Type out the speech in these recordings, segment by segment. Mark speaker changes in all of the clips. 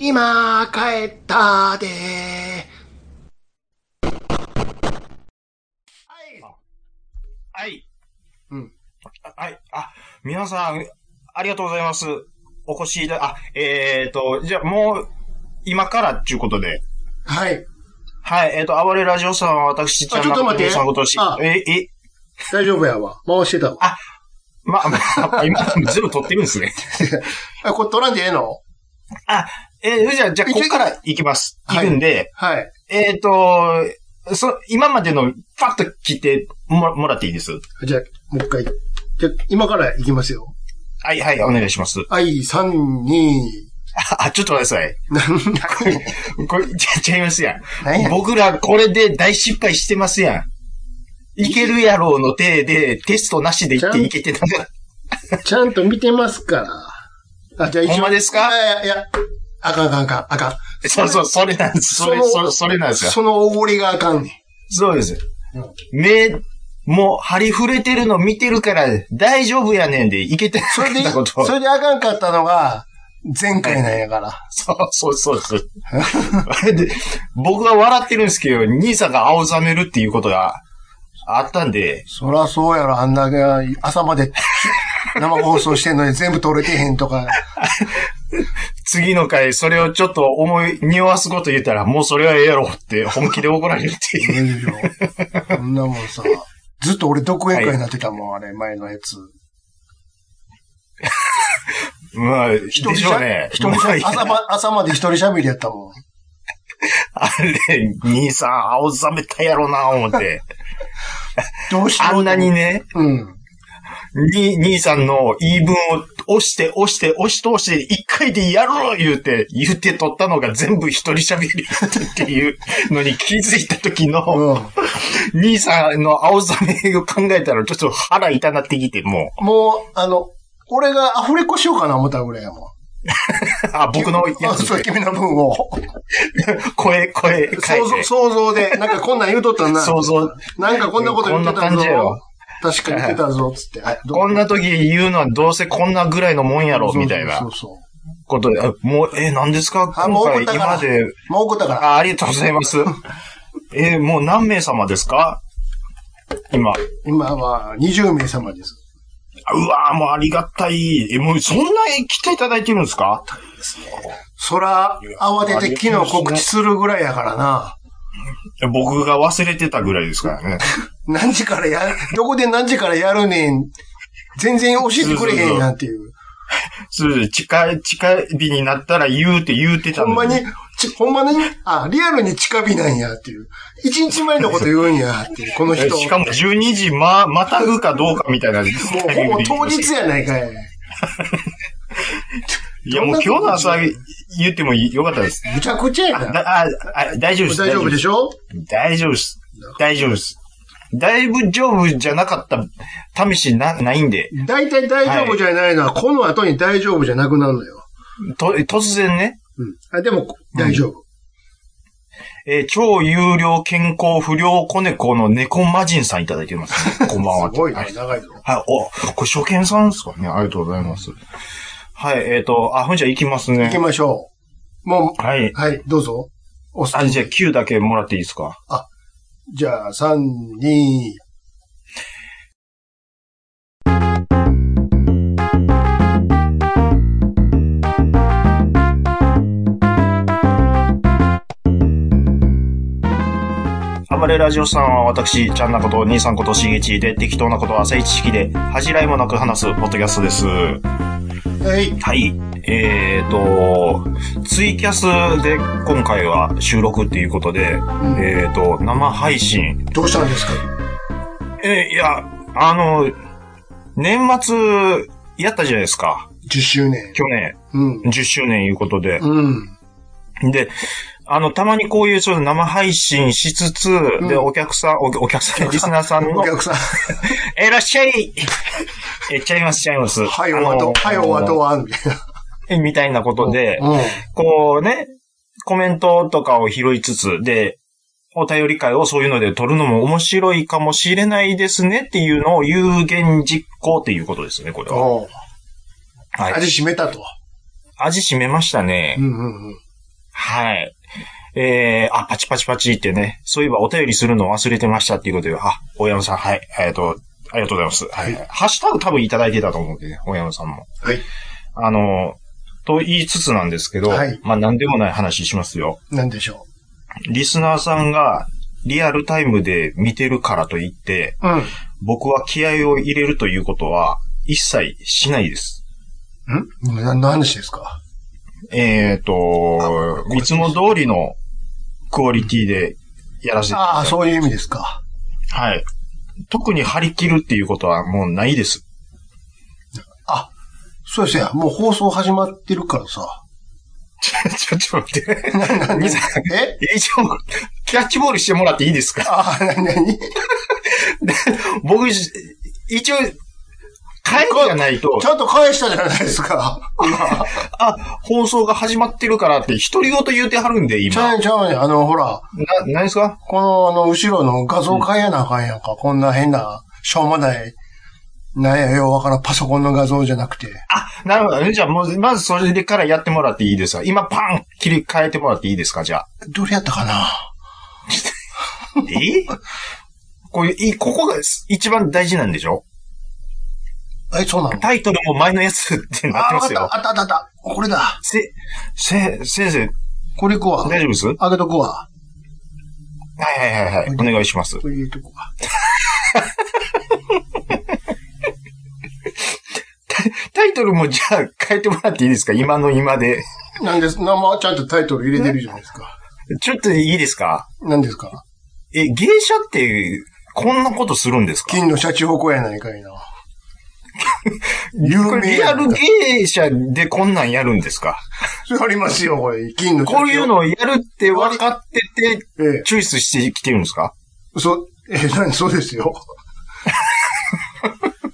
Speaker 1: 今、帰ったで
Speaker 2: はい。
Speaker 1: うん。
Speaker 2: あはい。あ、皆さん、ありがとうございます。お越しいただ、あ、えーと、じゃあもう、今からっていうことで。
Speaker 1: はい。
Speaker 2: はい。えっ、と、暴れラジオさんは私、ちゃん
Speaker 1: あちょっと待って
Speaker 2: さんことし
Speaker 1: あ、
Speaker 2: え、え、
Speaker 1: 大丈夫やわ。回してたわ。
Speaker 2: ま、ま、今、全部撮ってるんで すね。
Speaker 1: あ、これ取らんでええの
Speaker 2: あ、えーじゃあ、じゃあ、
Speaker 1: 一応
Speaker 2: ここから行きます。
Speaker 1: は
Speaker 2: 行
Speaker 1: い
Speaker 2: くんで、
Speaker 1: はい。
Speaker 2: えっ、と、そ、今までの、パッと聞いてももらっていいです。
Speaker 1: じゃあ、もう一回。じゃあ、今から行きますよ。
Speaker 2: はい、はい、お願いします。
Speaker 1: はい、3、2、
Speaker 2: あ、ちょっと待ってください。
Speaker 1: なんだこれ。
Speaker 2: これ、ちゃちゃいますやん。
Speaker 1: 何や
Speaker 2: 僕らこれで大失敗してますやん。いけるやろうの体で、テストなしでいっ
Speaker 1: ちゃ
Speaker 2: て
Speaker 1: ん
Speaker 2: いけてたから。
Speaker 1: ちゃんと見てますから。あ、じゃあ一応。
Speaker 2: ほんまですか
Speaker 1: いやいやいや、あかんあかんあかん、あかん。
Speaker 2: そうそう、それなんです。そ
Speaker 1: そ
Speaker 2: れ、
Speaker 1: の
Speaker 2: それ、それなんですよ。
Speaker 1: そのおごりがあかんねん。
Speaker 2: そうです
Speaker 1: うん。
Speaker 2: 目、もう、張り触れてるの見てるから、大丈夫やねんで、いけてな
Speaker 1: それで、
Speaker 2: かったこと。
Speaker 1: それであかんかったのが、前回なんやから。
Speaker 2: そう、そう、そうです。あれで、僕は笑ってるんですけど、兄さんが青ざめるっていうことがあったんで、
Speaker 1: そらそうやろ、あんだけ朝まで生放送してんのに全部撮れてへんとか。
Speaker 2: 次の回、それをちょっと思い、匂わすこと言ったら、もうそれはええやろって、本気で怒られるっていう。
Speaker 1: 無理よ。そんなもんさ。ずっと俺独演会になってたもん、あれ、前のやつ。
Speaker 2: まあ、でし
Speaker 1: 一人
Speaker 2: ょう
Speaker 1: ゃ
Speaker 2: ね。
Speaker 1: 一人
Speaker 2: まあ
Speaker 1: 喋
Speaker 2: いや
Speaker 1: 朝ま、朝まで一人喋りやったもん。
Speaker 2: あれ、兄さん、青ざめたやろな、思って。
Speaker 1: どうしよう。
Speaker 2: あんなに。ね、
Speaker 1: うん。
Speaker 2: に、兄さんの言い分を押して、押して、押し通して、一回でやろう言うて、言って取ったのが全部一人喋りだったっていうのに気づいた時の、
Speaker 1: うん。
Speaker 2: 兄さんの青ざめを考えたら、ちょっと腹痛なってきて、も
Speaker 1: もう、あの、俺がアフレコしようかな思ったぐらいやもん。
Speaker 2: う、あ、僕のや
Speaker 1: あ
Speaker 2: つ
Speaker 1: そう、君の分を。
Speaker 2: 声、声、変えて。
Speaker 1: 想像、想像で、なんかこんなん言うとったな。
Speaker 2: 想像。
Speaker 1: なんかこんなこと言って
Speaker 2: こんな
Speaker 1: た
Speaker 2: 感
Speaker 1: ぞ
Speaker 2: じやろ。
Speaker 1: 確か言ってたぞ、つって。あどう
Speaker 2: こんな時言うのはどうせこんなぐらいのもんやろ、みたい
Speaker 1: そ
Speaker 2: な
Speaker 1: うそうそう
Speaker 2: ことで、あもう、え、何ですか
Speaker 1: あ
Speaker 2: 今
Speaker 1: もう怒
Speaker 2: 回、
Speaker 1: ったか
Speaker 2: 今
Speaker 1: ら
Speaker 2: まで、
Speaker 1: そう。もう怒ったから。
Speaker 2: あ、ありがとうございます。えーもう何名様ですか今。
Speaker 1: 今は20名様です。
Speaker 2: あうわーもうありがたい。え、もうそんなに来ていただいてるんですか
Speaker 1: そら、慌てて昨日告知するぐらいやからな。
Speaker 2: え僕が忘れてたぐらいですからね。
Speaker 1: 何時からや、どこで何時からやるねん。全然教えてくれへんなんていう。
Speaker 2: そうです。近い、近日になったら言うって言うてた
Speaker 1: ほん
Speaker 2: の
Speaker 1: ま
Speaker 2: に。
Speaker 1: に、ち、ほんまに、あ、リアルに近火なんやっていう。一日前のこと言うんやって いう、この
Speaker 2: え
Speaker 1: 人。
Speaker 2: しかも12時ま、またぐかどうかみたいな。もう
Speaker 1: もうほぼ当日やないかい。
Speaker 2: いや、もう今日の朝言ってもよかったです。
Speaker 1: むちゃくちゃやな。
Speaker 2: だああ大丈夫です。
Speaker 1: 大丈夫でし
Speaker 2: ょ
Speaker 1: ょ
Speaker 2: 大丈夫です。大丈夫です。大丈夫じゃなかった試しな、ないんで。
Speaker 1: 大体大丈夫じゃないのは、この後に大丈夫じゃなくなるのよ。
Speaker 2: と、突然ね、
Speaker 1: うん。あ、でも、大丈夫。
Speaker 2: えー超有料健康不良子猫の猫魔人さんいただいてま す、こんばんは。
Speaker 1: すごいな、
Speaker 2: はい。
Speaker 1: 長いぞ。
Speaker 2: はいお、これ初見さんですかねありがとうございます。はい、えっ、と、あ、ほんじゃ行きます
Speaker 1: 行き
Speaker 2: ね。
Speaker 1: ましょう。も
Speaker 2: はい。
Speaker 1: う、はい、どうぞ。お
Speaker 2: あ、じゃあ9だけもらっていいですか
Speaker 1: じゃあ、3、2、
Speaker 2: 暴れラジオさんは私、ちゃんなこと、兄さんこと、しげちで、適当なことは浅い知識で、恥じらいもなく話す、ポッドキャストです。は
Speaker 1: はい。
Speaker 2: い。えーと、ツイキャスで、今回は収録っていうことで、
Speaker 1: ん
Speaker 2: えーと、生配信。
Speaker 1: どうしたんですか
Speaker 2: えーいや、あの、年末、やったじゃないですか。
Speaker 1: 10周年。
Speaker 2: 去年、
Speaker 1: うん。
Speaker 2: 10周年いうことで。
Speaker 1: うん。
Speaker 2: で、あの、たまにこういう、そういう生配信しつつ、で、お客さん、おお客 さん、リスナーさんの
Speaker 1: お、客さん、
Speaker 2: え、いらっしゃい え、ちゃいます、ちゃいます。
Speaker 1: はい、
Speaker 2: あ
Speaker 1: お
Speaker 2: の
Speaker 1: わと、はい、おわとは、みたい
Speaker 2: えみたいなことで、
Speaker 1: な。
Speaker 2: こうね、コメントとかを拾いつつ、で、お便り会をそういうので取るのも面白いかもしれないですねっていうのを有言実行っていうことですね、これ
Speaker 1: うん。
Speaker 2: は。
Speaker 1: おう
Speaker 2: はい。
Speaker 1: 味しめたと。
Speaker 2: 味しめましたね
Speaker 1: う。んうんうん。
Speaker 2: はい。えー、あ、パチパチパチってね、そういえばお便りするの忘れてましたっていうことで、あ、大山さん、はい、えっと、ありがとうございます。はい。
Speaker 1: は
Speaker 2: ハッシュタグ多分いただいてたと思うんでね、大山さんも。
Speaker 1: はい。
Speaker 2: あの、と言いつつなんですけど、
Speaker 1: はい
Speaker 2: まあ、なんでもない話しますよ。
Speaker 1: なんでしょ
Speaker 2: リスナーさんがリアルタイムで見てるからといって、
Speaker 1: う。うん。
Speaker 2: 僕は気合を入れるということは一切しないです。
Speaker 1: んな何の話ですか
Speaker 2: えっ、と、いつも通りのクオリティでやらせてください。
Speaker 1: ああ、そういう意味ですか。
Speaker 2: はい。特に張り切るっていうことはもうないです。
Speaker 1: あ、そうですよ。もう放送始まってるからさ。
Speaker 2: ちょ、ちょ、ちょっと待って。兄さん
Speaker 1: え
Speaker 2: 以上、キャッチボールしてもらっていいですか
Speaker 1: ああ、なになにち
Speaker 2: 僕、一応、帰りがないと、
Speaker 1: ゃんと返したじゃないですか。今
Speaker 2: あ、放送が始まってるからって、独り言言うてはるんで、
Speaker 1: ち
Speaker 2: 今。
Speaker 1: ゃうねんちゃうねん。あの、ほら、
Speaker 2: な、何ですか
Speaker 1: この、あの、後ろの画像変えなあかんやんか。こんな変な、しょうもない、なんや、ようわからんパソコンの画像じゃなくて。
Speaker 2: あ、なるほど。じゃあ、もう、まずそれからやってもらっていいですか今、パン切り替えてもらっていいですかじゃあ。
Speaker 1: どれやったかな
Speaker 2: えこういう、いここが一番大事なんでしょ
Speaker 1: え、そうなの
Speaker 2: タイトルも前のやつってなっ
Speaker 1: あー、
Speaker 2: てま
Speaker 1: わか
Speaker 2: す
Speaker 1: った、
Speaker 2: よ。
Speaker 1: あったあったあった。これだ。
Speaker 2: せ、せ、先生、
Speaker 1: これいくわ。
Speaker 2: 大丈夫です
Speaker 1: あげとくわ。
Speaker 2: はいはいはいはい。お願いします。
Speaker 1: これ入れとこうか。
Speaker 2: タイトルもじゃあ変えてもらっていいですか今の今で。
Speaker 1: なんです、なまあちゃんとタイトル入れてるじゃないですか。
Speaker 2: ちょっといいですか
Speaker 1: なんですか
Speaker 2: え、芸者って、こんなことするんですか
Speaker 1: 金のシャチホコやないか いな。有
Speaker 2: これ
Speaker 1: 名
Speaker 2: リア
Speaker 1: や
Speaker 2: ル
Speaker 1: ないかい
Speaker 2: 芸者でこんなんやるんですか
Speaker 1: それありますよ、これ。金のシャチホコ
Speaker 2: こういうのをやるって分かってて、
Speaker 1: え
Speaker 2: チョイスしてきてるんですか
Speaker 1: え、そ、ええ、なんそうです よ。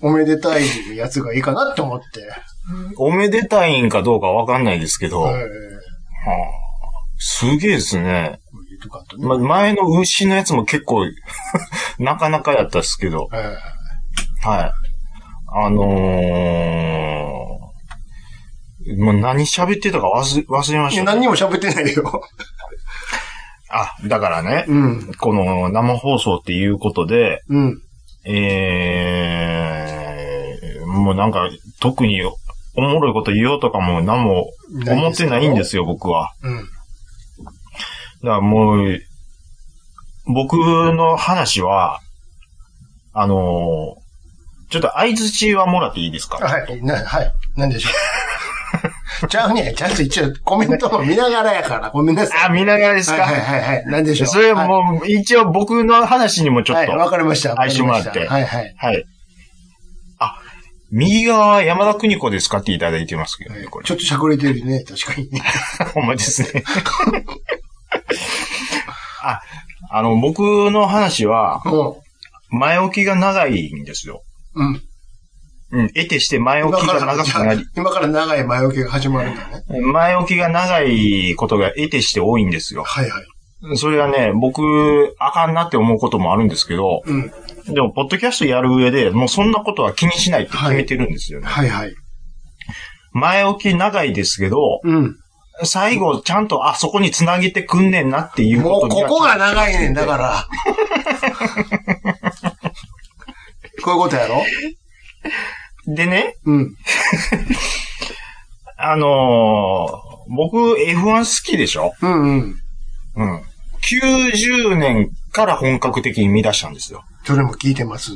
Speaker 1: おめでたいやつがいいかなって思って。
Speaker 2: おめでたいんかどうか分かんないですけど、
Speaker 1: ええ
Speaker 2: はあすげえですね。
Speaker 1: こういうとこあったね。
Speaker 2: ま、前の牛のやつも結構、 なかなかやったっすけど、
Speaker 1: え
Speaker 2: はい。あのー、もう何喋ってたか忘れ忘れま
Speaker 1: えい
Speaker 2: し
Speaker 1: や
Speaker 2: た。
Speaker 1: 何にも喋ってないよ。
Speaker 2: あ、だからね、
Speaker 1: うん。
Speaker 2: この生放送っていうことで、
Speaker 1: うん。
Speaker 2: えー、もうなんか特におもろいこと言おうとかも何も思ってないんですよ、僕は。
Speaker 1: うん。
Speaker 2: だからもう、僕の話は、あのーちょっと相づちはもらっていいですか
Speaker 1: はい、な、はい。なんでしょ う。ちゃうね。ちゃんと一応コメントも見ながらやから、ごめんなさい。
Speaker 2: あ、見ながらですか、
Speaker 1: はいはいはいはい。なんでしょう。
Speaker 2: それはもう、一応僕の話にもちょ
Speaker 1: は
Speaker 2: っ
Speaker 1: い、
Speaker 2: と。
Speaker 1: はい
Speaker 2: は
Speaker 1: わ
Speaker 2: い。
Speaker 1: かりました。
Speaker 2: 相性もあって
Speaker 1: はいはい。
Speaker 2: あ、右側は山田邦子ですかっていただいてますけどね、これ
Speaker 1: ち。ょっとしゃくれてるね、確か に。
Speaker 2: ほんまですね。 あ、あの、僕の話は、
Speaker 1: も
Speaker 2: 前置きが長いんですよ。
Speaker 1: う、うん。
Speaker 2: うん、得てして前置きが長くなり、
Speaker 1: 今から長い前置きが始まるんだね。
Speaker 2: 前置きが長いことが得てして多いんですよ。
Speaker 1: はいはい。
Speaker 2: それはね、僕、あかんなって思うこともあるんですけど、
Speaker 1: うん。
Speaker 2: でも、ポッドキャストやる上で、もうそんなことは気にしないって決めてるんですよね。
Speaker 1: はいはい。
Speaker 2: 前置き長いですけど、
Speaker 1: うん。
Speaker 2: 最後、ちゃんと、あ、そこに繋げてくんねんなっていう
Speaker 1: も
Speaker 2: こ
Speaker 1: う
Speaker 2: とに
Speaker 1: こ
Speaker 2: は
Speaker 1: こが長いねん、だから。 こういうことやろ
Speaker 2: でね、
Speaker 1: うん。
Speaker 2: あのー僕、F1 好きでしょ
Speaker 1: うんうん。
Speaker 2: うん。90年から本格的に見出したんですよ。
Speaker 1: それも聞いてます。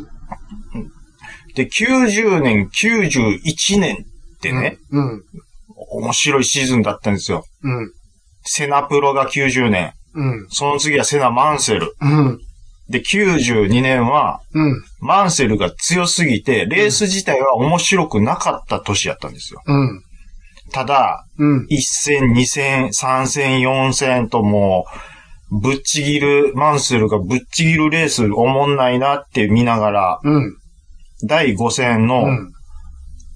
Speaker 2: で、90年、91年ってね、
Speaker 1: うん。
Speaker 2: 面白いシーズンだったんですよ。
Speaker 1: うん。
Speaker 2: セナプロが90年。
Speaker 1: うん。
Speaker 2: その次はセナマンセル。
Speaker 1: うん。
Speaker 2: で、92年は、
Speaker 1: うん。
Speaker 2: マンセルが強すぎて、レース自体は面白くなかった年やったんですよ。
Speaker 1: うん。
Speaker 2: ただ、
Speaker 1: うん。
Speaker 2: 1戦、2戦、3戦、4戦ともう、ぶっちぎる、マンセルがぶっちぎるレースおもんないなって見ながら、
Speaker 1: うん。
Speaker 2: 第5戦の
Speaker 1: うん。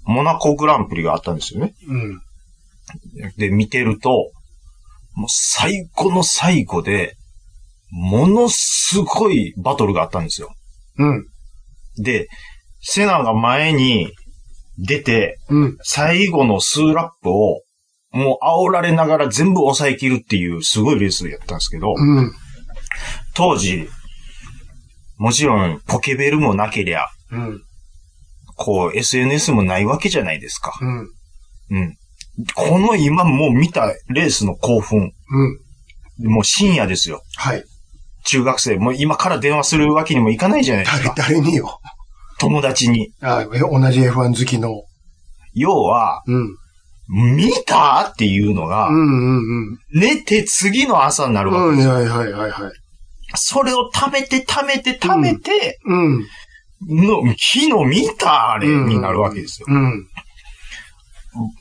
Speaker 2: モナコグランプリがあったんですよね。
Speaker 1: うん。
Speaker 2: で、見てると、もう最後の最後で、ものすごいバトルがあったんですよ。
Speaker 1: うん。
Speaker 2: で、セナが前に出て、
Speaker 1: うん。
Speaker 2: 最後の数ラップを、もう煽られながら全部抑え切るっていうすごいレースやったんですけど、
Speaker 1: うん。
Speaker 2: 当時、もちろんポケベルもなけりゃ、
Speaker 1: うん。
Speaker 2: こう SNS もないわけじゃないですか。
Speaker 1: うん。
Speaker 2: うん。この今もう見たレースの興奮、
Speaker 1: うん。
Speaker 2: もう深夜ですよ。
Speaker 1: はい。
Speaker 2: 中学生、もう今から電話するわけにもいかないじゃないです
Speaker 1: 誰
Speaker 2: か。、
Speaker 1: 誰によ。
Speaker 2: 友達に。
Speaker 1: あえ同じ F1 好きの。
Speaker 2: 要は、
Speaker 1: うん。
Speaker 2: 見たっていうの
Speaker 1: う
Speaker 2: が、
Speaker 1: んうんうん。
Speaker 2: 寝て次の朝になるわけ
Speaker 1: うん、はいはいはいはい。
Speaker 2: それを貯めて貯めて貯めて、
Speaker 1: うん。
Speaker 2: の、昨日見たあれ
Speaker 1: うん
Speaker 2: になるわけですよ。
Speaker 1: うん。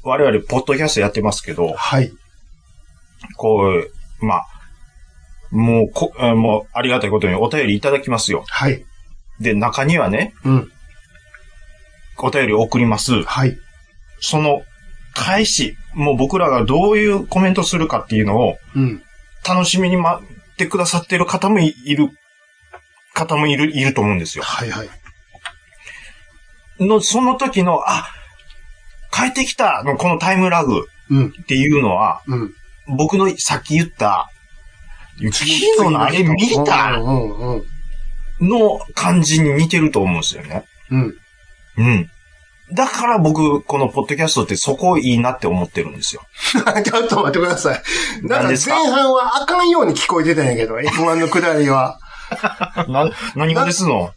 Speaker 2: 我々、ポッドキャストやってますけど、
Speaker 1: はい。
Speaker 2: こう、まあ、もうこ、えーもう、ありがたいことにお便りいただきますよ。
Speaker 1: はい。
Speaker 2: で、中にはね、
Speaker 1: うん。
Speaker 2: お便り送ります。
Speaker 1: はい。
Speaker 2: その、返し、もう僕らがどういうコメントするかっていうのを、
Speaker 1: うん。
Speaker 2: 楽しみに待ってくださってる方もいいる、方もいる、いると思うんですよ。
Speaker 1: はいはい。
Speaker 2: の、その時の、あ、帰ってきたのこのタイムラグ
Speaker 1: うん。
Speaker 2: っていうのは、
Speaker 1: うん。
Speaker 2: 僕のさっき言った、昨日のあれ見
Speaker 1: う
Speaker 2: た
Speaker 1: んうんうん。
Speaker 2: の感じに似てると思うんですよね。
Speaker 1: うん。
Speaker 2: うん。だから僕、このポッドキャストってそこいいなって思ってるんですよ。
Speaker 1: ちょっと待ってください。なんか
Speaker 2: 何で
Speaker 1: 前
Speaker 2: すか
Speaker 1: 半はあかんように聞こえてたんやけど、F1 の下りは。
Speaker 2: な、何がですの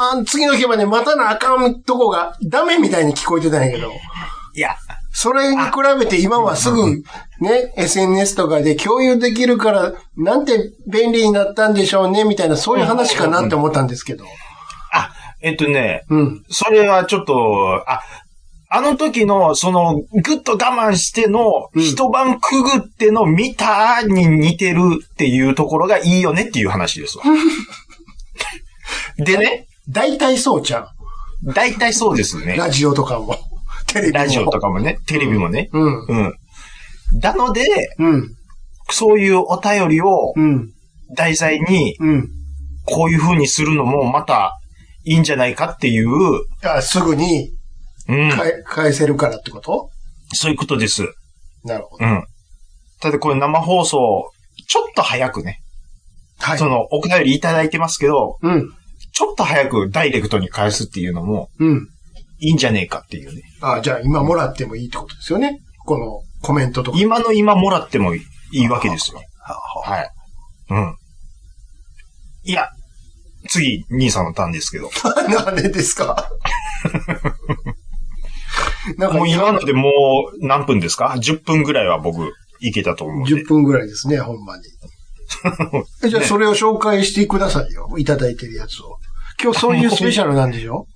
Speaker 1: あ次の日まで待たなあかんとこがダメみたいに聞こえてたんやけど。
Speaker 2: いや、
Speaker 1: それに比べて今はすぐね、SNS とかで共有できるから、なんて便利になったんでしょうね、みたいな、そういう話かなって思ったんですけど。
Speaker 2: あ、えっとね、
Speaker 1: うん。
Speaker 2: それはちょっと、あ、あの時の、その、ぐっと我慢しての、
Speaker 1: うん
Speaker 2: 一晩くぐっての見たに似てるっていうところがいいよねっていう 話ですわ。でね、
Speaker 1: 大体そうちゃ
Speaker 2: 大体そうです
Speaker 1: う。
Speaker 2: ね。
Speaker 1: ラジオとか も。テレビも。
Speaker 2: ラジオとかもね、テレビもね。
Speaker 1: うん。
Speaker 2: うん。なので、
Speaker 1: うん。
Speaker 2: そういうお便りを
Speaker 1: うん。
Speaker 2: 題材に、
Speaker 1: うん。
Speaker 2: こういう風にするのもまたいいんじゃないかっていう、
Speaker 1: あすぐに
Speaker 2: うん、
Speaker 1: かえ返せるからってこと
Speaker 2: そういうことです。
Speaker 1: なるほど。
Speaker 2: うん。ただこれ生放送、ちょっと早くね、
Speaker 1: はい
Speaker 2: そ。の、お便りいただいてますけど、
Speaker 1: うん。
Speaker 2: ちょっと早くダイレクトに返すっていうのも
Speaker 1: うん。
Speaker 2: いいんじゃねえかっていうね。
Speaker 1: あじゃあ今もらってもいいってことですよね。このコメントとか。
Speaker 2: 今の今もらってもいいわけですよ。
Speaker 1: は
Speaker 2: はい。うん。いや、次、兄さんのターンですけど。
Speaker 1: い なんでです かなん
Speaker 2: も
Speaker 1: か
Speaker 2: う今のでもう何分ですか ?10 分ぐらいは僕、いけたと思うんで
Speaker 1: 10。分ぐらいですね、ほんまに。 じゃあ
Speaker 2: ね
Speaker 1: それを紹介してくださいよ。いただいてるやつを。今日そういうスペシャルなんでしょ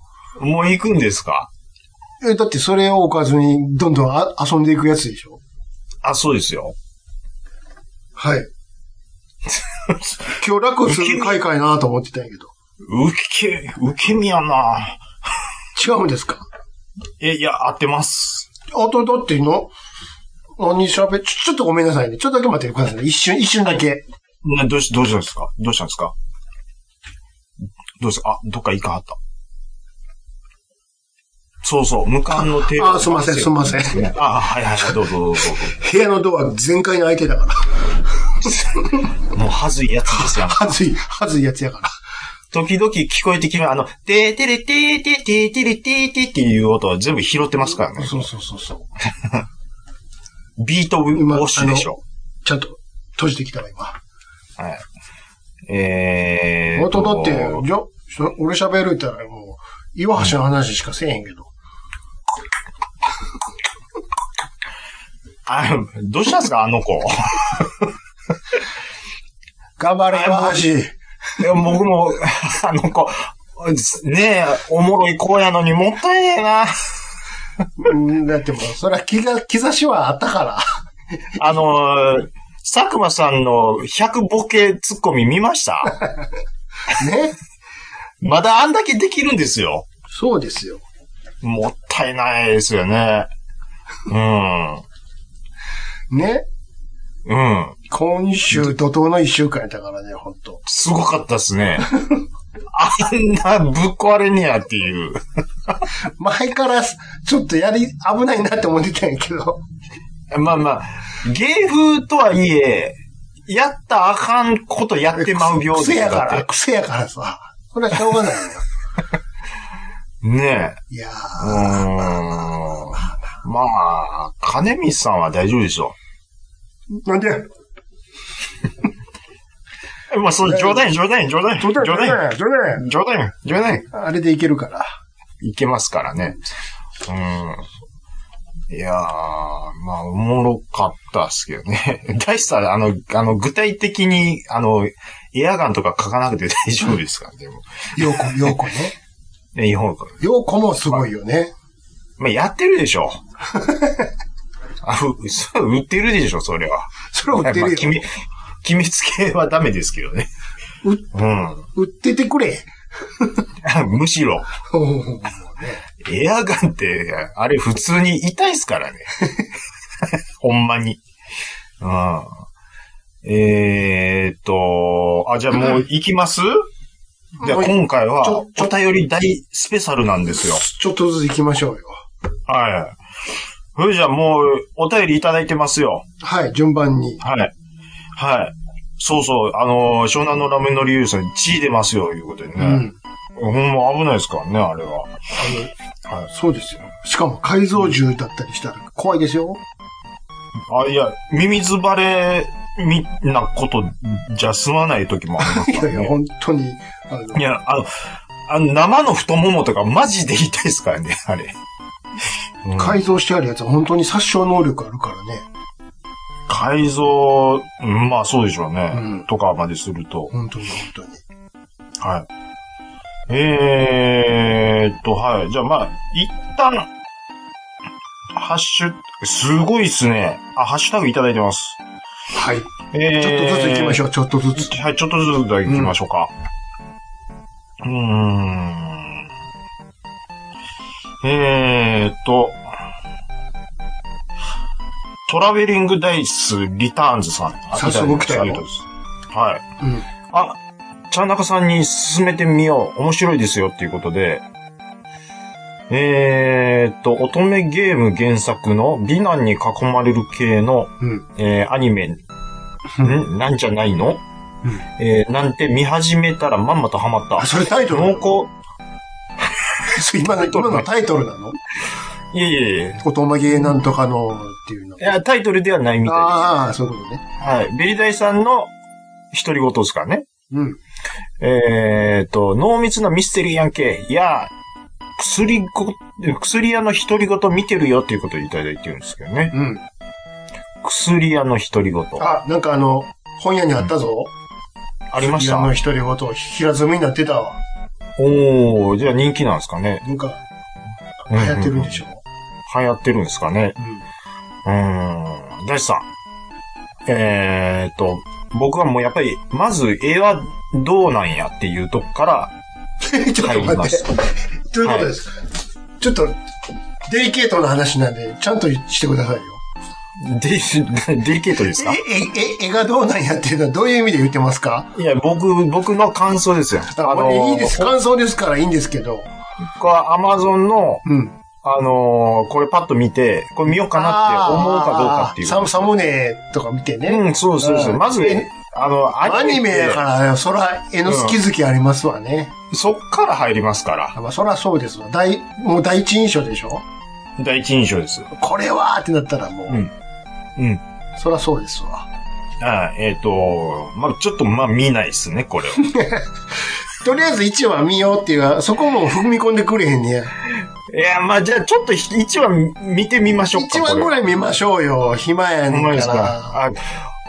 Speaker 2: もう行くんですか
Speaker 1: え、だってそれをおかずにどんどんあ遊んでいくやつでしょ
Speaker 2: あ、そうですよ。
Speaker 1: はい。 今日楽する回かいなと思ってたんやけど。
Speaker 2: 受け、受け身やな
Speaker 1: 違うんですか
Speaker 2: え、いや、合ってます。
Speaker 1: あと、だっての、何喋っ、ちょ、ちょっとごめんなさいね。ちょっとだけ待ってくださいね。一瞬、一瞬だけ。
Speaker 2: などうし、どうしたんですかどうしたんですかどうしたあ、どっか行かはった。そうそう、無冠のテー
Speaker 1: あすいませんすいません。
Speaker 2: あ、はいはいはい、どうぞどうぞ
Speaker 1: 部屋のドア全開に開いてた から。
Speaker 2: どうぞ。もう、はずいやつですよ。
Speaker 1: はずい、はずいやつやから。
Speaker 2: 時々聞こえてきます。あの、てーてれてーてーてーてーてーてーっていう音は全部拾ってますからね。
Speaker 1: そうそうそうそう。
Speaker 2: ビートウォッシュでしょ。
Speaker 1: ちゃんと閉じてきたわ、今。
Speaker 2: はい。えー
Speaker 1: あ
Speaker 2: と。
Speaker 1: とだって、じゃ、そ俺喋るったらもう、岩橋の話しかせえへんけど。
Speaker 2: あどうしたんですかあの子。
Speaker 1: 頑張れ、岩橋。
Speaker 2: いや僕も、あの子、ねえ、おもろい子やのにもったいねえな。
Speaker 1: うんだってもう、それは気が、兆しはあったから。
Speaker 2: あのー、佐久間さんの100ボケツッコミ見ました
Speaker 1: ね。
Speaker 2: まだあんだけできるんですよ。
Speaker 1: そうですよ。
Speaker 2: もったいないですよね。うん。
Speaker 1: ね。
Speaker 2: うん。
Speaker 1: 今週怒涛の一週間やったからね、本当
Speaker 2: すごかったですね。あんなぶっ壊れねやっていう。
Speaker 1: 前から、ちょっとやり、危ないなって思ってたんやけど。
Speaker 2: まあまあ、芸風とはいえ、やったらあかんことやってまう病
Speaker 1: 癖
Speaker 2: で
Speaker 1: やか
Speaker 2: だ
Speaker 1: ら、
Speaker 2: っ
Speaker 1: 癖やからさ。これはしょうが ないよ。
Speaker 2: て。ねえ。
Speaker 1: いや
Speaker 2: うーん。まあ、金光さんは大丈夫でしょ
Speaker 1: ー。なんで
Speaker 2: う。まあ、それ冗談、冗談、冗談、冗談、冗談、
Speaker 1: 冗談
Speaker 2: 冗談、冗談、
Speaker 1: あれでいけるから。
Speaker 2: いけますからね。うん。いやー、まあ、おもろかったっすけどね。 大したら、あの、あの、具体的に、あの、エアガンとか書かなくて 大丈夫ですから、でも。
Speaker 1: ようこ、ようこね。
Speaker 2: ね日本、
Speaker 1: ようこもすごいよね。
Speaker 2: まあ、やってるでしょ。 あ、う、それ売ってるでしょ、それは。
Speaker 1: それは売って
Speaker 2: まあ
Speaker 1: る
Speaker 2: 決
Speaker 1: よ
Speaker 2: め。、決めつけはダメですけどね。
Speaker 1: う
Speaker 2: うん。
Speaker 1: 売っててくれ。
Speaker 2: むしろ、エアガンって、あれ普通に痛いっすから ね。ほんまに。うん。えーっと、あ、じゃあもう行きます、じゃあ今回は
Speaker 1: ちょ、ちょ
Speaker 2: お便り大スペシャルなんですよ。
Speaker 1: ちょっとずつ行きましょうよ。
Speaker 2: はい。それじゃあもう、お便りいただいてますよ。
Speaker 1: はい、順番に。
Speaker 2: はい。はい。そうそう、あのー湘南のラメの理由さん、血出ますよ、いうことで
Speaker 1: う
Speaker 2: ね。
Speaker 1: ん。
Speaker 2: ほんま危ないですからね、あれは。
Speaker 1: あ
Speaker 2: は
Speaker 1: の、そうですよ。しかも改造銃だったりしたら怖いですよ。
Speaker 2: あ、いや、ミミズバレみ、なことじゃ済まない時も あります
Speaker 1: い
Speaker 2: から
Speaker 1: やいや、
Speaker 2: ね。
Speaker 1: 本当に。あの
Speaker 2: いや、あの、あの生の太ももとかマジで痛いですからね、あれ。うん
Speaker 1: 改造してあるやつは本当に殺傷能力あるからね。
Speaker 2: 改造、うんまあそうでしょうね。
Speaker 1: うん
Speaker 2: とかまですると。
Speaker 1: 本当に本当に。
Speaker 2: はい。えーっと、はい。じゃあまあ、一旦、ハッシュ、すごいっすね。あ、ハッシュタグいただいてます。
Speaker 1: はい。ち
Speaker 2: え
Speaker 1: ょ
Speaker 2: ー、
Speaker 1: っとずつ行きましょう、ちょっとずつ。
Speaker 2: はい、ちょっとずつだけ行きましょうか。うーん。えーっと、トラベリングダイスリターンズさん。
Speaker 1: 早速来たよ
Speaker 2: ありがとうございますはい。
Speaker 1: うん。
Speaker 2: あ、茶中さんに勧めてみよう。面白いですよっていうことで、えーっと、乙女ゲーム原作の美男に囲まれる系の、
Speaker 1: うん
Speaker 2: えーアニメ、んなんじゃないの、えーなんて見始めたらまんまとハマった
Speaker 1: あ、。それタイトルなの
Speaker 2: 濃厚、
Speaker 1: それ今の、今のタイトルなの
Speaker 2: いえいえいえ、
Speaker 1: おとまげなんとかのっていうの
Speaker 2: い。や、タイトルではないみたいです。
Speaker 1: ああ、そういうことね。
Speaker 2: はい。ベリダイさんの独り言ですからね。
Speaker 1: うん。
Speaker 2: えー、と、濃密なミステリーやんけ。いや、薬ご、薬屋の独り言見てるよっていうことをいただいてるんですけどね。
Speaker 1: うん。
Speaker 2: 薬屋の独り言。あ
Speaker 1: あ、なんかあの、本屋にあったぞ。
Speaker 2: りまし
Speaker 1: あの
Speaker 2: た。
Speaker 1: 一人ごと平積みになってたわ。
Speaker 2: おー、じゃあ人気なんですかね。
Speaker 1: なんか、流行ってるんでしょ。
Speaker 2: 流行ってるんですかね。うーん。大地さん。えー、と、僕はもうやっぱり、まず絵はどうなんやっていうとこから
Speaker 1: うん。 ちょっ
Speaker 2: 入
Speaker 1: と
Speaker 2: りま
Speaker 1: 待っ
Speaker 2: す
Speaker 1: て。。ということです。ちょっと、デリケートな話なんで、ちゃんとしてくださいよ。
Speaker 2: デリデリケートですか
Speaker 1: え、え、え、絵がどうなんやっていうのはどういう意味で言ってますか
Speaker 2: いや、僕、僕の感想ですよ。
Speaker 1: あ、
Speaker 2: の
Speaker 1: いいです。感想ですからいいんですけど。
Speaker 2: 僕は Amazon の、
Speaker 1: うん。
Speaker 2: あのーこれパッと見て、これ見ようかなって思うかどうかっていう。
Speaker 1: サム、サムネとか見てね。
Speaker 2: うん、そうそうそう。
Speaker 1: うん
Speaker 2: まず
Speaker 1: え、
Speaker 2: あの、
Speaker 1: アニメ
Speaker 2: って
Speaker 1: やから、そら、絵の好き好きありますわね。
Speaker 2: そっから入りますから。
Speaker 1: あまあ、そらそうですわ。大、もう第一印象でしょ
Speaker 2: 第一印象です。
Speaker 1: これはーってなったらもう、
Speaker 2: うんうん。
Speaker 1: そらそうですわ。
Speaker 2: ああえっ、と、まあちょっと、まあ見ないですね、これは。
Speaker 1: とりあえず1話見ようっていう、そこも踏み込んでくれへんねや。
Speaker 2: いや、まあじゃあちょっと1話見てみましょうか。
Speaker 1: 1話ぐ
Speaker 2: い。
Speaker 1: らい見ましょうよ。暇や
Speaker 2: ほんま
Speaker 1: ねん
Speaker 2: です
Speaker 1: か
Speaker 2: か。あ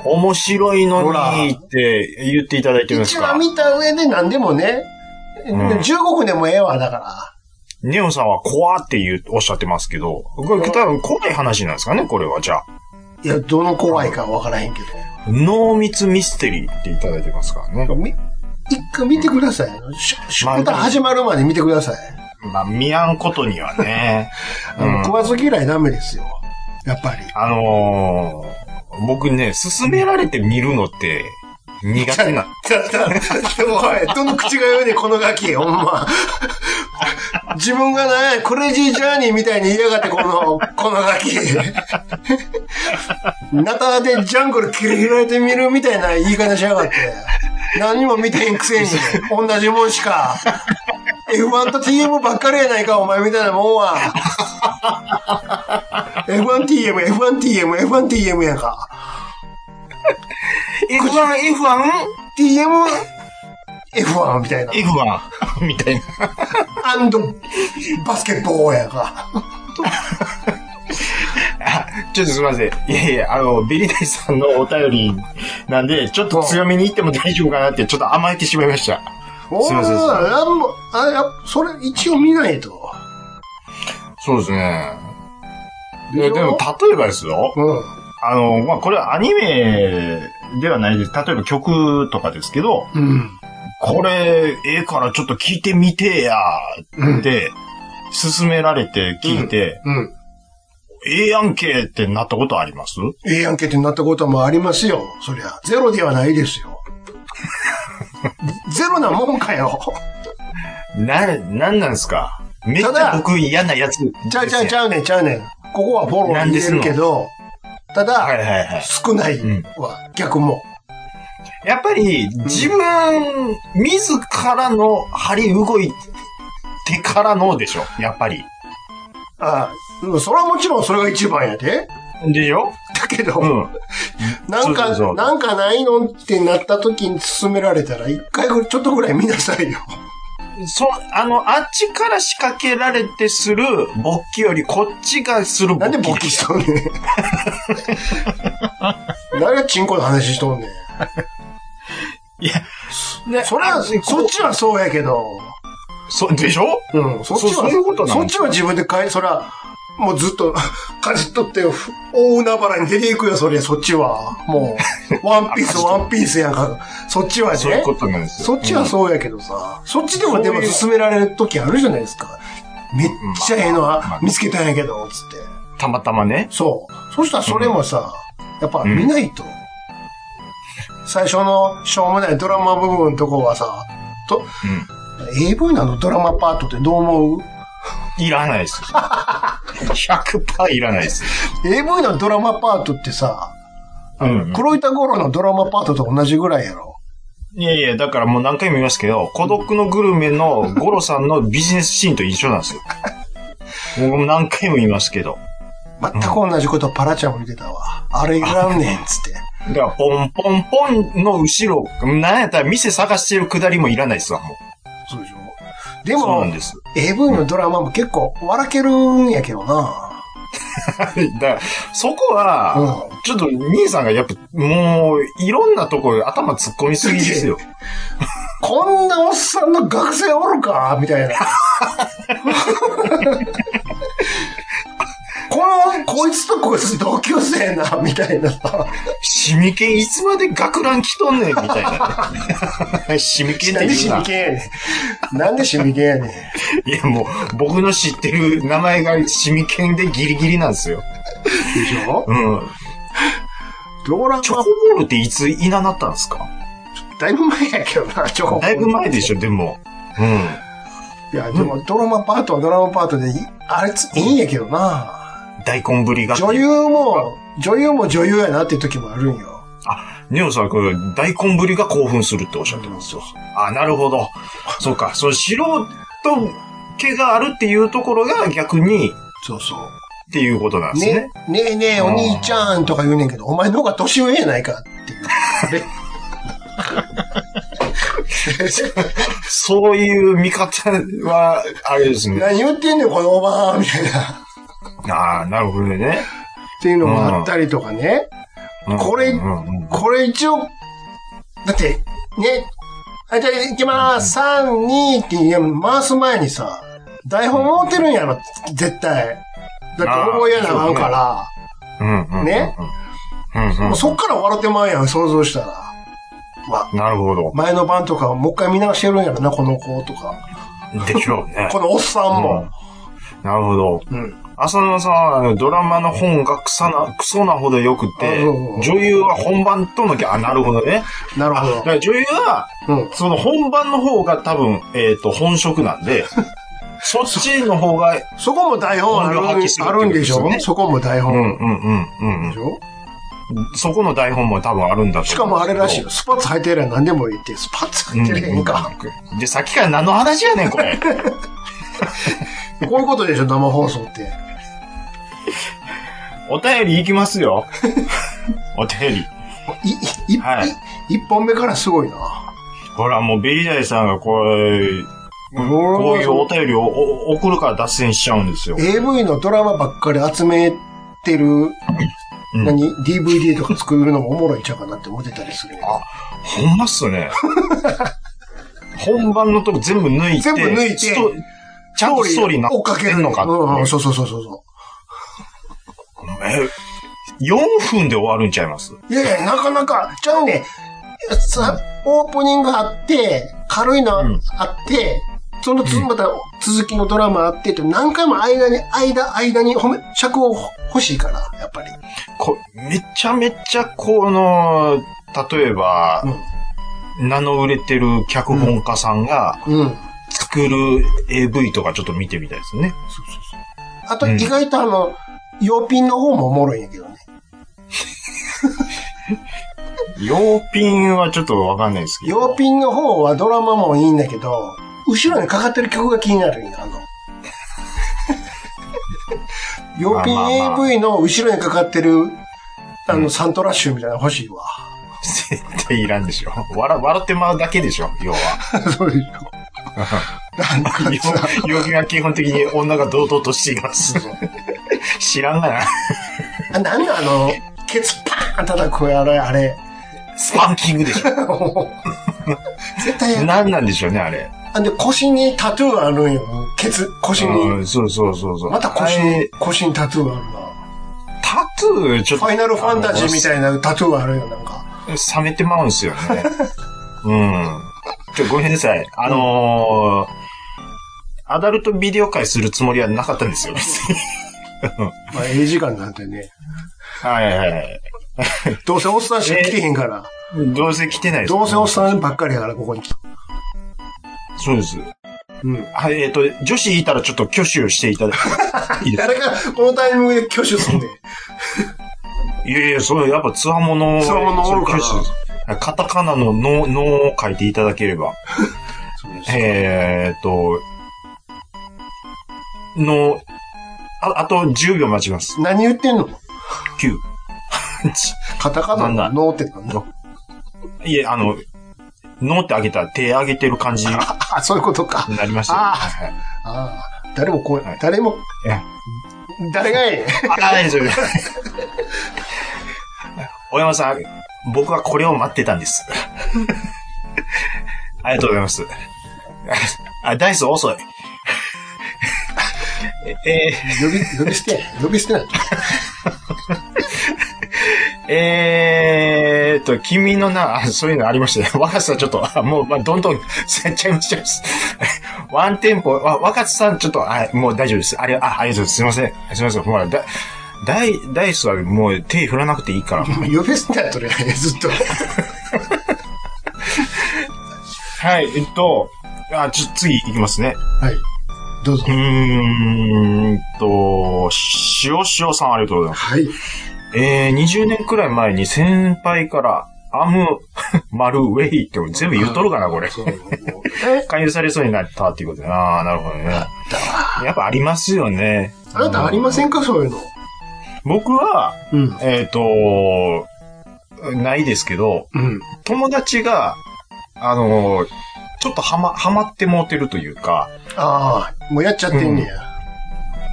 Speaker 2: 面白いの
Speaker 1: ほら
Speaker 2: にって言っていただいてるんです
Speaker 1: 一話
Speaker 2: か
Speaker 1: 見た上で何でもね、
Speaker 2: ん
Speaker 1: 15分でもええわ、だか
Speaker 2: ネオンさんは怖って言う、おっしゃってますけど、これ多分怖い話なんですかね、これは。じゃあ。
Speaker 1: ら。いや、どの怖いかわからへんけ
Speaker 2: 濃密ミステリーっていただいてますから
Speaker 1: ど。
Speaker 2: ね。
Speaker 1: み一回見てください。し
Speaker 2: まあ
Speaker 1: 宿題始まるまで見てください。
Speaker 2: まあ、見やんことにはね。
Speaker 1: あの、
Speaker 2: うん
Speaker 1: 食わず嫌いダメですよ。やっぱり。
Speaker 2: あのー、僕ね、勧められて見るのって苦手 な。
Speaker 1: おい、どの口が言うねんこのガキ、ほんま。自分がね、クレイジージャーニーみたいに言いやがって、この、このガキ。ナタでジャングル切り開いてみるみたいな言い方しやがって。何も見てへんくせに、同じもんしか。F1 と TM ばっかりやないか、お前みたいなもんは。F1TM、F1TM、F1TM やんか。
Speaker 2: F1、F1、
Speaker 1: TM、F1 みたいな。
Speaker 2: F1 みたいな。
Speaker 1: アンド、バスケットボールやから。
Speaker 2: あちょっとすみません。いやいや、あの、ベリダイさんのお便りなんで、ちょっと強めに言っても大丈夫かなって、ちょっと甘えてしまいました。
Speaker 1: お
Speaker 2: すいませんすいません
Speaker 1: なんも、あ、やっぱそれ一応見ないと。
Speaker 2: そうですね。い
Speaker 1: でし
Speaker 2: や、
Speaker 1: ょ
Speaker 2: でも、例えばですよ。
Speaker 1: うん。
Speaker 2: あの、まあ、これはアニメではないです。例えば曲とかですけど、
Speaker 1: うん。
Speaker 2: これ、ええからちょっと聞いてみてや、
Speaker 1: うん
Speaker 2: って、勧められて聞いて、
Speaker 1: うん。
Speaker 2: ええやんけってなったことあります
Speaker 1: ええやんけってなったこともありますよ。そりゃ。ゼロではないですよ。 ゼロなもんか よ。
Speaker 2: な、なんなんですかめっち
Speaker 1: ただ
Speaker 2: ゃ僕嫌なやつです、ね。
Speaker 1: ちゃうちゃうちゃうねん、ちゃうねん。ここはフォロー入れるけど、ただ、
Speaker 2: はいはいはい。
Speaker 1: 少ないは、逆も。
Speaker 2: やっぱり、自分、自らの張り動いてからのでしょやっぱり。
Speaker 1: あうんそれはもちろんそれが一番やで。
Speaker 2: でしょ
Speaker 1: だけど、
Speaker 2: うん。
Speaker 1: なん
Speaker 2: そうそうそ
Speaker 1: か、
Speaker 2: う
Speaker 1: なんかないのってなった時に勧められたら、一回ぐちょっとぐらい見なさいよ。
Speaker 2: そ、あの、あっちから仕掛けられてする勃起より、こっちがする
Speaker 1: な
Speaker 2: 勃
Speaker 1: んで
Speaker 2: 起。
Speaker 1: 勃起しとんねん。なんでチンコの話しとんねん。
Speaker 2: いや、ね
Speaker 1: それは、
Speaker 2: あ
Speaker 1: そっちはそうやけど、
Speaker 2: そ、でしょ
Speaker 1: うん、そっちは、
Speaker 2: そうそういうことなの
Speaker 1: そっちは自分で変え、そら、もうずっと、 かじっとって、ふ大海原に出ていくよ、そりゃ、そっちは。もう、ワンピー ス、ワンピースやんか。そっちはね。
Speaker 2: そういうことなんですよ。
Speaker 1: そっちはそうやけどさ、そっちでもでも
Speaker 2: そういう
Speaker 1: 勧められる時あるじゃないですか。めっちゃええの
Speaker 2: まあ
Speaker 1: は見つけたんやけど、つって。
Speaker 2: うんたまたまね。
Speaker 1: そう。そしたらそれもさ、やっぱ見ないと。最初のしょうもないドラマ部分のとこはさ、と、AV なのドラマパートってどう思う
Speaker 2: いらない です。100%いらないです。
Speaker 1: ?AV のドラマパートってさ、
Speaker 2: うんうん
Speaker 1: 黒板五郎のドラマパートと同じぐらいやろ。
Speaker 2: いやいや、だからもう何回も言いますけど、孤独のグルメのゴロさんのビジネスシーンと一緒なんですよ。僕も何回も言いますけど。
Speaker 1: 全く同じことパラちゃんも言ってたわ。あれいらんねん、つ って。
Speaker 2: だから、ポンポンポンの後ろ、なんやったら店探してるくだりもいらないですわ、も
Speaker 1: そうでしょで
Speaker 2: う。そう
Speaker 1: も
Speaker 2: なん、です。
Speaker 1: AV のドラマも結構笑けるんやけどな。
Speaker 2: だから、そこは、
Speaker 1: うん。
Speaker 2: ちょっと兄さんがやっぱ、もう、いろんなところ頭突っ込みすぎで すよ。
Speaker 1: こんなおっさんの学生おるかみた いな。この、こいつとこいつ同級生やな、みたいな。
Speaker 2: シミケンいつまで学ラン来とんねん、みたいな、 ね。シミケンっ
Speaker 1: なん
Speaker 2: て
Speaker 1: で
Speaker 2: 言う
Speaker 1: シ
Speaker 2: な
Speaker 1: ミ。ケンやねん。なんでシミケンやねん。
Speaker 2: いや、もう、僕の知ってる名前がシミケンでギリギリなんですよ。
Speaker 1: でしょ
Speaker 2: うん。
Speaker 1: ドラマ
Speaker 2: チョコボールっていついななったんですか
Speaker 1: だいぶ前やけどな、チョコ。
Speaker 2: だいぶ前でしょ、でも。うん。
Speaker 1: いや、でもドラマパートはドラマパートでいい、あれつ、いいんやけどな。
Speaker 2: 大根ぶりが。
Speaker 1: 女優も、女優も女優やなっていう時もあるんよ。
Speaker 2: ネオさん、これ、大根ぶりが興奮するっておっしゃってますよ。あ、なるほど。そうか。その素人気があるっていうところが逆に、っ
Speaker 1: そうそう。
Speaker 2: ていうことなんですね。
Speaker 1: ね、ねえねえ、お兄ちゃんとか言うねんけど、お前の方が年上やないかっていう。
Speaker 2: そういう見方は、あれですね。
Speaker 1: 何言ってんねん、このおばあみたいな。っ
Speaker 2: ああ、なるほどね。
Speaker 1: ていうのもあったりとかね。これ
Speaker 2: うんうんうん
Speaker 1: これ一応、だって、ね、はい、じゃあ行きまーす。3、2って言う回す前にさ、台本持ってるんやろ、絶対。だって覚えやなあかんから。
Speaker 2: うんうんうん
Speaker 1: ね。
Speaker 2: うんうん
Speaker 1: もうそっから笑ってまうやん、想像したら。まあ、
Speaker 2: なるほど。
Speaker 1: 前の晩とかもう一回見直してるんやろな、この子とか。
Speaker 2: でしょうね。
Speaker 1: このおっさんも。
Speaker 2: なるほど。
Speaker 1: うん。
Speaker 2: 浅野さんはあのドラマの本がクソな、クソなほど良く
Speaker 1: あ
Speaker 2: て
Speaker 1: そうそう、
Speaker 2: 女優は本番とのギャあ、なるほどね。
Speaker 1: なる
Speaker 2: あ
Speaker 1: ほ
Speaker 2: だから女優は、
Speaker 1: ど。うん。
Speaker 2: その本番の方が多分、えっ、と、本職なん で、そっちの方が、
Speaker 1: そこも台本ある
Speaker 2: 本領発揮してる
Speaker 1: あ
Speaker 2: って
Speaker 1: る
Speaker 2: こと
Speaker 1: ん
Speaker 2: で
Speaker 1: ですし
Speaker 2: よね
Speaker 1: ょそこも台
Speaker 2: うんうん
Speaker 1: 本。
Speaker 2: うんうん
Speaker 1: でしょ
Speaker 2: うん。そこの台本も多分あるんだと
Speaker 1: しかもあれらしいよ。スパッツ履いてりゃ何でもいいって。スパッツ履いてりゃいいんか。
Speaker 2: うんで、さっきから何の話やねん、これ。
Speaker 1: こういうことでしょ、生放送って。
Speaker 2: お便りいきま すよ。お便り。
Speaker 1: い、い、い
Speaker 2: はい
Speaker 1: い一本目からすごいな。
Speaker 2: ほら、もうベリーダイさんがこれ、こういうお便りをお送るから脱線しちゃうんですよ。
Speaker 1: AV のドラマばっかり集めてる、
Speaker 2: ん
Speaker 1: 何 ?DVD とか作るのもおもろいんちゃうかなって思ってたりする。
Speaker 2: あほんまっす ね。本番のとこ全部抜いて、
Speaker 1: 全部抜いて
Speaker 2: ストちゃんとストーリーにな
Speaker 1: 追っか
Speaker 2: っ
Speaker 1: け
Speaker 2: て
Speaker 1: る
Speaker 2: んのかっていう
Speaker 1: うんうん、そうそうそうそうそ
Speaker 2: え、4分で終わるんちゃいます
Speaker 1: う。いやいや、なかなか、ちゃうね。さ、オープニングあって、軽いの
Speaker 2: うん
Speaker 1: あって、そのつ、また続きのドラマあってって、何回も間に、間、間に褒め、尺を欲しいから、やっぱり。
Speaker 2: こめちゃめちゃこの、例えば、名の売れてる脚本家さんが
Speaker 1: うん。うん。
Speaker 2: 作る AV とかちょっと見てみたいですね。
Speaker 1: あと、
Speaker 2: うん
Speaker 1: 意外とあの、洋品の方もおもろいんやけどね。
Speaker 2: 洋品はちょっとわかんないですけど。
Speaker 1: 洋品の方はドラマもいいんだけど、後ろにかかってる曲が気になるんや、 あの。洋品
Speaker 2: まあまあまあ
Speaker 1: AV の後ろにかかってる、あの、サントラ集みたいなの欲しいわ。
Speaker 2: 絶対いらんでしょ。笑、笑ってまうだけでしょ、要は。
Speaker 1: そうでしょ。なんか
Speaker 2: 洋
Speaker 1: さ、
Speaker 2: 洋品は基本的に女が堂々としています。知らんがな。
Speaker 1: あなんだあの、ケツパーン叩くやろ、あれ。
Speaker 2: スパンキングでしょ。
Speaker 1: 絶対やる
Speaker 2: 何なんでしょうね、あれ。
Speaker 1: あんで、腰にタトゥーあるんよ。ケツ、腰
Speaker 2: う
Speaker 1: に。
Speaker 2: ん、そうそうそうそう。
Speaker 1: また腰
Speaker 2: あ
Speaker 1: に
Speaker 2: れ、
Speaker 1: 腰にタトゥーあるな。
Speaker 2: タトゥー、ちょっ
Speaker 1: フ
Speaker 2: と。
Speaker 1: ァイナルファンタジーみ
Speaker 2: い。
Speaker 1: たいなタトゥーあるよ、なんか。
Speaker 2: 冷めてまうんですよね。うん。ちょ、ごめんなさい。あのー、アダルトビデオ会するつもりはなかったんですよ、別に。
Speaker 1: まあ、ええ時間なんてね。
Speaker 2: はいはいはい。
Speaker 1: どうせおっさんしか来てへんから。
Speaker 2: どうせ来てないです。
Speaker 1: どうせおっさんばっかりやから、ここに来た。
Speaker 2: そうです。
Speaker 1: うん。
Speaker 2: はい、えっ、と、女子いたらちょっと挙手をしていただいて。
Speaker 1: 誰か、このタイミングで挙手すんねん。
Speaker 2: いやいや、それやっぱつわもの。
Speaker 1: つわものおるから
Speaker 2: そういう挙手ですカタカナの脳脳を書いていただければ。えーっと、の、あ、あと10秒待ちます。
Speaker 1: 何言ってんの
Speaker 2: 9。
Speaker 1: カタカナの脳ってなんだ
Speaker 2: いえ、あの、脳ってあげたら手上げてる感じにな
Speaker 1: あ、そういうことか。
Speaker 2: りましたよ。
Speaker 1: あー
Speaker 2: はいはい
Speaker 1: ああ。誰もこう
Speaker 2: はい、
Speaker 1: 誰も
Speaker 2: いや、
Speaker 1: 誰がえ
Speaker 2: あ、大丈夫です。大山さん、僕はこれを待ってたんです。ありがとうございます。あ、ダイス遅い。え
Speaker 1: えん呼び、呼び捨てや、呼び捨てなんだ
Speaker 2: ー、えーっと、君の名、あそういうのありましたね。若狭さんちょっと、あもう、まあ、どんどん、やっちゃいました。ワンテンポ、あ若狭さんちょっと、あもう大丈夫です。あれ、あ、ありがとうございます。すいません。すいません。ほら、だ、ダイ、ダイスはもう手振らなくていいから。
Speaker 1: 呼び捨てや、とりあえずずっと。
Speaker 2: はい、えっと、あ、ちょ、次行きますね。
Speaker 1: はい。どうぞ
Speaker 2: う。ーんと、塩塩さんありがとうございます。
Speaker 1: はい。
Speaker 2: えー、20年くらい前に先輩から、アム、 マル、ウェイって全部言っとるかな、これ。
Speaker 1: そう。もうえ
Speaker 2: 勧誘されそうになったっていうことだな。なるほどね。やっぱありますよね。
Speaker 1: あなたありませんか、そういうの。
Speaker 2: 僕は、
Speaker 1: うん。
Speaker 2: えっ、と、ないですけど、
Speaker 1: うん。
Speaker 2: 友達が、あの、ちょっとはま、はまってもうてるというか、
Speaker 1: ああ、もうやっちゃってんね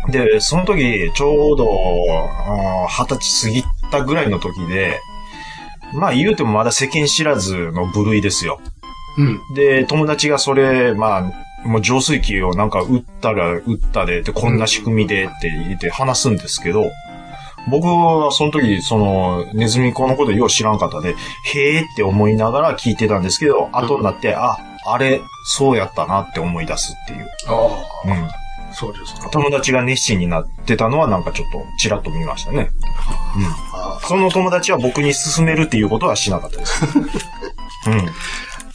Speaker 1: や。
Speaker 2: で、その時、ちょうど、あー二十歳過ぎたぐらいの時で、まあ言うてもまだ世間知らずの部類ですよ。
Speaker 1: うん。
Speaker 2: で、友達がそれ、まあ、もう浄水器をなんか打ったら打ったで、で、こんな仕組みでって言って話すんですけど、僕はその時、その、ネズミ子のことよう知らんかったで、へーって思いながら聞いてたんですけど、後になって、あ、あれ、そうやったなって思い出すっていう。
Speaker 1: あ
Speaker 2: うん。
Speaker 1: あ、そうですか。
Speaker 2: 友達が熱心になってたのはなんかちょっとちらっと見ましたね。
Speaker 1: あ
Speaker 2: その友達は僕に勧めるっていうことはしなかったです。 うん。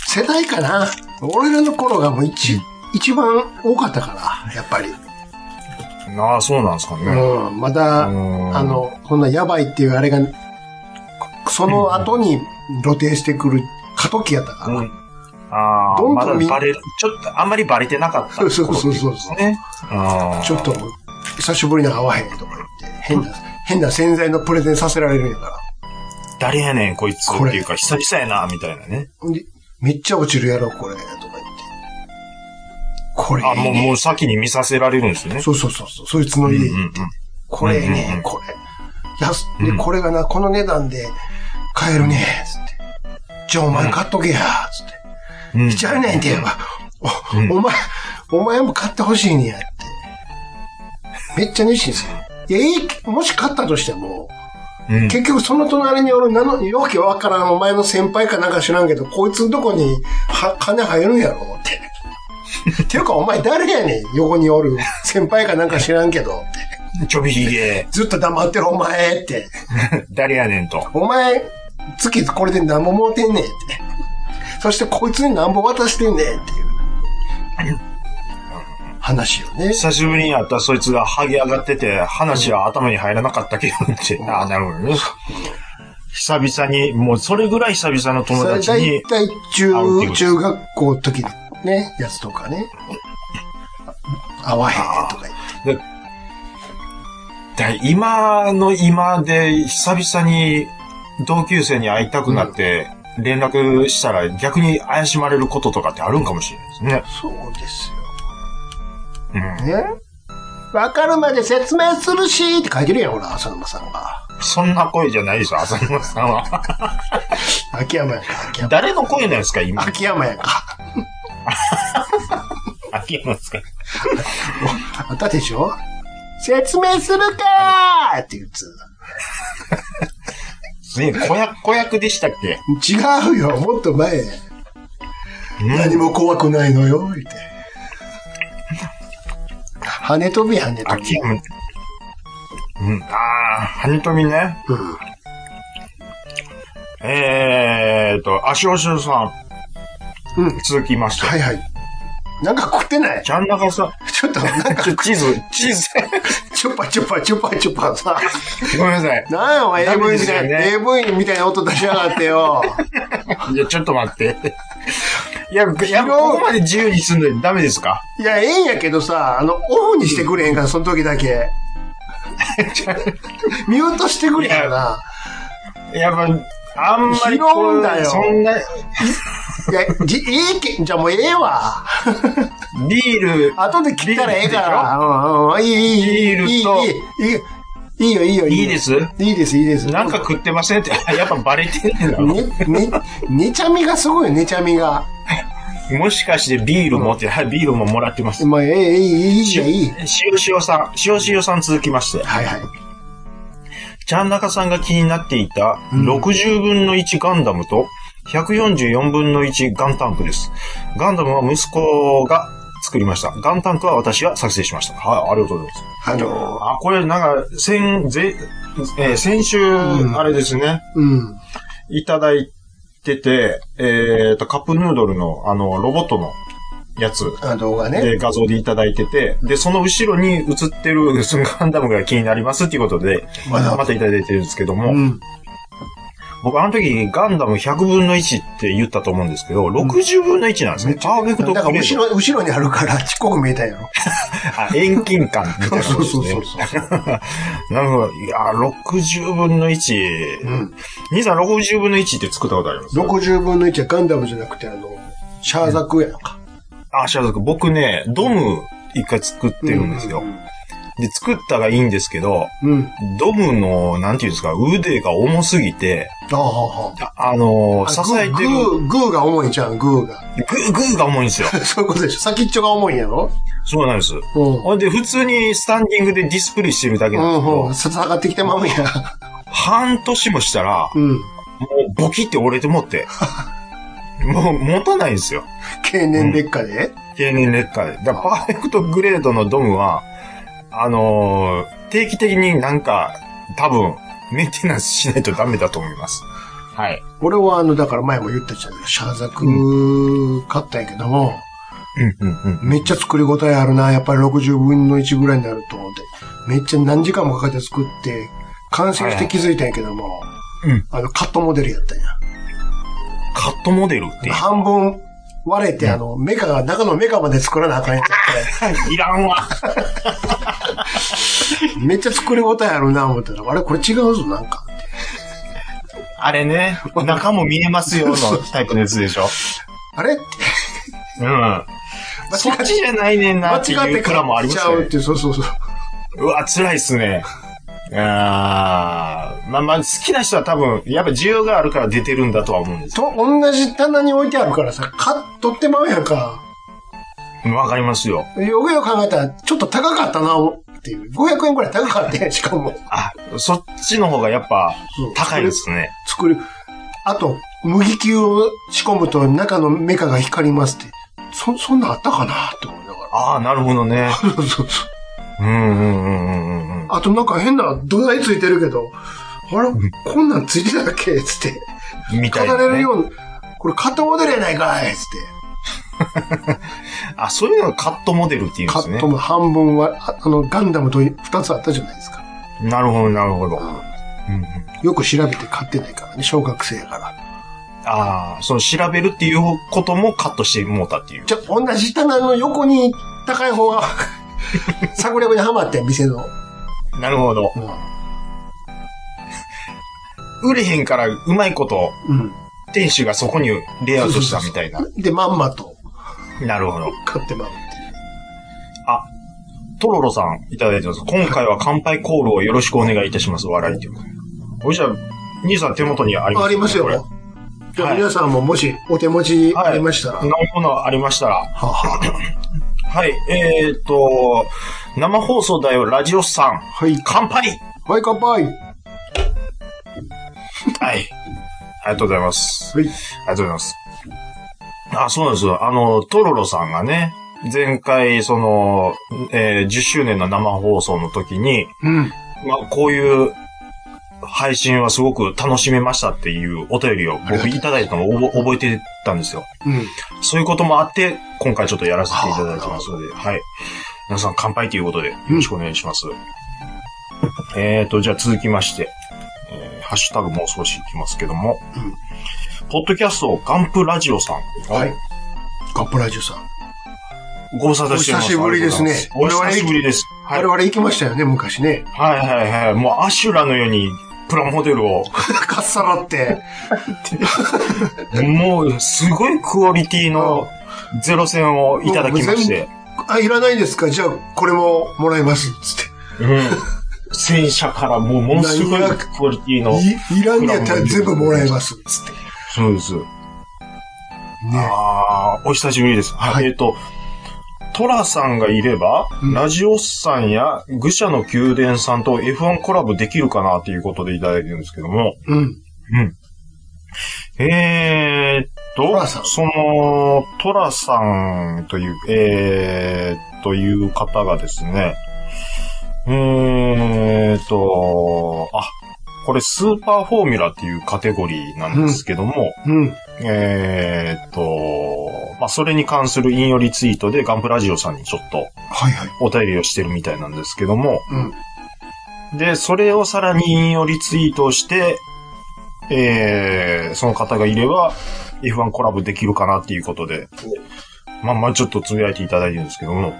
Speaker 1: 世代かな。俺らの頃がもう一、一番多かったから、やっぱり。
Speaker 2: ああ、そうなんですかね。
Speaker 1: うん。まだ、
Speaker 2: うん
Speaker 1: あの、こんなやばいっていうあれが、その後に露呈してくる過渡期やったから。
Speaker 2: うんああ、
Speaker 1: どんどん
Speaker 2: まだ
Speaker 1: みん
Speaker 2: バレ、ちょっと、あんまりバレてなかった
Speaker 1: そうそうそうそう
Speaker 2: ってことですね。ああ。
Speaker 1: ちょっと、久しぶりに会わへんとか言って、変な、変な洗剤のプレゼンさせられるんやか
Speaker 2: 誰やねん、こいつ。っ
Speaker 1: これ
Speaker 2: ていうか、久々やな、みたいなね。
Speaker 1: ら。んでめっちゃ落ちるやろ、これ、とか言って。これ、
Speaker 2: あ、もう、もう先に見させられるんですね。
Speaker 1: そうそうそうそう、そういうつも
Speaker 2: うん
Speaker 1: り
Speaker 2: うん
Speaker 1: で、
Speaker 2: うん。
Speaker 1: これ
Speaker 2: うんうんう
Speaker 1: ね
Speaker 2: ん、
Speaker 1: これ。安
Speaker 2: う
Speaker 1: で、
Speaker 2: ん
Speaker 1: これがな、この値段で買えるね、つって。じゃあお前買っとけや、つって。
Speaker 2: うん
Speaker 1: ちゃうねんて言えば、
Speaker 2: うん
Speaker 1: おお前、お前も買ってほしいねやって。めっちゃ熱心ですよ。いや、いい、もし買ったとしても、
Speaker 2: うん。
Speaker 1: 結局その隣に俺、なの、よけわからんお前の先輩かなんか知らんけど、こいつのとこに、は、金入るんやろ って。ていうか、お前誰やねん、横におる。先輩かなんか知らんけど、って
Speaker 2: ちょびひげ、
Speaker 1: ずっと黙ってるお前って。
Speaker 2: 誰やねんと。
Speaker 1: お前、月これで何ももうてんねんって。そしてこいつに何も渡してんねんっていう。話よね。
Speaker 2: 久しぶりに会ったそいつがハゲ上がってて、話は頭に入らなかったけどって。ああ、なるほどね。久々に、もうそれぐらい久々の友
Speaker 1: だ
Speaker 2: 達
Speaker 1: い
Speaker 2: に、
Speaker 1: たい
Speaker 2: 会うってい
Speaker 1: 中、
Speaker 2: うこと
Speaker 1: 中学校の時のね、やつとかね。会わへんとか言って。
Speaker 2: だ今の今で久々に同級生に会いたくなって、連絡したら逆に怪しまれることとかってあるんかもしれないですね。
Speaker 1: そうです
Speaker 2: うん。
Speaker 1: よ。ね。わかるまで説明するしって書いてるやん、ほら、浅沼さんが。
Speaker 2: そんな声じゃないでしょ、浅沼さんは。
Speaker 1: 秋山やんか、秋山。
Speaker 2: 誰の声なんですか、今。
Speaker 1: 秋山やんか。
Speaker 2: 秋山ですか。
Speaker 1: あったでしょ説明するかーって言うつ。
Speaker 2: ね子役、子役でしたっけ
Speaker 1: 違うよ、もっと前。
Speaker 2: うん
Speaker 1: 何も怖くないのよ、言って。跳ね飛び跳ね飛
Speaker 2: 秋
Speaker 1: び。
Speaker 2: 山。うん、ああ、羽飛びね。
Speaker 1: うん。
Speaker 2: えーと、足尾修さん。
Speaker 1: うん
Speaker 2: 続きまして。
Speaker 1: はいはい。なんか食ってない
Speaker 2: ちゃんなかさん。
Speaker 1: ちょっと、なんか
Speaker 2: ち、ょ、チーズ、チー ズ。
Speaker 1: チュッパチュッパチュッパチュッパさ。
Speaker 2: ごめんなさい。
Speaker 1: なんやお前
Speaker 2: ダメ
Speaker 1: AV
Speaker 2: で
Speaker 1: み
Speaker 2: す
Speaker 1: たい
Speaker 2: よね
Speaker 1: な、AV みたいな音出しやがって よ。
Speaker 2: いや、ちょっと待って。いや、いや
Speaker 1: 広い
Speaker 2: ここまで自由にすんのにダメですか
Speaker 1: いや、ええんやけどさ、あの、オフにしてくれへんから、その時だ け。ミュートしてくれへんかな。
Speaker 2: やっぱ、あんまり
Speaker 1: 拾うんだよ
Speaker 2: そんな、
Speaker 1: いや、じ、ええけ、じゃあもうええわ。
Speaker 2: ビール、
Speaker 1: 後で切ったらええから。うんうんうん。いい、いい、いい。
Speaker 2: ビール
Speaker 1: いい、いい
Speaker 2: と、
Speaker 1: いいいいよ、いいよ。。
Speaker 2: いいですす
Speaker 1: いいです、いいです。
Speaker 2: なんか食ってませんって、やっぱバレてんねんだろ
Speaker 1: ね、ね、ねちゃみがすごいよ、ねちゃみが。
Speaker 2: もしかしてビール持って、はい、ビールももらってます。
Speaker 1: まあ、ええ、いい、いい、いい、いい。
Speaker 2: 塩塩さん、塩塩さん続きまして。
Speaker 1: はいはい。
Speaker 2: ちゃん中さんが気になっていた60分の1ガンダムと144分の1ガンタンクです。ガンダムは息子が作りました。ガンタンクは私が作成しました。はい、ありがとうございま
Speaker 1: あ
Speaker 2: す。
Speaker 1: の、
Speaker 2: あ、これなんか、先、ぜ、えー先週、
Speaker 1: ん
Speaker 2: あれですね、
Speaker 1: うん。
Speaker 2: いただいてて、えっと、カップヌードルの、あの、ロボットのやつ、
Speaker 1: あの動画ね。
Speaker 2: で、画像でいただいてて、で、その後ろに映ってるそのガンダムが気になりますっていうことで、
Speaker 1: ま
Speaker 2: ま
Speaker 1: だ
Speaker 2: たいただいてるんですけども、
Speaker 1: うん。
Speaker 2: 僕あの時ガンダム100分の1って言ったと思うんですけど、60分の1なんですね。パーフェクト
Speaker 1: だから
Speaker 2: グレー
Speaker 1: 後
Speaker 2: ド。
Speaker 1: ろ、後ろにあるから、ちっこく見えたんやろ。
Speaker 2: あ、遠近感みたいなこと
Speaker 1: そう
Speaker 2: です
Speaker 1: そう
Speaker 2: ね。
Speaker 1: そうそう。
Speaker 2: なるほど。いや、60分の1。
Speaker 1: うん。
Speaker 2: 兄さん60分の1って作ったことあります
Speaker 1: 60分の1はガンダムじゃなくて、あの、シャーザクやんか。
Speaker 2: あ、知らなかった僕ね、ドム一回作ってるんですよ。
Speaker 1: う
Speaker 2: で、作ったがいいんですけど、
Speaker 1: うん。
Speaker 2: ドムの、なんていうんですか、腕が重すぎて、
Speaker 1: ああ、あ
Speaker 2: ああの
Speaker 1: あ
Speaker 2: ー
Speaker 1: あ
Speaker 2: 支えてる、
Speaker 1: グー、グーが重いじゃん、グーが。
Speaker 2: グー、グーが重いんですよ。
Speaker 1: そういうことでしょ。先っちょが重いんやろ
Speaker 2: そうなんです。
Speaker 1: うん。
Speaker 2: ほんで、普通にスタンディングでディスプレイしてるだけなんですけ
Speaker 1: うん、う
Speaker 2: ど
Speaker 1: ん。、さ下がってきてまうや。
Speaker 2: 半年もしたら、
Speaker 1: うん。
Speaker 2: もうボキって折れても って、もう持たないんですよ。
Speaker 1: 経年劣化で、
Speaker 2: 経年劣化で。だからパーフェクトグレードのドムは、あのー定期的になんか、多分、メンテナンスしないとダメだと思います。はい。
Speaker 1: 俺はあの、だから前も言ったじゃん。シャーザク買ったんやけども、
Speaker 2: うんうんうん。
Speaker 1: めっちゃ作り応えあるな。やっぱり60分の1ぐらいになると思って。めっちゃ何時間もかかって作って、完成して気づいたんやけども、
Speaker 2: うん。
Speaker 1: あの、カットモデルやったんや。
Speaker 2: カットモデルって。
Speaker 1: 半分割れて、あの、メカが、中のメカまで作らなあかんやつや
Speaker 2: いらんわ。
Speaker 1: って、めっちゃ作り応えあるな、思ったら、あれこれ違うぞ、なんか。
Speaker 2: あれね、中も見えますよのタイプのやつでしょ。
Speaker 1: あれって
Speaker 2: うん。そっちじゃないねんな
Speaker 1: 間
Speaker 2: って
Speaker 1: 違っ
Speaker 2: い
Speaker 1: て
Speaker 2: うプランもあ
Speaker 1: 買
Speaker 2: り
Speaker 1: っ
Speaker 2: ま
Speaker 1: ち
Speaker 2: し
Speaker 1: ゃ
Speaker 2: た
Speaker 1: うっ
Speaker 2: ね。
Speaker 1: ていう、そうそうそう。
Speaker 2: うわ、辛いっすね。あーまあまあ、好きな人は多分、やっぱ需要があるから出てるんだとは思うんです
Speaker 1: と、同じ棚に置いてあるからさ、買っとってまうやんか。
Speaker 2: わかりますよ。
Speaker 1: よくよく考えたら、ちょっと高かったな、っていう。500円くらい高かったやん、しかも。
Speaker 2: あ、そっちの方がやっぱ
Speaker 1: うん
Speaker 2: 高いですね。
Speaker 1: 作る。あと、麦球を仕込むと中のメカが光りますって。そ、そんなんあったかなって思いなが
Speaker 2: ああ、なるほどね。
Speaker 1: ら。そうそうそう。
Speaker 2: うんうんうんうんうんうん。
Speaker 1: あとなんか変な土台ついてるけど、あれこんなんついてたっけつって。
Speaker 2: みたい
Speaker 1: 語
Speaker 2: な、
Speaker 1: れる
Speaker 2: ね
Speaker 1: よ。うに、これカットモデルやないかいつって。
Speaker 2: あ、そういうのがカットモデルっていうんで
Speaker 1: カ
Speaker 2: す
Speaker 1: ッ
Speaker 2: ね
Speaker 1: ト。も半分は、ああの、ガンダムと二つあったじゃないですか。
Speaker 2: なるほど、なるほど。
Speaker 1: ん
Speaker 2: うんうん
Speaker 1: よく調べて買ってないからね、小学生やから。
Speaker 2: ああ、その調べるっていうこともカットしてもうたっていう。
Speaker 1: じゃ、同じ棚の横に高い方が、 策略にはまってん、店の。
Speaker 2: なるほど。
Speaker 1: う
Speaker 2: 売れへんからうまいこと、
Speaker 1: ん。
Speaker 2: 店主がそこにレイアウトしたみた いな。
Speaker 1: で、まんまと
Speaker 2: なるほど。
Speaker 1: 買ってまうって
Speaker 2: あ、トロロさんいただいてます。今回は乾杯コールをよろしくお願いいたします。笑いっていうか。おじゃ、兄さん手元にあ
Speaker 1: いう。
Speaker 2: ります
Speaker 1: あります
Speaker 2: これ
Speaker 1: よ。じゃあ
Speaker 2: はい
Speaker 1: 皆さんももしお手持ちありましたら。
Speaker 2: 飲
Speaker 1: は
Speaker 2: むものありましたら。
Speaker 1: あはあ
Speaker 2: はい。えーっと、生放送だよ、ラジオさん。
Speaker 1: はい。
Speaker 2: 乾杯
Speaker 1: はい、乾杯。は
Speaker 2: はい。ありがとうございます。
Speaker 1: い。
Speaker 2: ありがとうございます。あ、そうなんですよ。あの、トロロさんがね、前回、その、えー10周年の生放送の時に、
Speaker 1: うん。
Speaker 2: まあ、こういう配信はすごく楽しめましたっていうお便りを僕いただいたのを覚覚えてたんですよ。
Speaker 1: うん。
Speaker 2: そういうこともあって、今回ちょっとやらせていただいてますので、はい。皆さん乾杯ということで、よろしくお願いします。えーと、じゃあ続きまして、えーハッシュタグ妄想しいきますけども、ポッドキャストガンプラジオさん。
Speaker 1: はい。。カップラジュさん。
Speaker 2: ご無沙汰してます。
Speaker 1: お久しぶりですね
Speaker 2: お久しぶりです。はい
Speaker 1: 我。々行きましたよね、昔ね。
Speaker 2: はいはいはい。もうアシュラのように、プラモデルを、
Speaker 1: かっさらって。
Speaker 2: もう、すごいクオリティのゼロ戦をいただきまして、
Speaker 1: あ、いらないですかじゃあ、これももらいます。つって。
Speaker 2: うん。戦車からもうものすごいクオリティの。
Speaker 1: いいらんやったら全部もらいます。つって。
Speaker 2: そうです。
Speaker 1: ね。
Speaker 2: ああ、お久しぶりです。はい。えっ、と、トラさんがいれば、
Speaker 1: うん
Speaker 2: ラジオスさんや愚者の宮殿さんと F1 コラボできるかなということでいただいてるんですけども、
Speaker 1: うん。
Speaker 2: えー、っと、
Speaker 1: トラさん
Speaker 2: その、トラさんという、えー、という方がですね、えーっと、あ、これスーパーフォーミュラっていうカテゴリーなんですけども、
Speaker 1: うん。
Speaker 2: えーっと、まあ、それに関する引用リツイートでガンプラジオさんにちょっと
Speaker 1: はいはい。
Speaker 2: お便りをしてるみたいなんですけども、
Speaker 1: うん。
Speaker 2: で、それをさらに引用リツイートをして、えー、その方がいれば F1 コラボできるかなっていうことで、まあまあちょっとつぶやいていただいてるんですけども、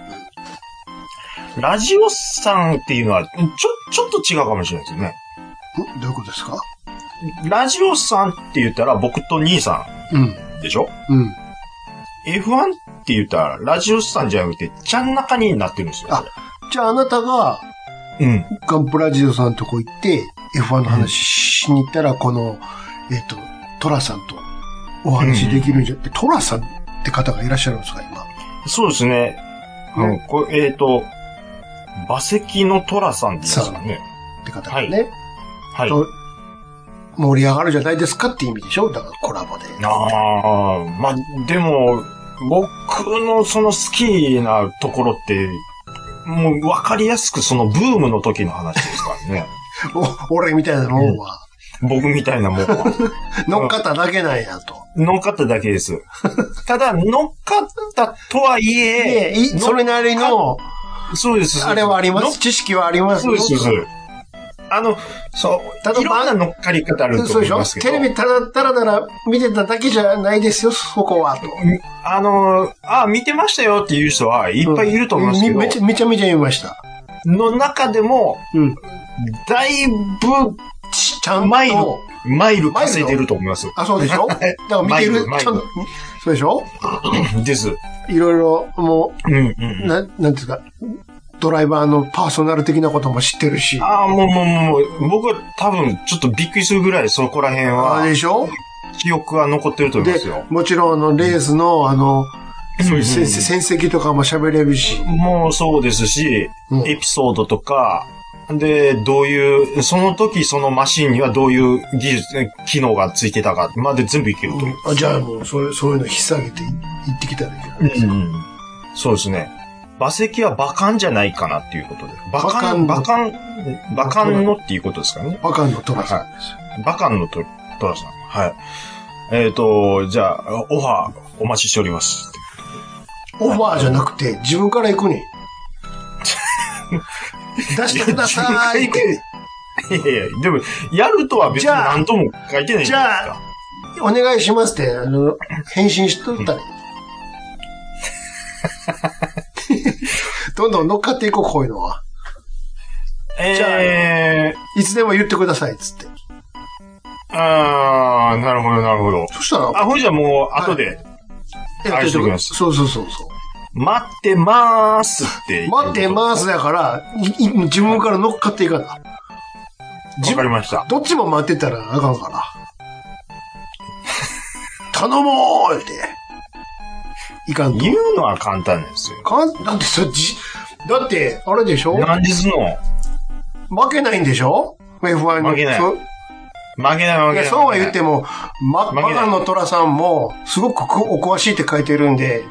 Speaker 2: ラジオさんっていうのは、ちょ、ちょっと違うかもしれないですよね。
Speaker 1: んどういうことですか
Speaker 2: ラジオさんって言ったら僕と兄さ
Speaker 1: うん。
Speaker 2: んでしょ
Speaker 1: うん。
Speaker 2: F1 って言ったら、ラジオスさんじゃなくて、ちゃん中になってるんですよ。
Speaker 1: あじゃああなたが、
Speaker 2: うん。
Speaker 1: ガンプラジオさんとこ行って、F1 の話しに行ったら、この、えっ、と、トラさんとお話できるんじゃって、トラさんって方がいらっしゃるんですか、今。
Speaker 2: そうですね。
Speaker 1: ね
Speaker 2: うん、これえっ、と、馬石の虎さんって言うんですかね。
Speaker 1: って方がね、
Speaker 2: はい。
Speaker 1: と盛り上がるじゃないですかって意味でしょだからコラボで。
Speaker 2: ああ、まあ、でも、僕のその好きなところって、もう分かりやすくそのブームの時の話ですか らね。
Speaker 1: お俺みたいなもんは、
Speaker 2: 僕みたいなもんは。
Speaker 1: 乗っかっただけなんやと。
Speaker 2: 乗っかっただけ です。ただ、乗っかったとはいえ、
Speaker 1: で、いそれなりの、
Speaker 2: そうです。
Speaker 1: あれはありま
Speaker 2: 乗っ
Speaker 1: す。知識はあります
Speaker 2: そう
Speaker 1: よ。
Speaker 2: です。そうですあの、そう、
Speaker 1: ただ
Speaker 2: いろんな乗っかり方あると
Speaker 1: そう
Speaker 2: 思
Speaker 1: で
Speaker 2: い
Speaker 1: しょ
Speaker 2: ますけど。
Speaker 1: テレビただたらたら見てただけじゃないですよ、そこは。と
Speaker 2: あの、あ、見てましたよっていう人はいっぱいいると思いますけど、
Speaker 1: みめちゃめちゃめちゃ言いました。
Speaker 2: の中でも、
Speaker 1: うん。
Speaker 2: だいぶ、
Speaker 1: ちちゃんと。
Speaker 2: マイル、マイル稼いでると思います。
Speaker 1: あ、そうでしょだから見てる、
Speaker 2: マイルマイル
Speaker 1: ちゃんと。そうでしょ
Speaker 2: です。
Speaker 1: いろいろ、も
Speaker 2: うんう
Speaker 1: う、
Speaker 2: ん。
Speaker 1: な、なんですか、ドライバーのパーソナル的なことも知ってるし。
Speaker 2: ああ、もうもうもうもう、僕は多分ちょっとびっくりするぐらいそこら辺
Speaker 1: あ
Speaker 2: は
Speaker 1: で、しょ
Speaker 2: 記憶は残ってると思い
Speaker 1: で
Speaker 2: ますよ。、
Speaker 1: もちろん、あの、レースの、あの、
Speaker 2: そうです
Speaker 1: 戦戦績とかも喋れるし。
Speaker 2: もうそうですし、
Speaker 1: うん
Speaker 2: エピソードとか、で、どういう、その時そのマシンにはどういう技術、え機能がついてたかまで全部いけると思う。
Speaker 1: あじゃあもう、そうそういうの引っ提げてい行ってきたらいいじゃないですか。
Speaker 2: うんそうですね。馬石は馬鹿んじゃないかなっていうことで。馬鹿ん、馬
Speaker 1: 馬
Speaker 2: 鹿ん、馬鹿んのっていうことですかね。
Speaker 1: バカンのトラさんですよ。
Speaker 2: 馬鹿んのと、トラさん。はい。えっ、と、じゃあ、オファーお待ちしてお ります。
Speaker 1: オファーじゃなくて、自分から行くね。出してくださいって。
Speaker 2: いやいや、でも、やるとは別
Speaker 1: じ
Speaker 2: に
Speaker 1: ゃあ
Speaker 2: 何とも書いてないじゃないですか。
Speaker 1: お願いしますって、あの、返信しとったり。どんどん乗っかっていこう、こういうのは。じゃあ
Speaker 2: え
Speaker 1: いつでも言ってください、つって。
Speaker 2: ー、あー、なるほど、なるほど。
Speaker 1: そしたら、
Speaker 2: あ、ほいじゃもう、後で、
Speaker 1: やっ
Speaker 2: 愛して
Speaker 1: くれ
Speaker 2: ておき
Speaker 1: ま
Speaker 2: ます
Speaker 1: す。そうそうそうそう。
Speaker 2: 待ってまーすって。
Speaker 1: 待ってますやから、いい自分から乗っかっていかな。
Speaker 2: す。わかりました。
Speaker 1: どっちも待ってたらあかんから。頼もうって。いかんと
Speaker 2: 言。うのは簡単ですよ。
Speaker 1: かんだってそじ、だって、あれでしょ
Speaker 2: 何日の
Speaker 1: 負けないんでしょ ?F1 に。
Speaker 2: 負けない
Speaker 1: そう
Speaker 2: 負けない負けない
Speaker 1: いや、そうは言っても、ま、
Speaker 2: 負けな
Speaker 1: バ
Speaker 2: い
Speaker 1: カの虎さんも、すごくくお詳しいって書いてるんで、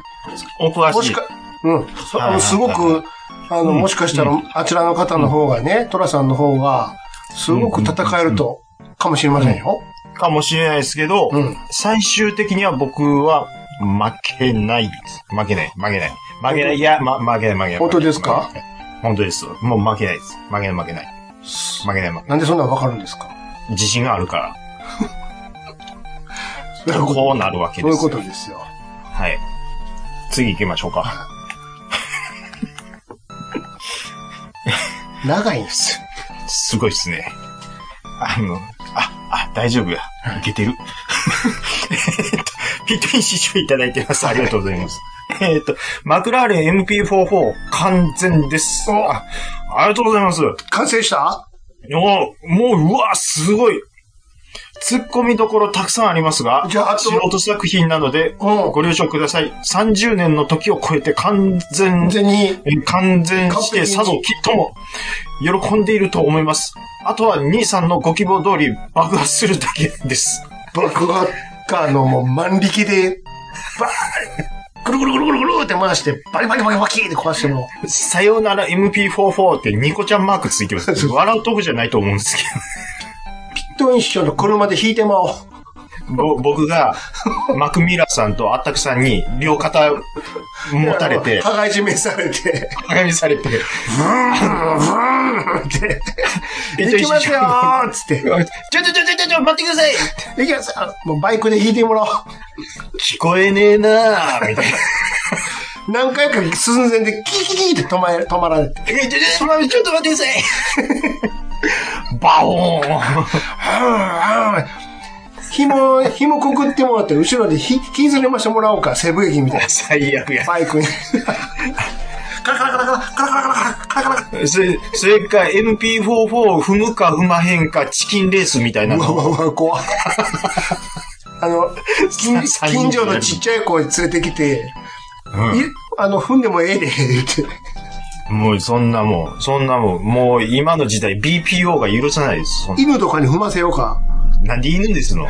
Speaker 2: お詳
Speaker 1: も
Speaker 2: し
Speaker 1: し
Speaker 2: い。
Speaker 1: か、うん、そあのすごく、あの、
Speaker 2: うん
Speaker 1: もしかしたら、あちらの方の方がね、虎さんの方が、すごく戦えると、かもしれませんよ。
Speaker 2: かもしれないですけど、
Speaker 1: うん。
Speaker 2: 最終的には僕は負けないです。負けない、負けない。負けない、いや、ま、負けない、負けない。
Speaker 1: 本当ですか
Speaker 2: 負けない本当です。もう負けないです。負けない、負けない。負けない、負けな
Speaker 1: なんでそんなのわかるんですか
Speaker 2: い。自信があるから。
Speaker 1: そういうこと
Speaker 2: こうなるわけです
Speaker 1: そう
Speaker 2: よ。
Speaker 1: いうことですよ。
Speaker 2: はい。次行きましょうか。
Speaker 1: 長いんです。
Speaker 2: すごいですね。あの、あ、あ、大丈夫や。いけてる。 えっとピットイン支持いただいてます。ありがとうございます。えっと、マクラーレン MP44 完全です。あありがとうございます。
Speaker 1: 完成した
Speaker 2: おもう、うわ、すごい。突っ込みどころたくさんありますが、
Speaker 1: じゃああと
Speaker 2: 素人作品なので、
Speaker 1: うん。
Speaker 2: ご了承ください。30年の時を超えて完全
Speaker 1: 完全に、
Speaker 2: えー完全してさぞきっとも喜んでいると思います。あとは兄さんのご希望通り爆発するだけです。
Speaker 1: 爆破カーのもう万力で、バーンくるくるくるくるくるって回して、バリバリバリバキって壊しても、
Speaker 2: さよなら MP44 ってニコちゃんマークついてます。笑うとこじゃないと思うんですけ
Speaker 1: ピットイン師匠の車で引いてまおう。
Speaker 2: ど、ぼ僕がマクミラーさんとアッタクさんに両肩持たれて、
Speaker 1: 互い締めされて、
Speaker 2: バカにされ
Speaker 1: ブ
Speaker 2: て、
Speaker 1: ーンって、行きますよーっつって
Speaker 2: ち、ょちょちょちょちょ、待ってください
Speaker 1: 行きますよもうバイクで引いてもらおう。
Speaker 2: 聞こえねえなーみたいな。
Speaker 1: 何回か寸前でキキキキって止まえ止まられて、
Speaker 2: ちょちょちょっと待ってくださいバオーン
Speaker 1: はーんはーん紐、紐くくってもらって、後ろでひ引きずりましてもらおうか、西部駅みたいな。
Speaker 2: 最悪や。
Speaker 1: バイクに。カラカラカラカラカラカラカラカラカラカラ
Speaker 2: それ、それか MP44 を踏むか踏まへんかチキンレースみたいうな
Speaker 1: わ
Speaker 2: の。
Speaker 1: うわうわ、怖い。あの、近
Speaker 2: 三
Speaker 1: 近所のちっちゃい子に連れてきて、
Speaker 2: うん
Speaker 1: いあの、踏んでもええで、言って。
Speaker 2: もうそんなもん、そんなもん、もう今の時代 BPO が許さないです。そん
Speaker 1: 犬とかに踏ませようか。
Speaker 2: なんで犬ですの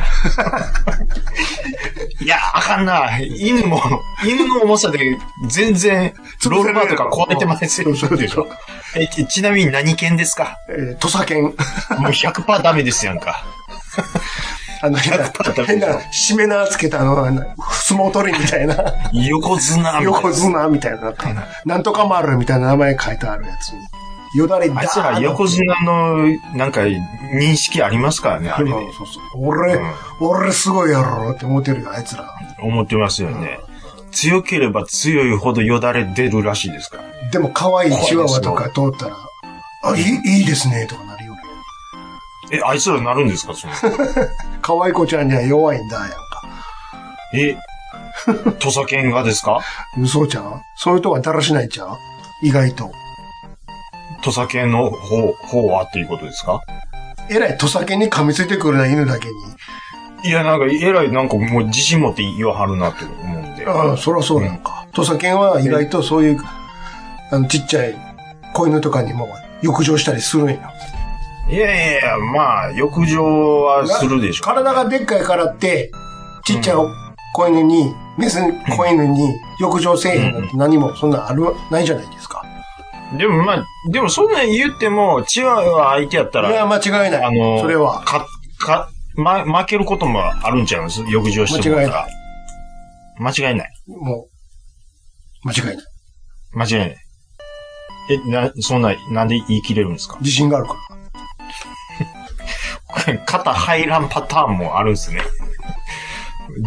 Speaker 2: いや、あかんな。犬も、犬の重さで全然、ロールバーとか壊れてません
Speaker 1: そうそうでしょ。
Speaker 2: えちちなみに何犬ですか
Speaker 1: えー、土佐犬。
Speaker 2: もう100%ダメですやんか。
Speaker 1: あの、変な
Speaker 2: 100%ダ、メ
Speaker 1: 変な、締め縄つけたあの、あの相撲取りみたいな。
Speaker 2: 横綱みたい
Speaker 1: 横
Speaker 2: な。
Speaker 1: 綱みたいな、なんとか丸みたいな名前書いてあるやつに。よだれだ
Speaker 2: あいつ
Speaker 1: ー
Speaker 2: ら
Speaker 1: っ
Speaker 2: 横綱の、なんか、認識ありますからね、あ
Speaker 1: て
Speaker 2: れね
Speaker 1: そうそう俺、
Speaker 2: うん
Speaker 1: 俺すごいやろって思ってるよ、あいつら。
Speaker 2: 思ってますよね。強ければ強いほどよだれ出るらしいですから。
Speaker 1: でも可愛いチワワとか通ったら、あ、いい、いいですね、とかなるよね。
Speaker 2: え、あいつらなるんですかその。
Speaker 1: 可愛い子ちゃんには弱いんだ、やんか。
Speaker 2: え、土佐犬がですか
Speaker 1: 嘘ちゃんそういうとこはだらしないちゃん意外と。
Speaker 2: 土佐犬の方、方はっていうことですか
Speaker 1: えらい土佐犬に噛みついてくるな、犬だけに。
Speaker 2: いや、なんか、えらい、なんかもう自信持って言わはるなって思うんで。
Speaker 1: ああ、そらそうやんか。土佐犬は意外とそういう、あの、ちっちゃい子犬とかにも浴場したりするんや。
Speaker 2: いやいやいや、まあ、浴場はするでしょ。
Speaker 1: 体がでっかいからって、ちっちゃい子犬に、メス子犬に浴場せえへんなんて何もそんなんある、ないじゃないですか。
Speaker 2: でもまあ、でもそんなん言っても、チワワ相手やった
Speaker 1: いや、
Speaker 2: ら、
Speaker 1: 間違いない。
Speaker 2: あの、
Speaker 1: それは。
Speaker 2: か、か、ま、負けることもあるんちゃいます浴場してもらったら。間違いない。
Speaker 1: もう、間違いない。
Speaker 2: 間違いない。え、な、そんな、なんで言い切れるんですか
Speaker 1: 自信があるから。
Speaker 2: 肩入らんパターンもあるんですね。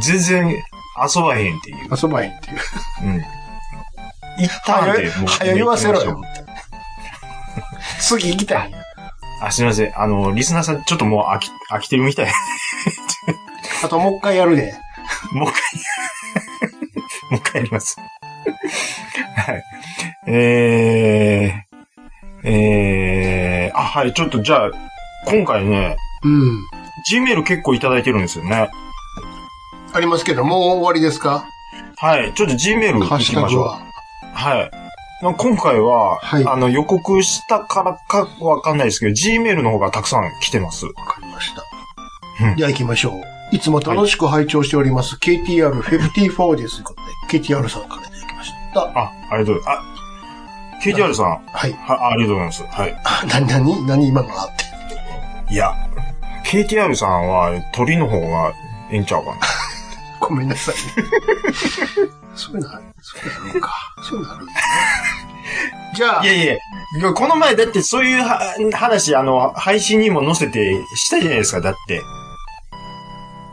Speaker 2: 全然遊ばへんっていう。
Speaker 1: 遊ばへんっていう。
Speaker 2: うん。一旦でもう。
Speaker 1: 早言わせろよ。次行きたい。
Speaker 2: あ、すみません。あの、リスナーさん、ちょっともう飽き、飽きてるみたい。
Speaker 1: あともう一回やるで。
Speaker 2: もう一回、もう一回やります。 はい。えー、えー、あ、はい、ちょっとじゃあ、今回ね、
Speaker 1: うん。
Speaker 2: G メール結構いただいてるんですよね。
Speaker 1: ありますけど、もう終わりですか
Speaker 2: はい、ちょっと G メール
Speaker 1: ハ
Speaker 2: 行
Speaker 1: ッシ
Speaker 2: き
Speaker 1: ュタ
Speaker 2: まし
Speaker 1: グ
Speaker 2: ょ
Speaker 1: は。
Speaker 2: う。はい。まあ今回は、
Speaker 1: はい
Speaker 2: あの、予告したからかわかんないですけど、G メールの方がたくさん来てます。
Speaker 1: わかりました
Speaker 2: うん。
Speaker 1: じゃあ行きましょう。いつも楽しく拝聴しております、KTR54 です。 ということで、KTR さんからいただきました。
Speaker 2: あ、ありがとうございます。あ、KTR さん、
Speaker 1: はい。
Speaker 2: は、ありがとうございます。はい。
Speaker 1: あ何、何、何今のあって。
Speaker 2: いや、KTR さんは鳥の方がええんちゃうかな。
Speaker 1: ごめんなさい。そういうのある、そういうのあるんか。そういうのあるんだね。じゃあ
Speaker 2: い、やいやいや、この前だってそういうは話、あの、配信にも載せてしたじゃないですか、だって。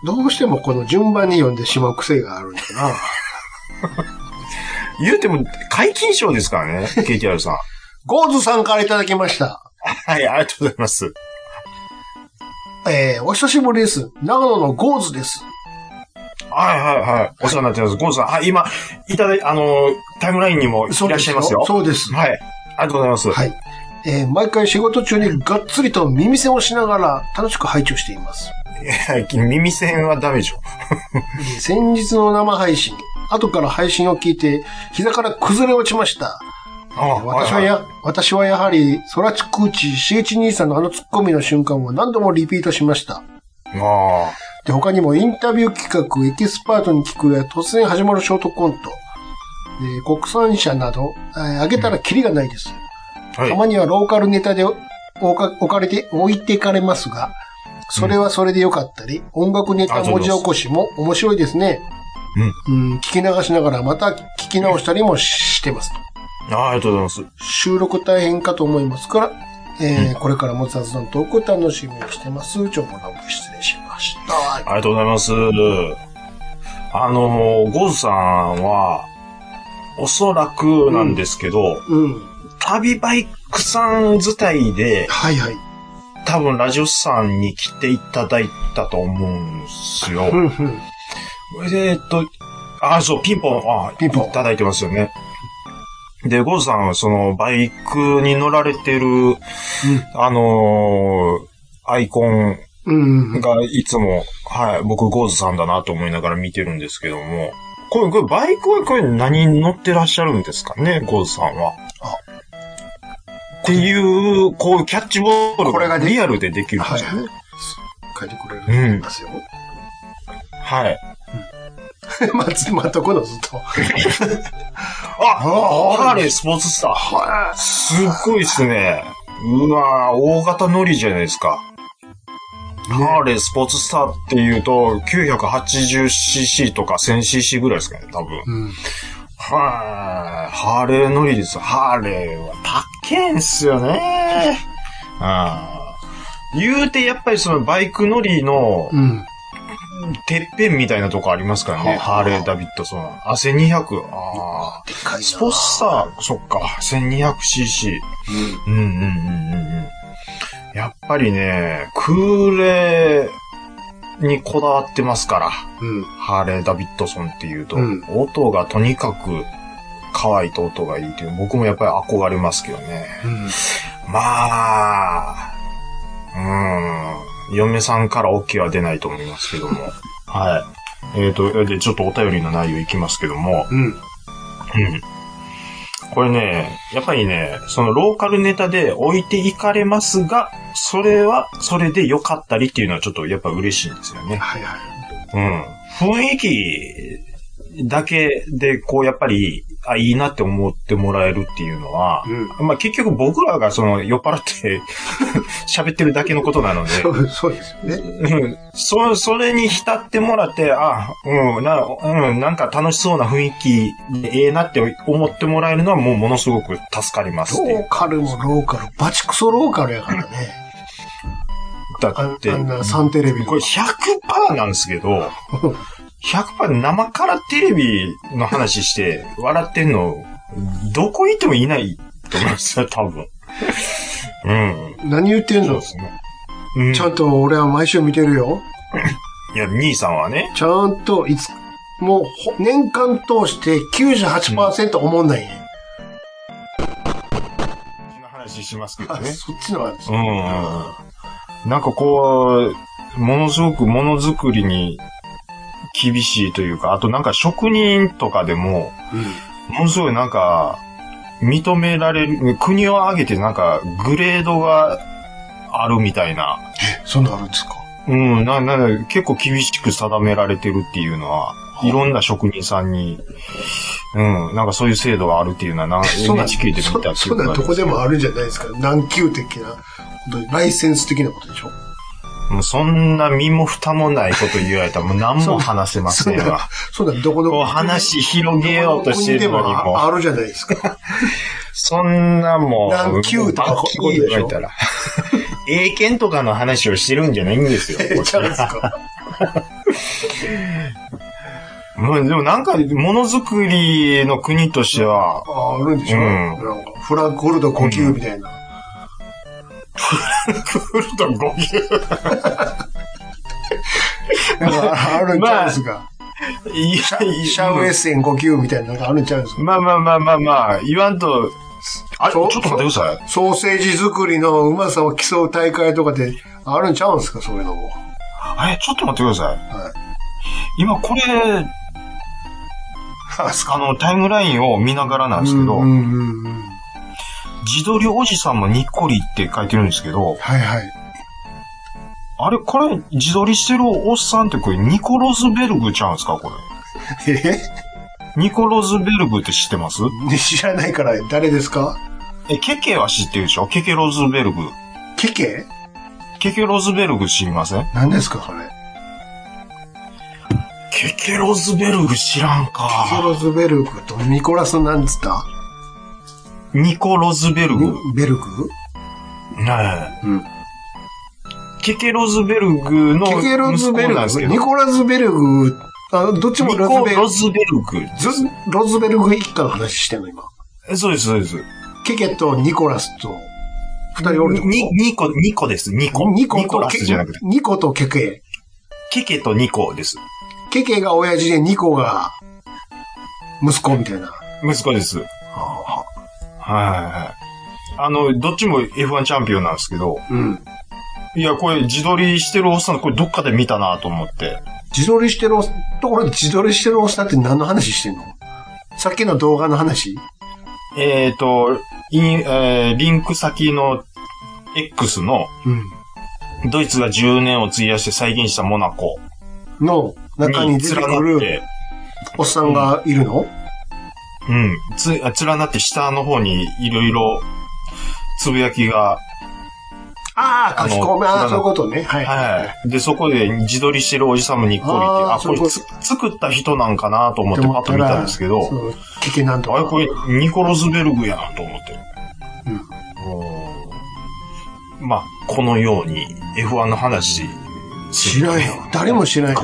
Speaker 1: どうしてもこの順番に読んでしまう癖があるんだ な。
Speaker 2: 言うても、解禁賞ですから ね、KTR さん。
Speaker 1: ゴーズさんからいただきました。
Speaker 2: はい、ありがとうございます。
Speaker 1: えー、お久しぶりです。長野のゴーズです。
Speaker 2: はいはいはい。お世話になってます。ゴンさん、はい、今、いただい、あの、タイムラインにもい
Speaker 1: そう
Speaker 2: ら
Speaker 1: で
Speaker 2: っ
Speaker 1: す
Speaker 2: しゃいますよ。
Speaker 1: そうです。
Speaker 2: はい。ありがとうございます。
Speaker 1: はい。えー毎回仕事中にがっつりと耳栓をしながら楽しく拝聴しています。
Speaker 2: はい、耳栓はダメでしょ。
Speaker 1: えー先日の生配信、後から配信を聞いて、膝から崩れ落ちました。
Speaker 2: あ
Speaker 1: 私はや、私はやはり、ソラチクーチ、シゲチ兄さんのあのツッコミの瞬間を何度もリピートしました。
Speaker 2: いあ
Speaker 1: で、他にもインタビュー企画、エキスパートに聞くや突然始まるショートコント、で国産車など、えー上げたらキリがないです。
Speaker 2: あ。はい
Speaker 1: た。まにはローカルネタでおか置かれて、置いていかれますが、それはそれで良かったり、音楽ネタ文字起こしも面白いですね。うん、聞き流しながらまた聞き直したりもしてます。
Speaker 2: あありがとうございま
Speaker 1: 収録大変かと思いますから、えーこれからも雑談トーク楽しみにしてます。長もラブ失礼しました。
Speaker 2: す。ありがとうございます。あの、ゴーズさんは、おそらくなんですけど、
Speaker 1: うん。
Speaker 2: 旅バイクさん自体で、
Speaker 1: はいはい。
Speaker 2: 多分ラジオスさんに来ていただいたと思うんですよ。
Speaker 1: うんうん。
Speaker 2: えーっと、あ、そう、ピンポン、あ、
Speaker 1: ピンポン
Speaker 2: いただいてますよね。で、ゴーさんはそのバイクに乗られてる、あのーアイコン
Speaker 1: うん。うん。
Speaker 2: がいつも、はい、僕ゴーズさんだなと思いながら見てるんですけども、これ、これバイクはこれ何乗ってらっしゃるんですかね、ゴーズさんは。
Speaker 1: あ
Speaker 2: っていう、こう、キャッチボール
Speaker 1: これ
Speaker 2: が
Speaker 1: がで
Speaker 2: リアルでできるんで
Speaker 1: はい
Speaker 2: すよね。。
Speaker 1: 書いてくれるんですよ。
Speaker 2: はい。
Speaker 1: まあ、つまとこのずっと。
Speaker 2: あ、ハーレースポーツスター。
Speaker 1: は
Speaker 2: すっごいですね。うわぁ、大型乗りじゃないですか。ハーレースポーツスターっていうと、980cc とか 1000cc ぐらいですかね、多分。
Speaker 1: い。うん。
Speaker 2: はい。ハーレー乗りです。ハーレーは高いんすよね。ああ。言うて、やっぱりそのバイク乗りの
Speaker 1: うん。
Speaker 2: てっぺんみたいなとこありますからね。
Speaker 1: はあ
Speaker 2: ハーレー・ダビッドソン。汗200。ああ。
Speaker 1: でかいな
Speaker 2: スポッサー、そっか。1200cc。うんうんうんうんうん。やっぱりね、空冷にこだわってますから。
Speaker 1: うん。
Speaker 2: ハーレー・ダビッドソンっていうと、
Speaker 1: うん
Speaker 2: 音がとにかく可愛いと音がいいという、僕もやっぱり憧れますけどね。
Speaker 1: うん。
Speaker 2: まあ、うーん、嫁さんから OK は出ないと思いますけども。はい。えっ、と、で、ちょっとお便りの内容いきますけども、
Speaker 1: うん。
Speaker 2: うん。これね、やっぱりね、そのローカルネタで置いていかれますが、それはそれで良かったりっていうのはちょっとやっぱ嬉しいんですよね。
Speaker 1: はいはい。
Speaker 2: うん。雰囲気だけで、こう、やっぱり、あ、いいなって思ってもらえるっていうのは、
Speaker 1: うん。
Speaker 2: まあ結局僕らがその酔っ払って 喋ってるだけのことなので、
Speaker 1: そう、そうですよね。
Speaker 2: うんそ、それに浸ってもらって、あ、うん、な、うん、なんか楽しそうな雰囲気でええなって思ってもらえるのはもうものすごく助かりますってい
Speaker 1: ロ
Speaker 2: う
Speaker 1: ーカルもローカル、バチクソローカルやからね。
Speaker 2: だ
Speaker 1: あ
Speaker 2: っ
Speaker 1: ん
Speaker 2: て、
Speaker 1: あんなサンテレビの
Speaker 2: これ100%なんですけど、100%生からテレビの話して笑ってんの、どこ行ってもいないと思いますよ、多分。うん。
Speaker 1: 何言ってん
Speaker 2: そう
Speaker 1: の
Speaker 2: ですね。うん、
Speaker 1: ちゃんと俺は毎週見てるよ。
Speaker 2: いや、兄さんはね、
Speaker 1: ちゃんと、いつ、もうほ、年間通して98%思んないね。
Speaker 2: こんな話しますけど
Speaker 1: あ、
Speaker 2: ね。
Speaker 1: そっちの話。
Speaker 2: うん。なんかこう、ものすごくものづくりに厳しいというか、あとなんか職人とかでも、ものすごいなんか、認められる、国を挙げてなんか、グレードがあるみたいな、
Speaker 1: そんなのあるんですか
Speaker 2: うん、な、な、結構厳しく定められてるっていうのは、いろんな職人さんに、うん、なんかそういう制度があるっていうのは、なんか
Speaker 1: そんな
Speaker 2: NHK で見たっていう
Speaker 1: そそんな
Speaker 2: ことと
Speaker 1: こ
Speaker 2: で
Speaker 1: でもあるんじゃないですか。難級的なこと、ライセンス的なことでしょ
Speaker 2: もうそんな身も蓋もないこと言われたら、もう何も話せませ
Speaker 1: そ
Speaker 2: ん
Speaker 1: んな
Speaker 2: わ。、
Speaker 1: そんなどこの
Speaker 2: こう話広げようとしてるの
Speaker 1: どこ
Speaker 2: に
Speaker 1: 国で
Speaker 2: も
Speaker 1: ああるじゃないです か。
Speaker 2: そんなもう、
Speaker 1: 何級とか
Speaker 2: バッキーとか言ったら、英検とかの話をしてるんじゃないんですよ。
Speaker 1: え、ちゃうんですか。
Speaker 2: もうでもなんか、ものづくりの国としては、
Speaker 1: ああるんでしょ、
Speaker 2: うん
Speaker 1: なんかフランクフルト呼吸みたいな。
Speaker 2: クールとゴキ
Speaker 1: なんかあるんちゃうんですか。
Speaker 2: いや、
Speaker 1: シャウエッセン呼吸みたいな、なんかあるんちゃうんですか。
Speaker 2: まあまあまあまあまあ、言わんと、あれ、ちょっと待ってください。
Speaker 1: ソーセージ作りのうまさを競う大会とかであるんちゃうんですか、そういうのも。
Speaker 2: あれ、ちょっと待ってください。
Speaker 1: はい。
Speaker 2: 今これ、
Speaker 1: あ、す
Speaker 2: あの、タイムラインを見ながらなんですけど、
Speaker 1: うんうんうん。
Speaker 2: 自撮りおじさんもにっこりって書いてるんですけど、
Speaker 1: はい はい。
Speaker 2: あれ、これ、自撮りしてるおっさんってこれ、ニコロズベルグちゃうんですかこれ。
Speaker 1: え
Speaker 2: ニコロズベルグって知ってます
Speaker 1: 知らないから誰ですか
Speaker 2: え、ケケは知ってるでしょケケロズベルグ。
Speaker 1: ケケ
Speaker 2: ケケロズベルグ知りません
Speaker 1: 何ですか、それ。
Speaker 2: ケケロズベルグ知らん
Speaker 1: ニコ
Speaker 2: か。
Speaker 1: ロズベルクとニコラスなんつった
Speaker 2: ニコロズベルグ。
Speaker 1: ベルク
Speaker 2: ねえ。
Speaker 1: うん
Speaker 2: ケケロズベルグの
Speaker 1: ケケロズ
Speaker 2: 息
Speaker 1: ベ
Speaker 2: 子
Speaker 1: ル
Speaker 2: なんです
Speaker 1: ク
Speaker 2: けど。
Speaker 1: ニ
Speaker 2: ニコ
Speaker 1: コラズベルク、あどっちもロズベル
Speaker 2: ロズベルグ。
Speaker 1: ずロズベルク一家の話してんの、今。
Speaker 2: えそうです、そうです。
Speaker 1: ケケとニコラスと二人おるってこと
Speaker 2: に、ニコ、ニコです。ニコ。
Speaker 1: ニコ
Speaker 2: ニコ
Speaker 1: と
Speaker 2: ラ
Speaker 1: ケ
Speaker 2: スじゃなくて。
Speaker 1: ニコとケケ。
Speaker 2: ケケとニコです。
Speaker 1: ケケが親父でニコが息子みたいな。
Speaker 2: 息子です。
Speaker 1: はあは
Speaker 2: はいはいはい。あの、どっちも F1 チャンピオンなんですけど、
Speaker 1: うん。
Speaker 2: いや、これ自撮りしてるおっさん、これどっかで見たなと思って。
Speaker 1: 自撮りしてるおっ、ところで自撮りしてるおっさんって何の話してんのさっきの動画の話
Speaker 2: えっ、ー、と、インえーリンク先の X の、
Speaker 1: うん。
Speaker 2: ドイツが10年を費やして再現したモナコ
Speaker 1: の中に
Speaker 2: に
Speaker 1: 出て
Speaker 2: 連
Speaker 1: く
Speaker 2: なっ
Speaker 1: る
Speaker 2: て、
Speaker 1: おっさんがいるの、
Speaker 2: うん、つ、あ連なって下の方にいろいろ、つぶやきが、
Speaker 1: ああ、書き込み、
Speaker 2: あの
Speaker 1: ああ、そういうことね。はい。
Speaker 2: はい。で、そこで自撮りしてるおじさんもにっこりいて、
Speaker 1: あー
Speaker 2: あ、
Speaker 1: そ
Speaker 2: こ
Speaker 1: ういうこ
Speaker 2: れ
Speaker 1: と
Speaker 2: つ作った人なんかなと思ってパッと見たんですけど、
Speaker 1: そう、危険なんと
Speaker 2: あれ
Speaker 1: か。
Speaker 2: これニコロズベルグやんと思って。
Speaker 1: うん
Speaker 2: うんまあ、このように F1 の話。
Speaker 1: 知らんよ。誰も知らんよ。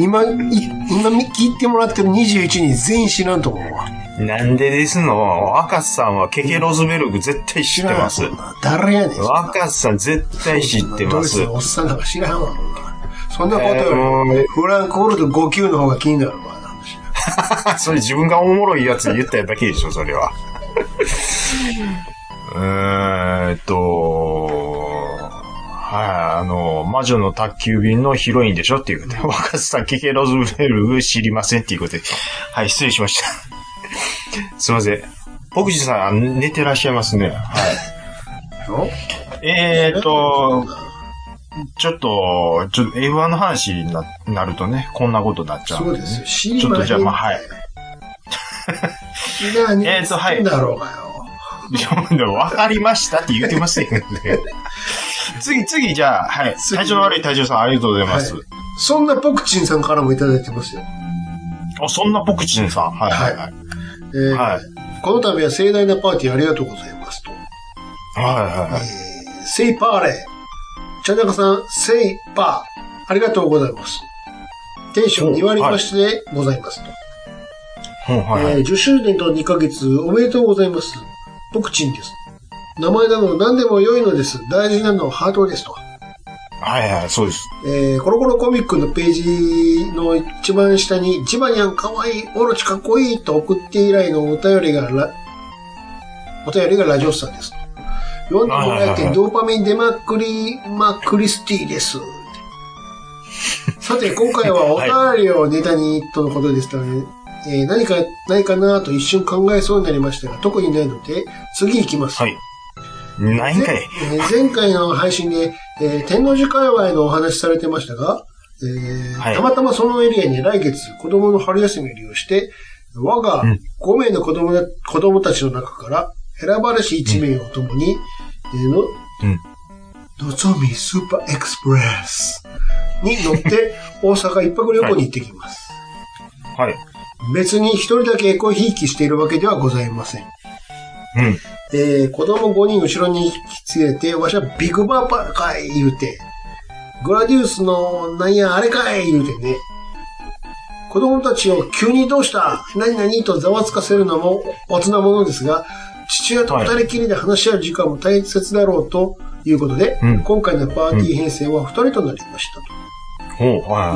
Speaker 1: 今、い今聞いてもらってる21人全員知らんと思うわ。
Speaker 2: なんでですの赤瀬さんはケケロズベルグ絶対知って
Speaker 1: らん
Speaker 2: ま
Speaker 1: わ
Speaker 2: す
Speaker 1: そん。な誰やねん。
Speaker 2: 若さん絶対知って
Speaker 1: ド
Speaker 2: ま
Speaker 1: イツ
Speaker 2: す。
Speaker 1: のおっさんなんか知らんわ、ほんなそんなこと
Speaker 2: えー
Speaker 1: よ
Speaker 2: も
Speaker 1: り、
Speaker 2: う
Speaker 1: フランクホールド5級の方が気になるわ、なんでしょ
Speaker 2: それ自分がおもろいやつ言っただけでしょ、それは。うーんと、はい、あの、魔女の宅急便のヒロインでしょっていうこと。 若狭さん、ケケロズベルグ知りませんっていうことで。はい、失礼しました。 すいません。奥地さんあ、寝てらっしゃいますね。はい。えーと、ちょっと、ちょっと F1 の話にななるとね、こんなことになっちゃう
Speaker 1: そ
Speaker 2: ん
Speaker 1: う
Speaker 2: で、ね。
Speaker 1: ですよ。知り
Speaker 2: ちょっとじゃあま
Speaker 1: ま
Speaker 2: あ
Speaker 1: へん
Speaker 2: はい
Speaker 1: 何
Speaker 2: えーとはい
Speaker 1: 言ってんだろうがよ。
Speaker 2: いや、でも分かりましたって言ってましたけど ね。次、次、じゃあ、はい。
Speaker 1: 次
Speaker 2: 体調悪い体調さん、ありがとうございます。
Speaker 1: はいそんなポクチンさんからもいただいてますよ。
Speaker 2: あ、そんなポクチンさん。はい、はい、はい。
Speaker 1: えー
Speaker 2: はい、
Speaker 1: この度は盛大なパーティーありがとうございますと。
Speaker 2: はい、はい。
Speaker 1: えーセイパーレー。チャンナカさん、セイパー。ありがとうございます。テンション2割増しでございますと。
Speaker 2: ほんはい、は
Speaker 1: え
Speaker 2: い。
Speaker 1: ー10周年と2ヶ月おめでとうございます。ポクチンです。名前など何でも良いのです。大事なのはハートですと。
Speaker 2: はい、はい、そうです。
Speaker 1: えーコロコロコミックのページの一番下に、ジバニャンかわいい、オロチかっこいいと送って以来のお便りがラ、お便りがラジオスさんです。45回転ドーパミン出まくりまくりスティです。さて、今回はお便りをネタに、とのことでしたね。えー何かないかなと一瞬考えそうになりましたが、特にないので、次行きます。
Speaker 2: はい。ないんかい。
Speaker 1: えー前回の配信で、えー天王寺界隈のお話されてましたが、えー
Speaker 2: はい
Speaker 1: たまたまそのエリアに来月子供の春休みを利用して、我が
Speaker 2: うん
Speaker 1: 5名の子供,、子供たちの中から選ばれし1名を共に、えーの、
Speaker 2: うん
Speaker 1: のぞみスーパーエクスプレスに乗っ て大阪一泊旅行に行ってきます。
Speaker 2: はい。
Speaker 1: 別に一人だけエコひいきしているわけではございません。
Speaker 2: うん。
Speaker 1: えー、子供5人後ろに引き連れて、わしはビッグバーパーかい言うて、グラディウスのなんやあれかい言うてね、子供たちを急にどうした何々とざわつかせるのもおつなものですが、父親と二人きりで話し合う時間も大切だろうということで、
Speaker 2: うん
Speaker 1: 今回のパーティー編成は二人となりましたと。
Speaker 2: ほう、はい、はい。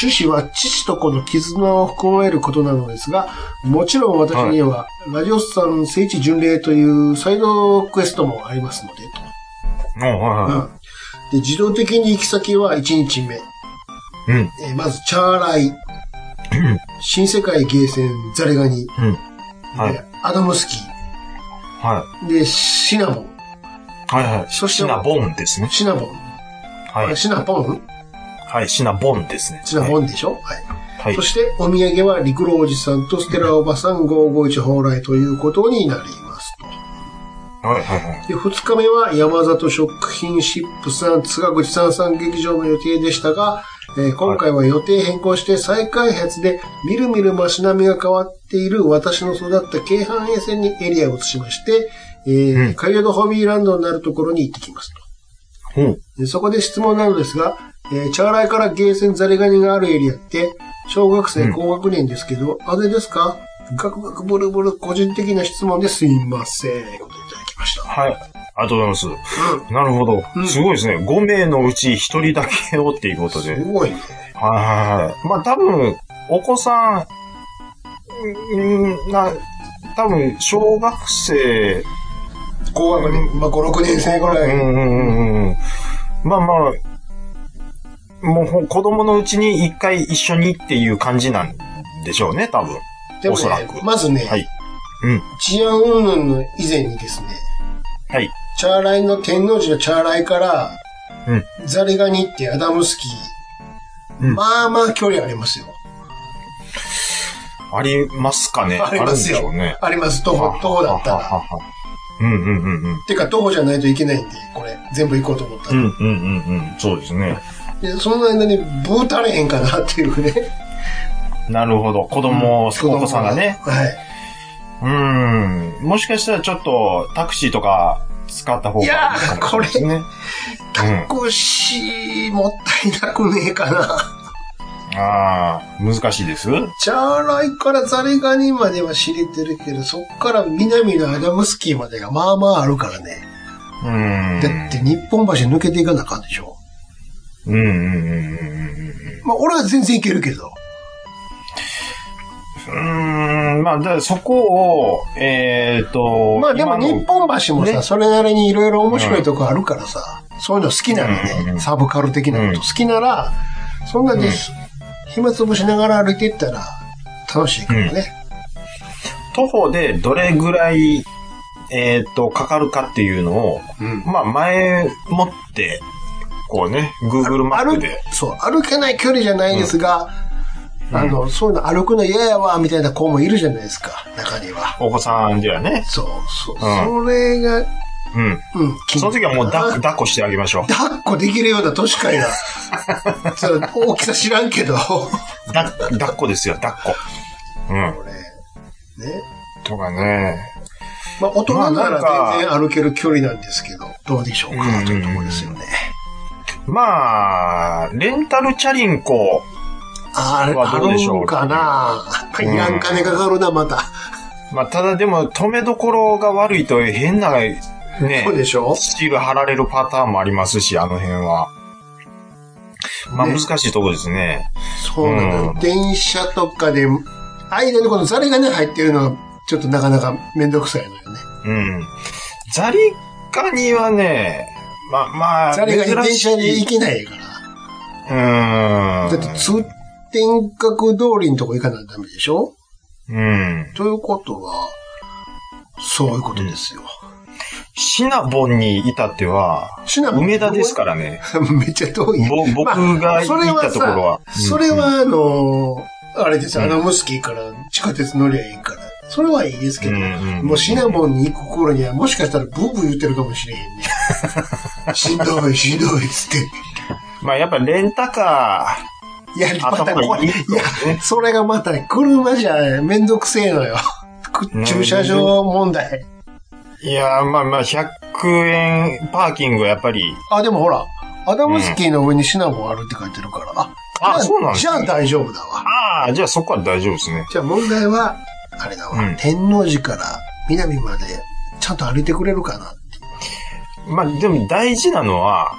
Speaker 1: 趣旨は父と子の絆を含めることなのですが、もちろん私には、ラジオスさん聖地巡礼というサイドクエストもありますので、
Speaker 2: ほう、はい、は
Speaker 1: で自動的に行き先は1日目。
Speaker 2: い。うん、
Speaker 1: えーまず、チャーライ。新世界ゲーセン、ザリガニ。
Speaker 2: うん。はい
Speaker 1: でアダムスキ
Speaker 2: は
Speaker 1: ー。で、シナモン。
Speaker 2: い。はい、はい。
Speaker 1: そして
Speaker 2: シナボンですね。
Speaker 1: シナボン。
Speaker 2: はい。
Speaker 1: シナポン
Speaker 2: はい、シナボンですね。
Speaker 1: シナボンでしょはい。
Speaker 2: はい。
Speaker 1: そして、お土産は、陸路おじさんとステラおばさん551蓬莱ということになりますと。
Speaker 2: はい、はい、はい。
Speaker 1: で、二日目は山里食品シップさん、津賀口さんさん劇場の予定でしたが、えー今回は予定変更して再開発で、みるみる街並みが変わっている私の育った京阪沿線にエリアを移しまして、えー
Speaker 2: うん
Speaker 1: 海洋のホビーランドになるところに行ってきますと。
Speaker 2: ほう。
Speaker 1: でそこで質問なのですが、えー、チャーライからゲーセンザリガニがあるエリアって、小学生
Speaker 2: うん
Speaker 1: 高学年ですけど、あれですかガクガクブルブル個人的な質問ですいません。ということでいただきました。
Speaker 2: はい。ありがとうございます。
Speaker 1: うん
Speaker 2: なるほど
Speaker 1: うん。
Speaker 2: すごいですね。5名のうち1人だけをっていうことで。
Speaker 1: すごいね。
Speaker 2: はいはいはい。まあ多分、お子さん、んな、多分、小学生、
Speaker 1: 高学年、まあ、5、6年生ぐ
Speaker 2: う
Speaker 1: らい。
Speaker 2: んうんうんうん。まあまあ、もうほ子供のうちに一回一緒にっていう感じなんでしょうね、多分。
Speaker 1: でも
Speaker 2: おそら
Speaker 1: ね
Speaker 2: く、
Speaker 1: まずね、
Speaker 2: はい。うん。
Speaker 1: 治安云々の以前にですね、
Speaker 2: はい。
Speaker 1: チャーライの天王寺のチャーライから、
Speaker 2: うん
Speaker 1: ザリガニってアダムスキー、
Speaker 2: うん
Speaker 1: まあまあ距離ありますよ。
Speaker 2: ありますかね。
Speaker 1: あります
Speaker 2: ある
Speaker 1: よ。
Speaker 2: んでしょうね。
Speaker 1: あります。徒歩、徒歩だった
Speaker 2: はは
Speaker 1: ら。
Speaker 2: ははうんうんうんうん。
Speaker 1: てか、徒歩じゃないといけないんで、これ、全部行こうと思った
Speaker 2: う
Speaker 1: ら。
Speaker 2: んうんうんうん。そうですね。
Speaker 1: で、その間に、ブータれへんかなっていうね。
Speaker 2: なるほど。子供、お子さんがね。。
Speaker 1: はい。
Speaker 2: うん。もしかしたらちょっとタクシーとか使った方がいいかもしれないですね。
Speaker 1: タクシー、もったいなくねえかな。
Speaker 2: ああ、難しいです。
Speaker 1: チャーライからザリガニまでは知れてるけど、そっから南のアダムスキーまでがまあまああるからね。
Speaker 2: うん。
Speaker 1: だって、日本橋抜けていかなあかんでしょ。
Speaker 2: うんうんうんうんうんうん。
Speaker 1: まあ、俺は全然いけるけど。
Speaker 2: うーん、まあ、だからそこを、えっ、と、
Speaker 1: まあでも
Speaker 2: 今の
Speaker 1: 日本橋もさ、
Speaker 2: ね
Speaker 1: それなりにいろいろ面白いとこあるからさ、そういうの好きなの
Speaker 2: うんうんう
Speaker 1: ね、
Speaker 2: ん
Speaker 1: サブカル的なこと好きなら、そんなに暇つぶしながら歩いていったら楽しいからね。
Speaker 2: 徒歩でどれぐらい、えっ、と、かかるかっていうのを、
Speaker 1: うん
Speaker 2: まあ、前もって、こうね、Google マッ
Speaker 1: 歩
Speaker 2: プで。
Speaker 1: そう、歩けない距離じゃないですが、あの、そういうの歩くの嫌やわ、みたいな子もいるじゃないですか、中には。
Speaker 2: お子さんではね。
Speaker 1: そう、そう、
Speaker 2: う
Speaker 1: それが、う
Speaker 2: うん。
Speaker 1: ん、
Speaker 2: その時はもう抱っ
Speaker 1: 抱
Speaker 2: 抱っこしてあげましょう。
Speaker 1: っこできるような年かい な。そう大きさ知らんけど。
Speaker 2: だ抱っこですよ、抱っこ。うん。
Speaker 1: これ、ね。
Speaker 2: とかね。
Speaker 1: まあ、大人な
Speaker 2: ま
Speaker 1: ら
Speaker 2: あ
Speaker 1: 全
Speaker 2: なん
Speaker 1: 然歩ける距離なんですけど、どうでしょう
Speaker 2: う
Speaker 1: か
Speaker 2: ん
Speaker 1: というところですよね。
Speaker 2: まあ、レンタルチャリンコ。
Speaker 1: あれ、
Speaker 2: は
Speaker 1: あ
Speaker 2: どうでし
Speaker 1: る
Speaker 2: ょうん
Speaker 1: かないやん金かかるな、また。
Speaker 2: まあ、ただでも、止めどころが悪いと変な、ね。
Speaker 1: そうでしょ
Speaker 2: スチール貼られるパターンもありますし、あの辺は。まあ
Speaker 1: ね
Speaker 2: 難しいとこですね。
Speaker 1: そうなの、
Speaker 2: うん
Speaker 1: 電車とかで、間にこのザリがね、入ってるのが、ちょっとなかなかめんどくさいのよね。
Speaker 2: うん。ザリガニはね、まあまあ、
Speaker 1: ザリが電車で行
Speaker 2: い。
Speaker 1: けないから。
Speaker 2: うーん。
Speaker 1: だって通天閣通りのとこ行かないとダメでしょ
Speaker 2: うん。
Speaker 1: ということは、そういうことですよ。
Speaker 2: シナボンに至っては、
Speaker 1: シナモン
Speaker 2: 梅田ですからね。
Speaker 1: めっちゃ遠い。
Speaker 2: ぼ僕が行ったところは
Speaker 1: それはさ、それはあのー、あれですよ、あのムスキーから地下鉄乗りゃいいから。それはいいですけど、
Speaker 2: うんうんうん
Speaker 1: もうシナモンに行く頃にはもしかしたらブーブー言ってるかもしれへんね。 しんどい、しんどいっつって。
Speaker 2: まあやっぱレンタカ
Speaker 1: いや、また
Speaker 2: 頭
Speaker 1: 怖
Speaker 2: が
Speaker 1: い。
Speaker 2: い
Speaker 1: い
Speaker 2: い
Speaker 1: や、それがまた車じゃめんどくせえのよ。く
Speaker 2: うん
Speaker 1: 駐車場問題。
Speaker 2: ー。いやー、まあまあ100円パーキングはやっぱり、
Speaker 1: あ、でもほら、アダムスキーの上にシナモンあるって書いてるから。あ、
Speaker 2: あ
Speaker 1: じゃ
Speaker 2: そうなんです
Speaker 1: じゃあ大丈夫だわ。
Speaker 2: ああ、じゃあそこは大丈夫ですね。
Speaker 1: じゃあ問題は、あれだわ、
Speaker 2: うん
Speaker 1: 天王寺から南までちゃんと歩いてくれるかな。
Speaker 2: まあ、でも大事なのは、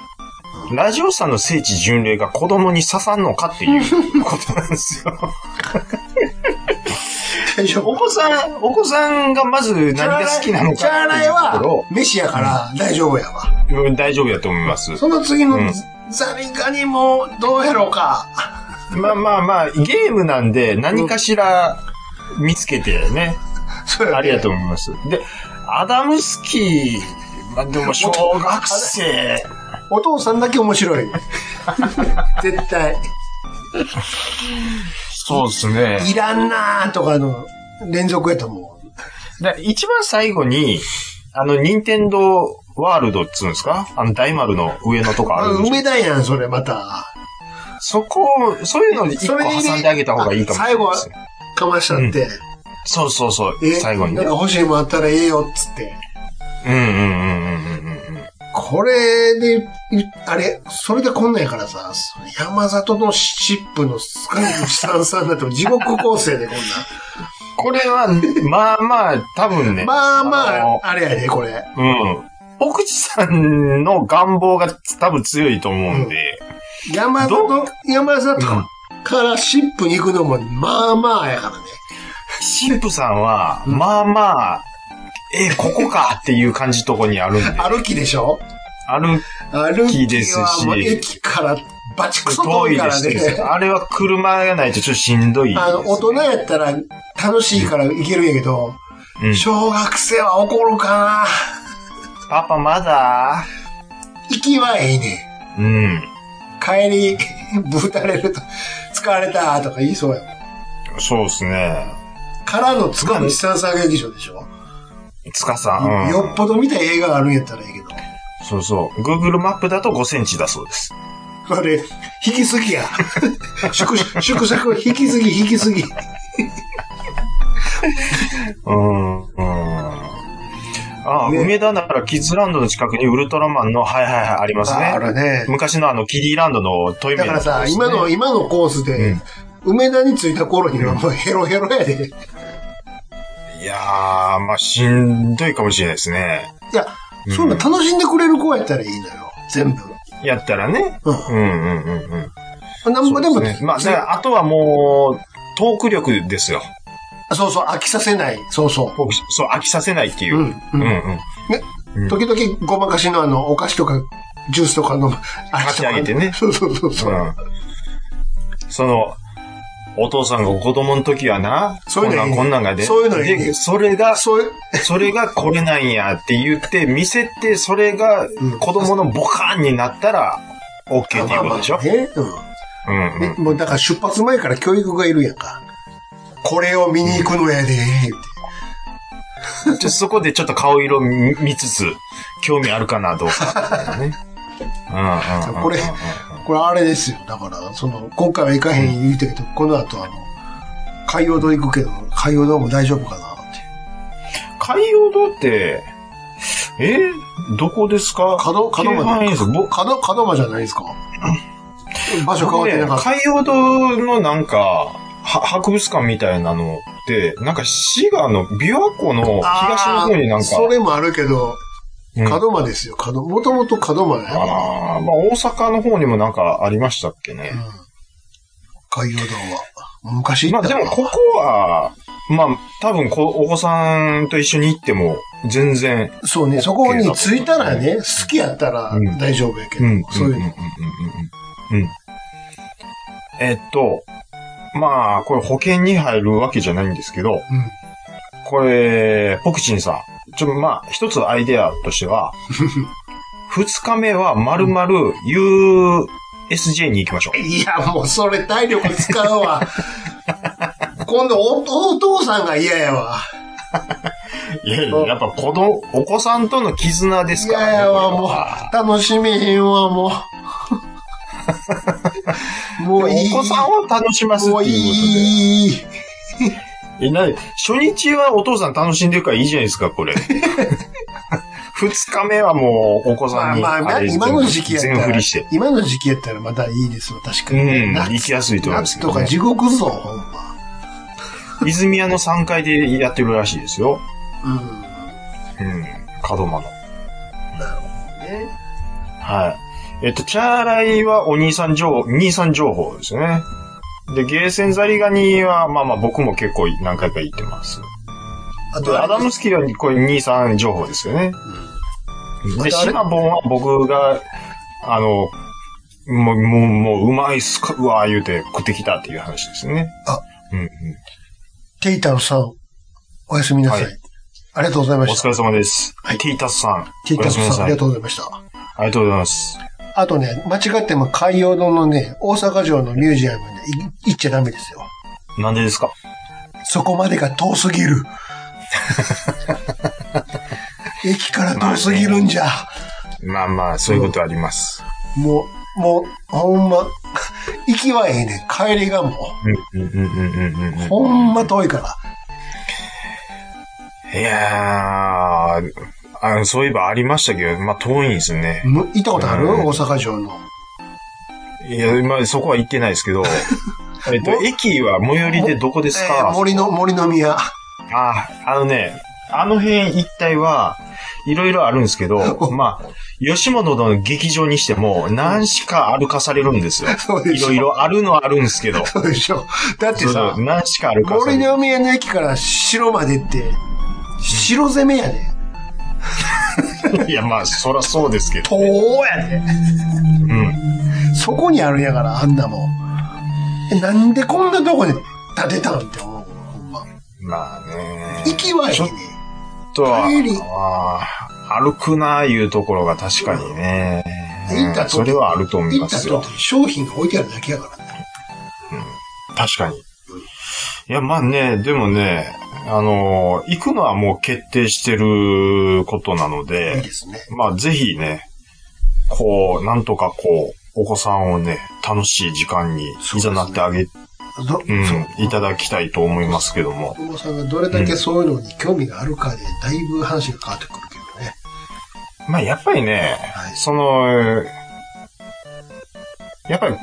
Speaker 2: ラジオさんの聖地巡礼が子供に刺さんのかっていうことなんですよ。
Speaker 1: 大丈
Speaker 2: お
Speaker 1: 夫
Speaker 2: 子さん、お子さんがまず何が好きなの
Speaker 1: チャー
Speaker 2: かって
Speaker 1: ラ
Speaker 2: い
Speaker 1: イ
Speaker 2: うと
Speaker 1: は
Speaker 2: こ、
Speaker 1: 飯やから大丈夫やわ。
Speaker 2: ろ、うん大丈夫やと思います。
Speaker 1: その次の
Speaker 2: うん
Speaker 1: ザリガニもどうやろうか。
Speaker 2: まあまあまあ、ゲームなんで何かしら見つけてね、
Speaker 1: そうやね
Speaker 2: ありがとう思います。で、アダムスキー、まあでも小学生、
Speaker 1: お父さんだけ面白 いね。絶対。
Speaker 2: そうですね。
Speaker 1: いらんなーとかの連続やと思う。
Speaker 2: だ一番最後に、あの、ニンテンドーワールドっつうんですかあの、大丸の上のとこあ
Speaker 1: あ
Speaker 2: るんですよ
Speaker 1: 梅田やん、それまた。
Speaker 2: そこを、そういうのに一個挟んであげた方がいいかもしれないですね。
Speaker 1: かましたって。
Speaker 2: そうそうそう
Speaker 1: え、。
Speaker 2: 最後に
Speaker 1: な
Speaker 2: ね。
Speaker 1: んか欲しいもんあったらええよ、っつって。
Speaker 2: うんうんうんうんうんうん。
Speaker 1: これで、いあれ、それでこんなんやからさ、山里のシップのスカイのさんさんだと地獄構成でこんな
Speaker 2: これは、まあまあ、多分 ね。
Speaker 1: ん。まあま
Speaker 2: の
Speaker 1: あ、あれやね、これ。
Speaker 2: うん。奥地さんの願望が多分強いと思うんで、
Speaker 1: 山
Speaker 2: ど
Speaker 1: 里、山里からシップに行くのも、まあまあやからね。
Speaker 2: 神父さんは、まあまあ、え、ここかっていう感じとこにあるんで、
Speaker 1: 歩きでしょ
Speaker 2: 歩
Speaker 1: 歩き
Speaker 2: きですし
Speaker 1: はもう駅からバチク
Speaker 2: く
Speaker 1: ソ
Speaker 2: 遠
Speaker 1: 遠い
Speaker 2: いで
Speaker 1: から
Speaker 2: すけ
Speaker 1: ね。
Speaker 2: ど、あれは車がないとちょっとしんどいで すね。
Speaker 1: あの、大人やったら楽しいから行けるんやけど、
Speaker 2: うん
Speaker 1: 小学生は怒るかな
Speaker 2: パパまだ
Speaker 1: 行きはええねん。
Speaker 2: うん。
Speaker 1: 帰り、ぶたれると、疲れたとか言いそうやもん。
Speaker 2: そうですね。
Speaker 1: からのつかの資産三劇場でしょ、
Speaker 2: つかさん。うん
Speaker 1: よっぽど見た映画があるんやったらええけど。
Speaker 2: そうそう。Google マップだと5センチだそうです。
Speaker 1: これ、引きすぎや。 縮、縮尺引きすぎ、引きすぎ。
Speaker 2: うん。うん。あ、
Speaker 1: ね
Speaker 2: 梅田ならキッズランドの近くにウルトラマンの、はいはいはい、あります
Speaker 1: あ
Speaker 2: ね。
Speaker 1: らね。
Speaker 2: 昔のあの、キディランドのトイメ
Speaker 1: だからさ、今の、今のコースで、梅田に着いた頃にはもうヘロヘロやで。
Speaker 2: いやー、まあ、しんどいかもしれないですね。
Speaker 1: いや、そんな楽しんでくれる子やったらいいのよ。全部。
Speaker 2: やったらね。
Speaker 1: う
Speaker 2: うんうんうんうん。
Speaker 1: ん。なんぼで
Speaker 2: そ
Speaker 1: も、
Speaker 2: うすねまあ、だからあとはもう、トーク力ですよ。
Speaker 1: そうそう、飽きさせない。そうそ。
Speaker 2: 僕そう、飽きさせないっていうう。
Speaker 1: う
Speaker 2: うんん。、
Speaker 1: う。
Speaker 2: うんん、
Speaker 1: ね
Speaker 2: うん
Speaker 1: 時々ごまかしのあの、お菓子とか、ジュースとかの、あ
Speaker 2: 買ってあげてね
Speaker 1: そうそうそうそう。
Speaker 2: うんその、お父さんが子供の時はな、
Speaker 1: そういうのいいね
Speaker 2: こんなんこんなんが出
Speaker 1: そういうのいいね
Speaker 2: で、それが、
Speaker 1: そういう、
Speaker 2: それがこれなんやって言って、見せて、それが
Speaker 1: ん
Speaker 2: 子供のボカーンになったら、OK っていうことでしょ、
Speaker 1: ね、うん。
Speaker 2: うんうん
Speaker 1: ね、もうだから出発前から教育がいるやんか。これを見に行くのやで、って。
Speaker 2: ちょそこでちょっと顔色見見つつ、興味あるかなどう か、ね。うんうんうんうん
Speaker 1: これこれあれですよ。だから、その、今回は行かへん言うたけど、この後あの、海洋堂行くけど、海洋堂も大丈夫かなって。
Speaker 2: 海洋堂って、えどこですか
Speaker 1: 角、角
Speaker 2: 京
Speaker 1: 間
Speaker 2: 阪
Speaker 1: で
Speaker 2: ですす僕
Speaker 1: 角、角間じゃないですか。場所変わっ
Speaker 2: 僕
Speaker 1: て
Speaker 2: ね
Speaker 1: なかった。
Speaker 2: 海洋堂のなんか、は博物館みたいなのって、なんか滋賀の琵琶湖の東の方になん
Speaker 1: あー
Speaker 2: か、
Speaker 1: それもあるけど、
Speaker 2: うん
Speaker 1: 角間ですよ。角、もともと角間だよ。
Speaker 2: あーまあ大阪の方にもなんかありましたっけね。
Speaker 1: うん海洋堂は。昔行
Speaker 2: ま
Speaker 1: っ
Speaker 2: あ
Speaker 1: た
Speaker 2: で
Speaker 1: な
Speaker 2: もここは、まあ多分こお子さんと一緒に行っても全然、
Speaker 1: そうね、そこに着いたらね、好きやったら
Speaker 2: うん
Speaker 1: 大丈夫やけど、
Speaker 2: うん、
Speaker 1: そういうの。
Speaker 2: うんうんうんうんうん。えっと、まあこれ保険に入るわけじゃないんですけど、
Speaker 1: うん
Speaker 2: これ、ポクチンさん。ちょっとまあ、一つアイデアとし ては、二日目はまるまる USJ に行きましょう。
Speaker 1: いや、もうそれ体力使う わ。今度お、お父さんが嫌やわ。
Speaker 2: いやいや、やっぱ子供、お子さんとの絆ですから、
Speaker 1: 嫌やわ、
Speaker 2: これ
Speaker 1: も
Speaker 2: は
Speaker 1: う。楽しみへんわ、も う。もういい。
Speaker 2: お子さんを楽しますっ
Speaker 1: も
Speaker 2: ていう
Speaker 1: う
Speaker 2: ことで。
Speaker 1: いい。
Speaker 2: え、なに初日はお父さん楽しんでるからいいじゃないです か、これ。二日目はもうお子
Speaker 1: ま
Speaker 2: さ
Speaker 1: あ
Speaker 2: んに。
Speaker 1: まあま
Speaker 2: あ
Speaker 1: あ、
Speaker 2: れ
Speaker 1: 今の時期やった
Speaker 2: 全振
Speaker 1: ら
Speaker 2: りして。、
Speaker 1: 今の時期やったらまだいいですわ、確か
Speaker 2: う
Speaker 1: にね。
Speaker 2: ん、行
Speaker 1: 夏
Speaker 2: きやすいと思います
Speaker 1: 夏
Speaker 2: けど、
Speaker 1: と
Speaker 2: ね。
Speaker 1: か地獄ぞ、ほんま。
Speaker 2: 泉屋の3階でやってるらしいですよ。
Speaker 1: うん。
Speaker 2: うん、角間の。
Speaker 1: ね
Speaker 2: はい。えっと、チャーライはお兄さん情報、兄さん情報ですね。で、ゲーセンザリガニは、まあまあ僕も結構何回か行ってます。
Speaker 1: あ
Speaker 2: で、
Speaker 1: と
Speaker 2: ア
Speaker 1: あ
Speaker 2: ダムスキルはこれ兄さん情報ですよね。
Speaker 1: あ
Speaker 2: で、
Speaker 1: とあれ
Speaker 2: シナボンは僕が、あの、もう、もう、もう、うまいっすか、うわー言うて食ってきたっていう話ですね。
Speaker 1: あ、
Speaker 2: うんうん。
Speaker 1: テイタンさん、おやすみなさい。
Speaker 2: はい
Speaker 1: ありがとうござい
Speaker 2: お
Speaker 1: まし
Speaker 2: 疲
Speaker 1: た。
Speaker 2: れ様です。
Speaker 1: はい
Speaker 2: ティータスさん。
Speaker 1: テイタン
Speaker 2: おやすみな
Speaker 1: さん、
Speaker 2: さ
Speaker 1: あ
Speaker 2: い
Speaker 1: りがとうございました。
Speaker 2: ありがとうございます。
Speaker 1: あとね、間違っても海洋堂のね、大阪城のミュージアムにい行っちゃダメですよ。
Speaker 2: なんでですか
Speaker 1: そこまでが遠すぎ る。駅から遠すぎるんじゃ。
Speaker 2: まあまあ、そういうことあります。
Speaker 1: もう、もう、ほんま、行きはええねん。帰りがも
Speaker 2: うんうんうんうんうんうん
Speaker 1: う、。ほんま遠いから。
Speaker 2: いやー、あのそういえばありましたけど、まあ遠いんですね。
Speaker 1: む行ったことある
Speaker 2: うん
Speaker 1: 大阪城の。
Speaker 2: いや、まあそこは行ってないですけ ど、えっと
Speaker 1: も、
Speaker 2: 駅は最寄りでどこです
Speaker 1: え
Speaker 2: か
Speaker 1: ー森の、森の宮。
Speaker 2: あ、あのね、あの辺一帯は、いろいろあるんです けど、まあ、吉本の劇場にしても、何しか歩かされるんですよ。
Speaker 1: そうで
Speaker 2: い
Speaker 1: しょ
Speaker 2: ろいろあるのはあるんですけ ど。
Speaker 1: そうでしょ。だってさ
Speaker 2: そう、何しか歩かされ
Speaker 1: 森
Speaker 2: る。
Speaker 1: の宮の駅から城までって、城攻めやで。
Speaker 2: いや、まあ、そらそうですけど。
Speaker 1: 遠やで。
Speaker 2: うん。
Speaker 1: そこにあるんやから、あんなもん。えなんでこんなとこで建てたんって思う。ほんま。
Speaker 2: まあね。
Speaker 1: 行きはええ
Speaker 2: ちょ
Speaker 1: ね
Speaker 2: っとは
Speaker 1: 帰り、
Speaker 2: あー歩くなーいうところが確かにね。
Speaker 1: 行った
Speaker 2: うん
Speaker 1: と
Speaker 2: それはあると思い
Speaker 1: 行
Speaker 2: ま
Speaker 1: った
Speaker 2: す
Speaker 1: と
Speaker 2: よ
Speaker 1: こ。に商品が置いてあるだけやからね。
Speaker 2: 確かに。いや、まあね、でもね、あのー、行くのはもう決定してることなの
Speaker 1: いい
Speaker 2: で
Speaker 1: で、すね。
Speaker 2: まあぜひね、こう、なんとかこう、お子さんをね、楽しい時間に
Speaker 1: そう
Speaker 2: い
Speaker 1: です
Speaker 2: ざ
Speaker 1: ね
Speaker 2: なってあげ、
Speaker 1: ど
Speaker 2: うん
Speaker 1: そう
Speaker 2: いただきたいと思いますけども。
Speaker 1: 子供さんがどれだけそういうのに興味があるかで、だいぶ話が変わってくるけどね。
Speaker 2: まあやっぱりね、
Speaker 1: はい
Speaker 2: その、やっぱり、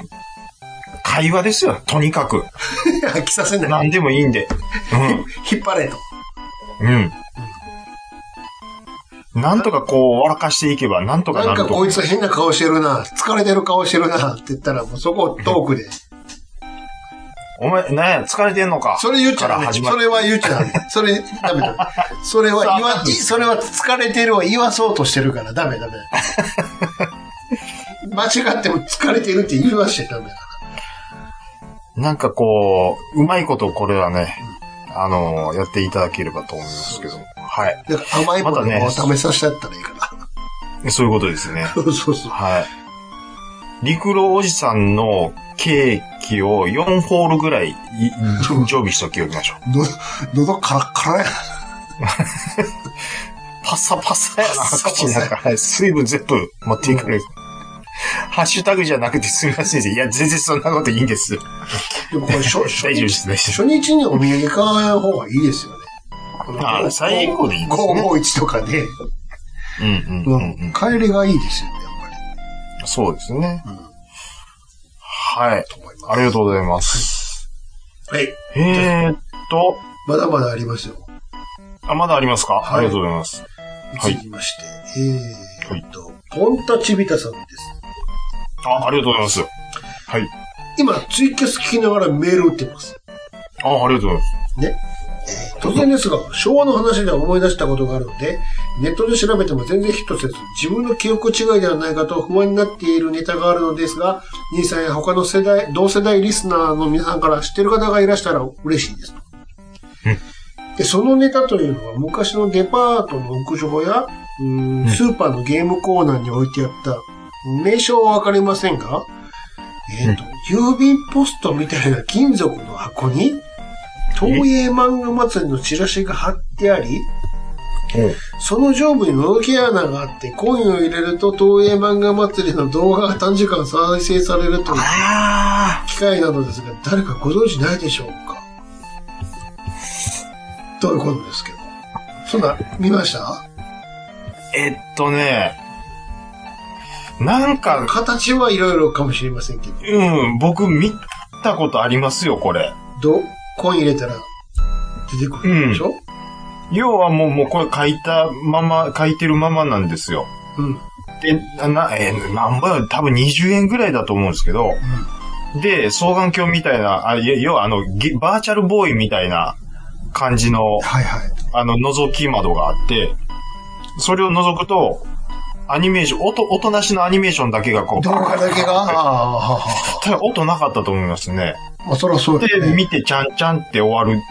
Speaker 2: 会話ですよ、とに かく。
Speaker 1: 飽きさせない。
Speaker 2: 何でもいいんで。うん。
Speaker 1: 引っ張れと。
Speaker 2: うん。なんとかこう、笑かしていけば、なんとか
Speaker 1: な
Speaker 2: なんると
Speaker 1: かこいつ変な顔してるな、疲れてる顔してるなって言ったら、もうそこをトークで。
Speaker 2: お前、なんや、疲れてんのか。
Speaker 1: それ言っちゃダ
Speaker 2: から
Speaker 1: メ。
Speaker 2: 始ま
Speaker 1: そ
Speaker 2: る。
Speaker 1: れは言っちゃダメ。それ、ダメだ。それは言わ、それは疲れてるは言わそうとしてるから、ダメ ダメ。間違っても疲れてるって言わしちゃダメだ。
Speaker 2: なんかこう、うまいことこれはね、あの、やっていただければと思いますけど。はい。
Speaker 1: だから甘いもの
Speaker 2: まだね
Speaker 1: を試させちゃったらいいかな。
Speaker 2: そういうことですね。
Speaker 1: そうそうそう。
Speaker 2: はい。陸路おじさんのケーキを4ホールぐらいい
Speaker 1: そう
Speaker 2: 常備しておきましょう。
Speaker 1: の、喉カラッカラや。
Speaker 2: パサパサやな、
Speaker 1: パサパサ
Speaker 2: 口の中。はい水分全部持っていかれる。ハッシュタグじゃなくてすみませんでした。いや、全然そんなこといいんです。
Speaker 1: でもこれ初、初
Speaker 2: 大丈夫で
Speaker 1: 日、
Speaker 2: す、大丈
Speaker 1: 初日にお土産買う方がいいですよね。この
Speaker 2: あ最後でいいですね
Speaker 1: 551とかで、
Speaker 2: 夫。うんうん
Speaker 1: う
Speaker 2: うんん。
Speaker 1: 帰りがいいですよね、やっぱり。
Speaker 2: そうですね。
Speaker 1: うん
Speaker 2: はい。
Speaker 1: 思います
Speaker 2: ありがとうございます。
Speaker 1: はい。
Speaker 2: えーっと、
Speaker 1: まだまだありますよ。
Speaker 2: あ、まだありますか、
Speaker 1: はい
Speaker 2: ありがとうございます。はい
Speaker 1: 続きまして、えーっと、ポンタチビタさんです。
Speaker 2: あ、ありがとうございます。はい。
Speaker 1: 今、ツイキャス聞きながらメール打ってます。
Speaker 2: あ、ありがとうござい
Speaker 1: ね。えー突然ですが、昭和の話では思い出したことがあるので、ネットで調べても全然ヒットせず、自分の記憶違いではないかと不安になっているネタがあるのですが、兄さんや他の世代、同世代リスナーの皆さんから知ってる方がいらしたら嬉しいです。でそのネタというのは昔のデパートの屋上や、うーんスーパーのゲームコーナーに置いてあった、名称はわかりませんが、えっ、と、郵便ポストみたいな金属の箱に、東映漫画祭りのチラシが貼ってあり、
Speaker 2: ます。
Speaker 1: その上部に覗き穴があって、コインを入れると東映漫画祭りの動画が短時間再生されるという
Speaker 2: あ
Speaker 1: 機械なのですが、誰かご存知ないでしょうかということですけど。そんな、見ました
Speaker 2: ーえっとね、なんか、
Speaker 1: 形はいろいろかもしれませんけど、
Speaker 2: うん、僕見たことありますよ、これ。
Speaker 1: ど、コイン入れたら出てくるでしょ、
Speaker 2: 要はもう、もうこれ書いたまま、書いてるままなんですよ。
Speaker 1: うん、
Speaker 2: で、な、なえーなんぼやろ多分20円ぐらいだと思うんですけど、で、双眼鏡みたいな、あ、いや要はあの、ゲバーチャルボーイみたいな感じの、
Speaker 1: はいはい。
Speaker 2: あの、覗き窓があって、それを覗くと、アニメーション、音、音なしのアニメーションだけがこう、
Speaker 1: 動画だけが、ああ、はは
Speaker 2: ただ音なかったと思いますね。
Speaker 1: まあ、そりゃそう
Speaker 2: で
Speaker 1: よ、ね。
Speaker 2: 見て、ちゃんちゃんって終わ る、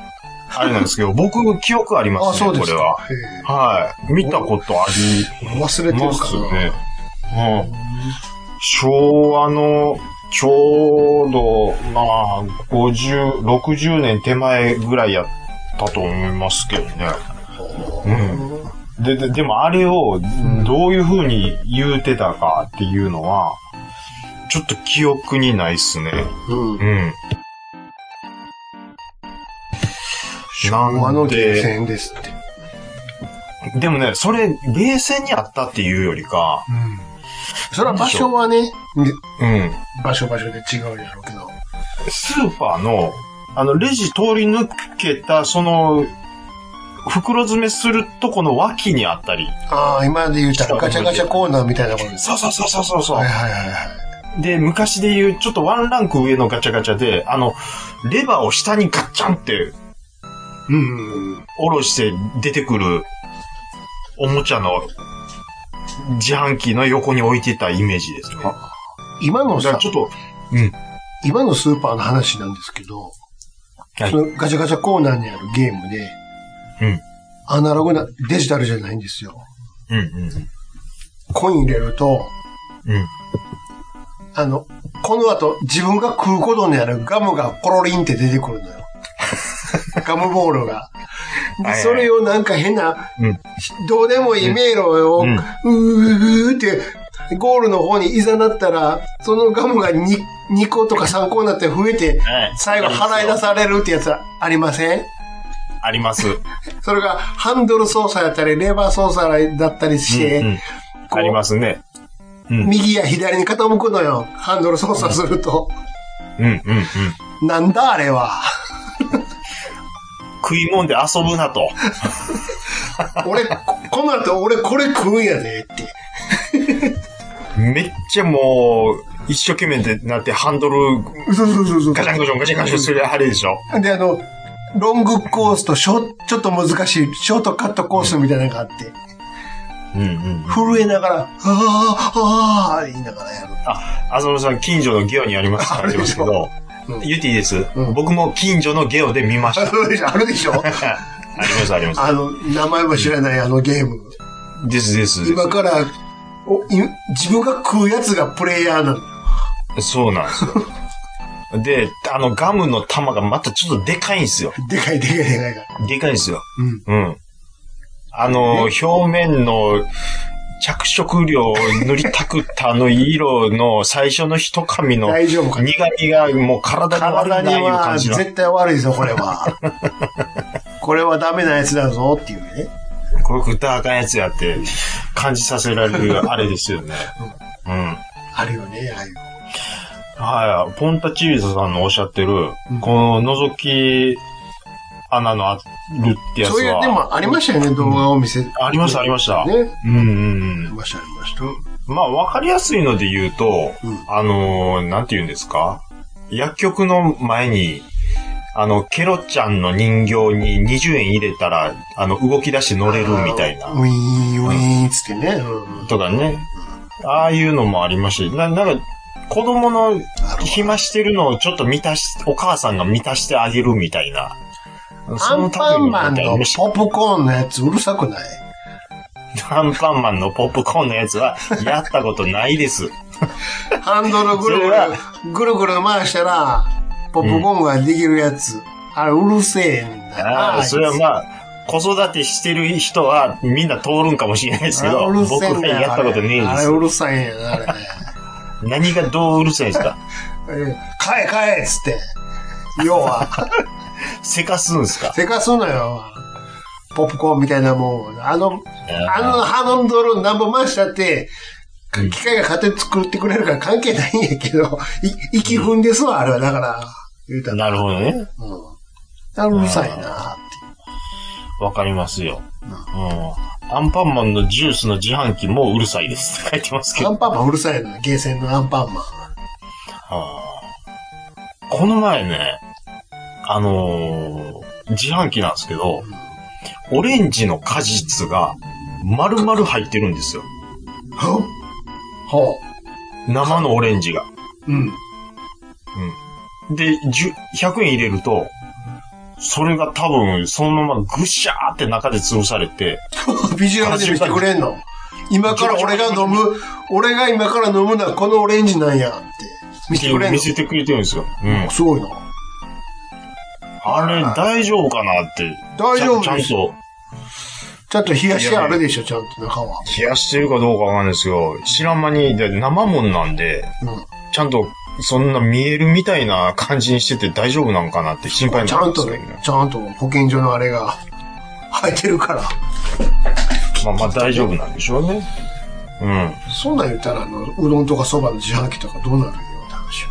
Speaker 2: あれなんですけど、僕、記憶ありま
Speaker 1: ああ、
Speaker 2: すね、
Speaker 1: そうで
Speaker 2: こ
Speaker 1: す
Speaker 2: れ
Speaker 1: か
Speaker 2: は。。
Speaker 1: へ
Speaker 2: はい。見たことあり
Speaker 1: え忘れて
Speaker 2: ま
Speaker 1: るか
Speaker 2: す
Speaker 1: な。
Speaker 2: ね。うん。昭和の、ちょうど、まあ、50、60年手前ぐらいやったと思いますけどね。うん。で、で、でもあれをどういう風に言うてたかっていうのは、ちょっと記憶にないっすね。
Speaker 1: うん。
Speaker 2: うん。
Speaker 1: あ
Speaker 2: な
Speaker 1: の
Speaker 2: ん
Speaker 1: ゲー
Speaker 2: で、
Speaker 1: センですって。
Speaker 2: でもね、それ、冷静にあったっていうよりか、
Speaker 1: うん。それは場所はね、ね
Speaker 2: うん。
Speaker 1: 場所場所で違うやろうけど。
Speaker 2: スーパーの、あの、レジ通り抜けた、その、袋詰めするとこの脇にあったり。
Speaker 1: ああ、今で言うたらガチャガチャコーナーみたいなことです。
Speaker 2: そうそうそうそうそうそう
Speaker 1: はいはいはいはい。
Speaker 2: で、昔で言う、ちょっとワンランク上のガチャガチャで、あの、レバーを下にガッチャンって
Speaker 1: うんうん。
Speaker 2: 下ろして出てくるおもちゃの自販機の横に置いてたイメージですね。だか
Speaker 1: 今の
Speaker 2: ら
Speaker 1: さ
Speaker 2: ち、ょっと、
Speaker 1: 今のスーパーの話なんですけど、
Speaker 2: はい
Speaker 1: そのガチャガチャコーナーにあるゲームで、
Speaker 2: うん
Speaker 1: アナログな、デジタルじゃないんですよ。
Speaker 2: うんうん
Speaker 1: コイン入れると、
Speaker 2: うん。
Speaker 1: あの、この後自分が食うことになるガムがポロリンって出てくるのよ。 ガムボールが。
Speaker 2: はいはい
Speaker 1: それをなんか変な、
Speaker 2: うん
Speaker 1: どうでもいい迷路を、う
Speaker 2: うん
Speaker 1: ーって、ゴールの方にいざなったら、そのガムが 2, 2個とか3個になって増えて、
Speaker 2: はい
Speaker 1: 最後払い出されるってやつはありません
Speaker 2: あります。
Speaker 1: それがハンドル操作やったり、レバー操作だったりして、
Speaker 2: うんうん
Speaker 1: こう
Speaker 2: ありますね。うん
Speaker 1: 右や左に傾くのよ。ハンドル操作すると。
Speaker 2: うんうんうん。
Speaker 1: なんだあれは。
Speaker 2: 食い物で遊ぶなと。
Speaker 1: 俺、ここの後俺これ食うんやでって。
Speaker 2: めっちゃもう、一生懸命でなってハンドル
Speaker 1: そうそうそうそう
Speaker 2: ガチャンガチャンガチャンガチャンするあれでしょ。
Speaker 1: で、あの、ロングコースとショちょっと難しいショートカットコースみたいなのがあって、
Speaker 2: うんうん。
Speaker 1: 震えながら、ああ、ああ、言いながらやる。
Speaker 2: あ、浅野さん、近所のゲオにあります
Speaker 1: あ
Speaker 2: あ
Speaker 1: る
Speaker 2: り
Speaker 1: で
Speaker 2: ま
Speaker 1: し
Speaker 2: すけ
Speaker 1: ょ
Speaker 2: ど、
Speaker 1: うん
Speaker 2: 言っていいです、
Speaker 1: うん
Speaker 2: 僕も近所のゲオで見まし
Speaker 1: あ
Speaker 2: た。
Speaker 1: るでしょあるでしょ
Speaker 2: あります、あります。
Speaker 1: あの、名前も知らないあのゲーム。
Speaker 2: です、です。です
Speaker 1: 今から、おい自分が食うやつがプレイヤーなの。
Speaker 2: そうなん ですよ。で、あの、ガムの玉がまたちょっとでかいんですよ。
Speaker 1: でかいでかいでかいが。
Speaker 2: でかいんですよ。
Speaker 1: うん。
Speaker 2: うん。あの、表面の着色料を塗りたくったあの色の最初の一紙の
Speaker 1: 大丈夫かな
Speaker 2: 苦味がもう体に悪
Speaker 1: 体
Speaker 2: いな
Speaker 1: に
Speaker 2: いう
Speaker 1: は
Speaker 2: 感じの。
Speaker 1: 絶対悪いですよ、これは。これはダメなやつだぞっていうね。
Speaker 2: これ食ったらあかんやつやって感じさせられるあれで すよね。うん。
Speaker 1: あるよね、ああいう。
Speaker 2: はい。ポンタチーズさんのおっしゃってる、
Speaker 1: うん
Speaker 2: この覗き穴のあるってやつは。
Speaker 1: そういう、でもありましたよね、動画を見せ。
Speaker 2: ありました、ありました。
Speaker 1: ね。
Speaker 2: うん
Speaker 1: あ
Speaker 2: うんう
Speaker 1: り
Speaker 2: ん。
Speaker 1: ました、ありました。
Speaker 2: まあ、わかりやすいので言うと、
Speaker 1: うん
Speaker 2: あのーなんて言うんですか薬局の前に、あの、ケロちゃんの人形に20円入れたら、あの、動き出して乗れるみたいな
Speaker 1: ウ。ィーン、ウィーンつってね。うん
Speaker 2: とかね。ああいうのもありますし、な、なんか、子供の暇してるのをちょっと満たし、お母さんが満たしてあげるみたいな。
Speaker 1: アンパンマンの
Speaker 2: そ類のみたいな
Speaker 1: ポップコーンのやつうるさくない
Speaker 2: アンパンマンのポップコーンのやつは、やったことないです。
Speaker 1: ハンドルぐるぐ
Speaker 2: それは
Speaker 1: る、ぐるぐる回したら、ポップコーンができるやつ。あれ、うるせえんだな
Speaker 2: ああ、それはまあ、子育てしてる人はみんな通るんかもしれないですけ
Speaker 1: あ
Speaker 2: ど、
Speaker 1: れうる
Speaker 2: 僕
Speaker 1: せえん
Speaker 2: は
Speaker 1: だよ
Speaker 2: やったことねえ
Speaker 1: あ
Speaker 2: で
Speaker 1: れ、
Speaker 2: す。
Speaker 1: うるさいんやな、あれ ね。
Speaker 2: 何がどううるさい ですか
Speaker 1: え買え買えっつって。要は、
Speaker 2: せかすんですか
Speaker 1: せかすのよ。ポップコーンみたいなもん。あの、あのハンドル何本回したって、
Speaker 2: うん
Speaker 1: 機械が勝手に作ってくれるから関係ないんやけど、い、息踏んですわ、あれは。だから、言うたら。
Speaker 2: なるほどね。
Speaker 1: うん。あうるさいなって。
Speaker 2: わかりますよ。うん。アンパンマンのジュースの自販機もうるさいです。 書いてますけ
Speaker 1: ア
Speaker 2: ど。
Speaker 1: ンパンマンうるさいな、ゲーセンのアンパンマン。
Speaker 2: うんこの前ね、あのー自販機なんですけど、オレンジの果実が丸々入ってるんですよ。
Speaker 1: はほ
Speaker 2: 生のオレンジが。
Speaker 1: う。うん。
Speaker 2: で、10 100円入れると、それが多分、そのままぐしゃーって中で潰されて、
Speaker 1: ビジュアルで見せてくれんの今から俺が飲む、俺が今から飲むのはこのオレンジなんやって。見せてくれん
Speaker 2: 見
Speaker 1: の
Speaker 2: せてくれてるんですよ。うん。
Speaker 1: すごいな。
Speaker 2: あれ、大丈夫かなって。
Speaker 1: 大丈夫
Speaker 2: ちゃん
Speaker 1: で
Speaker 2: ちゃ
Speaker 1: す
Speaker 2: んと
Speaker 1: ちゃんと冷やしてあるでしょ、ちゃんと中は。
Speaker 2: 冷やしてるかどうかわかんないですけど、知らん間に、で生もんなんで、
Speaker 1: うん。
Speaker 2: ちゃんと、そんな見えるみたいな感じにしてて大丈夫なんかなって心配に
Speaker 1: ち
Speaker 2: な
Speaker 1: ゃ
Speaker 2: る
Speaker 1: ん
Speaker 2: んで
Speaker 1: と
Speaker 2: すよ、
Speaker 1: ね
Speaker 2: ね。、
Speaker 1: ちゃんと保健所のあれが入ってるから。
Speaker 2: まあまあ大丈夫なんでしょうね。うん。
Speaker 1: そんなん言ったら、あの、うどんとかそばの自販機とかどうなるんよって話よ。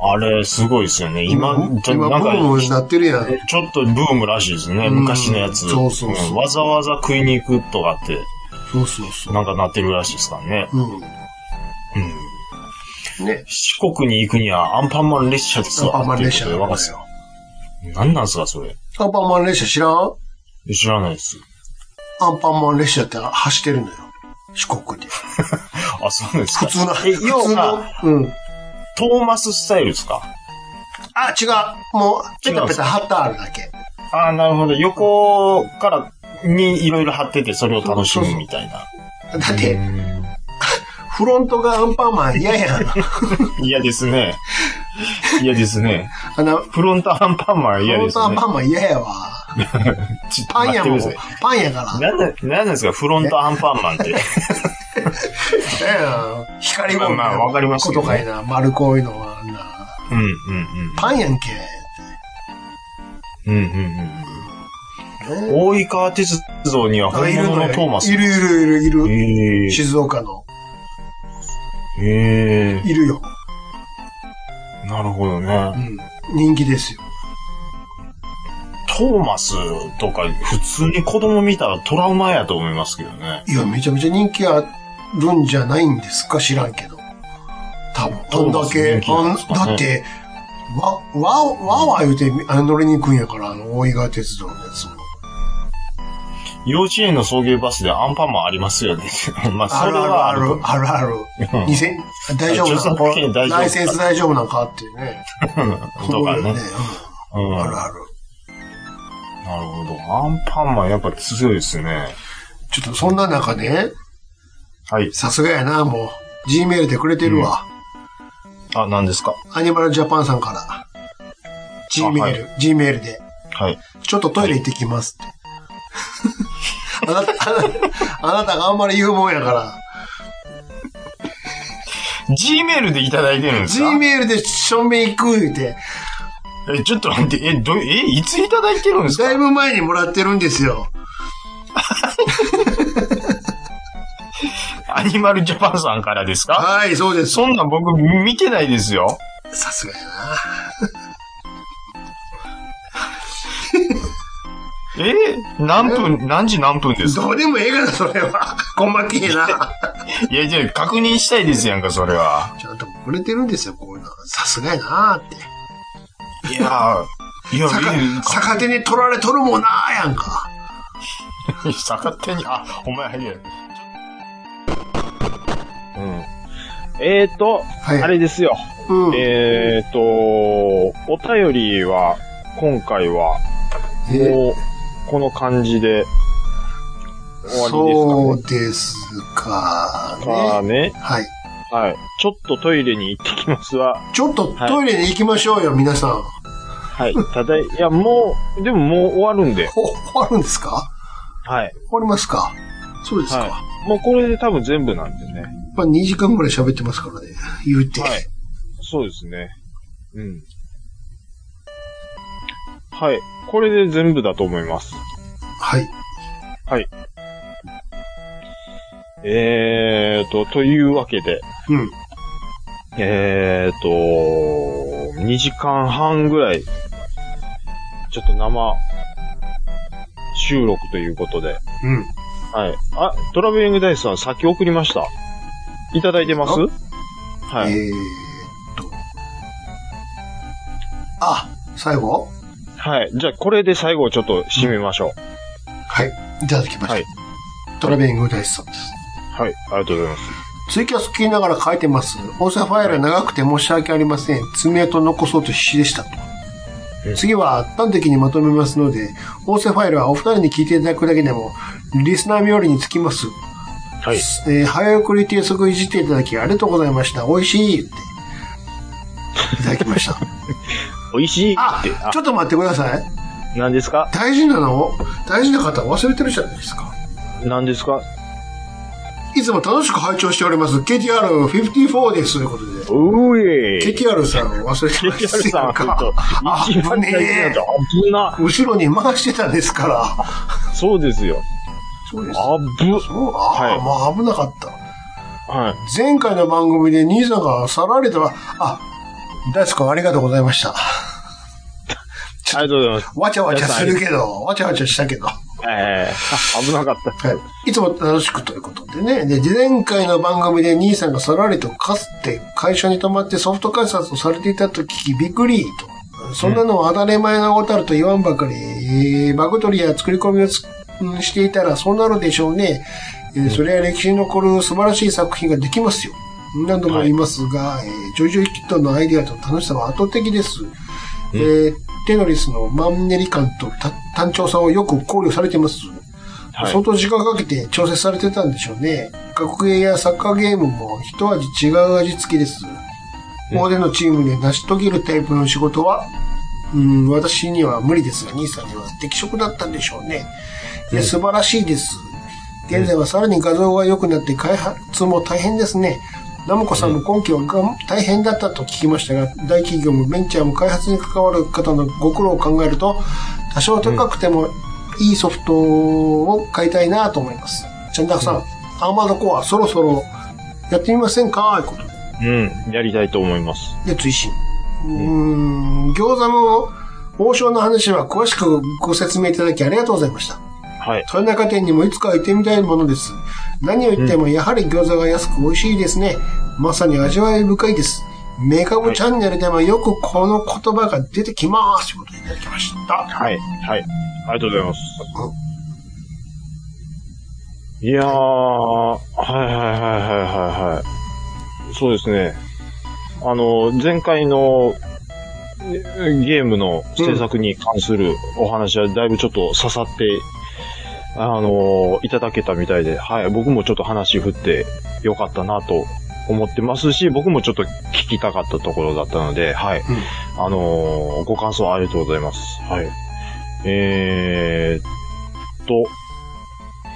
Speaker 2: あれ、すごいですよね。今、ちょ
Speaker 1: 今、
Speaker 2: なん
Speaker 1: 僕
Speaker 2: か、
Speaker 1: もなってるやん。
Speaker 2: ちょっとブームらしいですね。
Speaker 1: うん
Speaker 2: 昔のやつ。
Speaker 1: そうそうそうん
Speaker 2: わざわざ食いに行くとかって、
Speaker 1: そうそうそう。
Speaker 2: なんかなってるらしいですからね。
Speaker 1: う
Speaker 2: うん。
Speaker 1: ん。ね。
Speaker 2: 四国に行くにはアンパンマン列車ですわ。
Speaker 1: アンパンマン列車
Speaker 2: っていうことでわかすよ。何なんすか、それ。
Speaker 1: アンパンマン列車知らん
Speaker 2: 知らないです。
Speaker 1: アンパンマン列車って走ってるのよ。四国で。
Speaker 2: あ、そうなんです
Speaker 1: 普
Speaker 2: か。
Speaker 1: 通の、
Speaker 2: え
Speaker 1: 普通
Speaker 2: 要
Speaker 1: の
Speaker 2: は、、
Speaker 1: うん。
Speaker 2: トーマススタイルですか。
Speaker 1: あ、違う。もう、ペタペタ貼ってあるだけ。
Speaker 2: ああ、なるほど。横から、にいろいろ貼ってて、それを楽しむみたいな。
Speaker 1: だって、フロントがアンパンマン嫌やん。
Speaker 2: 嫌ですね。嫌ですね。
Speaker 1: あの、
Speaker 2: フロントアンパンマンは
Speaker 1: フ
Speaker 2: 嫌
Speaker 1: ロ
Speaker 2: で
Speaker 1: ン
Speaker 2: す
Speaker 1: ト
Speaker 2: ね。
Speaker 1: アンパンマン嫌やわ。
Speaker 2: ちょっと
Speaker 1: パン
Speaker 2: 待っ
Speaker 1: や
Speaker 2: て
Speaker 1: も
Speaker 2: く
Speaker 1: ん
Speaker 2: ださい。。
Speaker 1: パンやから。
Speaker 2: なんで、なんですか、フロントアンパンマンって。
Speaker 1: ええ光も
Speaker 2: まあまあわかります
Speaker 1: こ
Speaker 2: けど
Speaker 1: と
Speaker 2: ね
Speaker 1: かいな。丸こういうのはあんな。
Speaker 2: うん、うん、
Speaker 1: パンやんけ。
Speaker 2: うん。うん、うん、うん。大井川鉄道には本物のトーマス。
Speaker 1: いるいるいるいる。
Speaker 2: へえ
Speaker 1: 静岡の。
Speaker 2: へ
Speaker 1: いるよ。
Speaker 2: えなるほどね
Speaker 1: う。ん。人気ですよ。
Speaker 2: トーマスとか、普通に子供見たらトラウマやと思いますけどね。
Speaker 1: いや、めちゃめちゃ人気あるんじゃないんですか知らんけど。多分。あんだけ、
Speaker 2: ど
Speaker 1: あ
Speaker 2: うなん
Speaker 1: ん
Speaker 2: ですかね
Speaker 1: だって、わ、わ、わわ言うてあの乗りに行くんやから、あの、大井川鉄道のやつも。
Speaker 2: 幼稚園の送迎バスでアンパンマンありますよね。 まあ、
Speaker 1: あ
Speaker 2: それ
Speaker 1: る
Speaker 2: は
Speaker 1: あるある、あるある。2000、大丈夫な
Speaker 2: 著作権
Speaker 1: んか
Speaker 2: 大丈夫か
Speaker 1: ライセンス大丈夫なんかってね。
Speaker 2: るとか
Speaker 1: そうよ
Speaker 2: ね。 うん
Speaker 1: う。ん。あ
Speaker 2: な
Speaker 1: る
Speaker 2: る
Speaker 1: ある。
Speaker 2: ほど。アンパンマンやっぱ強いですね。
Speaker 1: ちょっとそんな中ね、
Speaker 2: はい。
Speaker 1: さすがやな、もう。G メールでくれてるわ。
Speaker 2: あ、何ですか
Speaker 1: アニマルジャパンさんから。G メ
Speaker 2: は
Speaker 1: ール、G メールで。
Speaker 2: はい。
Speaker 1: ちょっとトイレ行ってきますって。あなた、あなたあなたがあんまり言うもんやから、
Speaker 2: G メールでいただいてるんです
Speaker 1: G
Speaker 2: か
Speaker 1: メールで正面行く言うて、
Speaker 2: え、ちょっと待って、え、ど、え、いついただいてるんです
Speaker 1: だい
Speaker 2: か
Speaker 1: ぶ前にもらってるんですよ。
Speaker 2: アニマルジャパンさんからですか
Speaker 1: はい、そうです。
Speaker 2: そんなん僕見てないですよ。
Speaker 1: さすがやな。
Speaker 2: え何分、何時何分ですか
Speaker 1: どうでもええがな、それは。細けえな。
Speaker 2: いや、じゃあ確認したいですやんか、それは。
Speaker 1: ちゃんとくれてるんですよ、こういうの。さすがやなって。
Speaker 2: いや、いや、
Speaker 1: 逆
Speaker 2: い
Speaker 1: 逆手に取られとるもんなやんか。
Speaker 2: い逆手に、あ、お前入れる。うん。
Speaker 3: えーと、
Speaker 1: はい。
Speaker 3: あれですよ。
Speaker 1: うん。
Speaker 3: えーと、お便りは、今回は、
Speaker 1: え
Speaker 3: もう、この感じで、終
Speaker 1: そ
Speaker 3: わ
Speaker 1: うですか
Speaker 3: りです
Speaker 1: ね。
Speaker 3: かね。かね。
Speaker 1: はい。
Speaker 3: はい。ちょっとトイレに行ってきますわ。
Speaker 1: ちょっとトイレに行きましょうよ、皆さん。
Speaker 3: はい。ただ、いや、もう、でももう終わるんで。
Speaker 1: お終わるんですか
Speaker 3: はい。
Speaker 1: 終わりますかそうですか。
Speaker 3: はもうこれで多分全部なんでね。
Speaker 1: まあ2時間ぐらい喋ってますからね。言うて。
Speaker 3: はいそうですね。うん。はい。これで全部だと思います。
Speaker 1: はい。
Speaker 3: えーと、というわけで、
Speaker 1: うん。
Speaker 3: えーと、2時間半ぐらい、ちょっと生収録ということで。
Speaker 1: うん。
Speaker 3: はい。あ、トラベリングダイスさん先送りました。いただいてますはい。
Speaker 1: えーっと。あ、最後
Speaker 3: はい。じゃあ、これで最後ちょっと締めましょう。
Speaker 1: はい。いただきました。
Speaker 3: はい
Speaker 1: トラベリングダイスさんです。
Speaker 3: はい。ありがとうございます。
Speaker 1: ツイキャス聞きながら書いてます。音声ファイル長くて申し訳ありません。爪痕残そうと必死でしたと
Speaker 2: え。
Speaker 1: 次は端的にまとめますので、音声ファイルはお二人に聞いていただくだけでも、リスナー冥利につきます。
Speaker 3: はい
Speaker 1: えー早送り低速いじっていただきありがとうございました。美味しいって。いただき ました。
Speaker 3: 美味しい
Speaker 1: あ
Speaker 3: って、、あ
Speaker 1: ち、ょっと待ってください。
Speaker 3: 何ですか
Speaker 1: 大事なの大事な方忘れてるじゃないですか。
Speaker 3: 何ですか
Speaker 1: いつも楽しく拝聴しております。KTR54 です。ということで。
Speaker 3: うえー
Speaker 1: KTR さん忘れてま
Speaker 3: KTR
Speaker 1: す
Speaker 3: さ
Speaker 1: や
Speaker 3: ん、
Speaker 1: ん
Speaker 3: ちょっ
Speaker 1: か
Speaker 3: と。、一番大事な
Speaker 1: ね
Speaker 3: と、危な。
Speaker 1: 後ろに回してたんですから。
Speaker 3: そうですよ。
Speaker 1: そうです。
Speaker 3: あぶ。
Speaker 1: そうああ、
Speaker 3: はい
Speaker 1: まあ危なかった。
Speaker 3: はい。
Speaker 1: 前回の番組で兄さんが去られたわ。あ、大ス君ありがとうございました。
Speaker 2: ありがとうございます。
Speaker 1: わちゃわちゃするけど、わちゃわちゃしたけど。は
Speaker 2: ええあ危なかった。
Speaker 1: い。いつも楽しくということでね。で、前回の番組で兄さんがさらりとかつて会社に泊まってソフト観察をされていたと聞きびっくりと。そんなのは当たり前のことあると言わんばかり、えーバグ取りや作り込みをつうんしていたらそうなるでしょうね。えーそれは歴史に残る素晴らしい作品ができますよ。何度も言いますが、えージョジョキットのアイデアと楽しさは圧倒的です。えーテノリスのマンネリ感とた単調さをよく考慮されてます。
Speaker 2: はい
Speaker 1: 相当時間かけて調整されてたんでしょうね。格ゲーやサッカーゲームも一味違う味付けです。大手のチームで成し遂げるタイプの仕事は、うん、私には無理ですが、兄さんには適職だったんでしょうね。え素晴らしいです。現在はさらに画像が良くなって開発も大変ですね。ナムコさんも今期はがん大変だったと聞きましたが、大企業もベンチャーも開発に関わる方のご苦労を考えると、多少高くてもいいソフトを買いたいなと思います。チャンダクさん、アーマードコアそろそろやってみませんかということで
Speaker 2: うん、やりたいと思います。
Speaker 1: で、追伸。うーん、餃子の王将の話は詳しくご説明いただきありがとうございました。
Speaker 2: はい。
Speaker 1: 豊中店にもいつか行ってみたいものです。何を言ってもやはり餃子が安く美味しいですね。まさに味わい深いです。メカブチャンネルでもよくこの言葉が出てきます。ということでいただきました。
Speaker 2: はい。はい。ありがとうございます。いやー、はいはいはいはいはいはい。そうですね。あの、前回のえゲームの制作に関するお話はだいぶちょっと刺さって、あの、いただけたみたいで、はい。僕もちょっと話振ってよかったなと思ってますし、僕もちょっと聞きたかったところだったので、はい。あのーご感想ありがとうございます。はい。えーっと、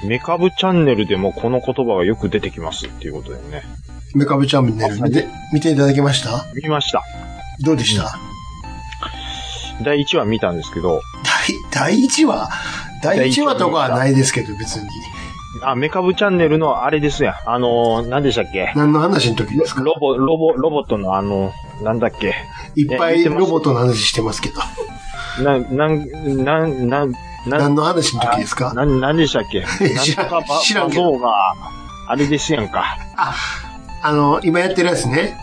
Speaker 2: メカブチャンネルでもこの言葉がよく出てきますっていうことでね。
Speaker 1: メカブチャンネル見て、見ていただきました
Speaker 2: 見ました。
Speaker 1: どうでした、
Speaker 2: 第1話見たんですけど、
Speaker 1: 第、第1話第1話とかはないですけど、別に。
Speaker 2: あ、メカブチャンネルのあれですやん。あのー、何でしたっけ
Speaker 1: 何の話の時ですか
Speaker 2: ロボ、ロボ、ロボットのあの、なんだっけ
Speaker 1: いっぱいロボットの話してますけど。
Speaker 2: な、なん、なん、なん、な
Speaker 1: 何
Speaker 2: ん、
Speaker 1: の話の時ですか
Speaker 2: なん、なんでし たっけなん
Speaker 1: 知
Speaker 2: と
Speaker 1: らん
Speaker 2: かバ
Speaker 1: 知らん
Speaker 2: バ
Speaker 1: け
Speaker 2: ゾ
Speaker 1: ど
Speaker 2: ーが、あれですやんか。
Speaker 1: あの、今やってるやつね。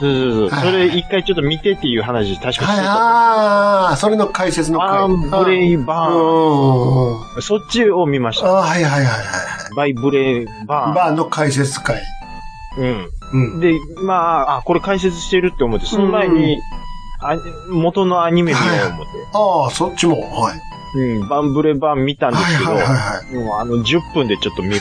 Speaker 2: そうそうそう。
Speaker 1: は
Speaker 2: そ
Speaker 1: いはい
Speaker 2: れ一回ちょっと見てっていう話確かしてた
Speaker 1: はい、
Speaker 2: と思う。
Speaker 1: ああ、それの解説の回。
Speaker 2: バーンブレイ
Speaker 1: あー
Speaker 2: バ
Speaker 1: う
Speaker 2: ー
Speaker 1: んうんうん。
Speaker 2: ン。そっちを見ました。
Speaker 1: ああー、はいはいはいは
Speaker 2: バイブレイ
Speaker 1: い。
Speaker 2: バ
Speaker 1: バーの解説会。
Speaker 2: ーン。
Speaker 1: う。
Speaker 2: うんん。で、まあ、あ、これ解説してるって思って、その前に、あ元のアニメ見よう思って、
Speaker 1: ああ、そっちも。はい。
Speaker 2: うん、バンブレバーン見たんで
Speaker 1: はい
Speaker 2: すけど、
Speaker 1: はいはいはい。
Speaker 2: もうあの10分でちょっと見る。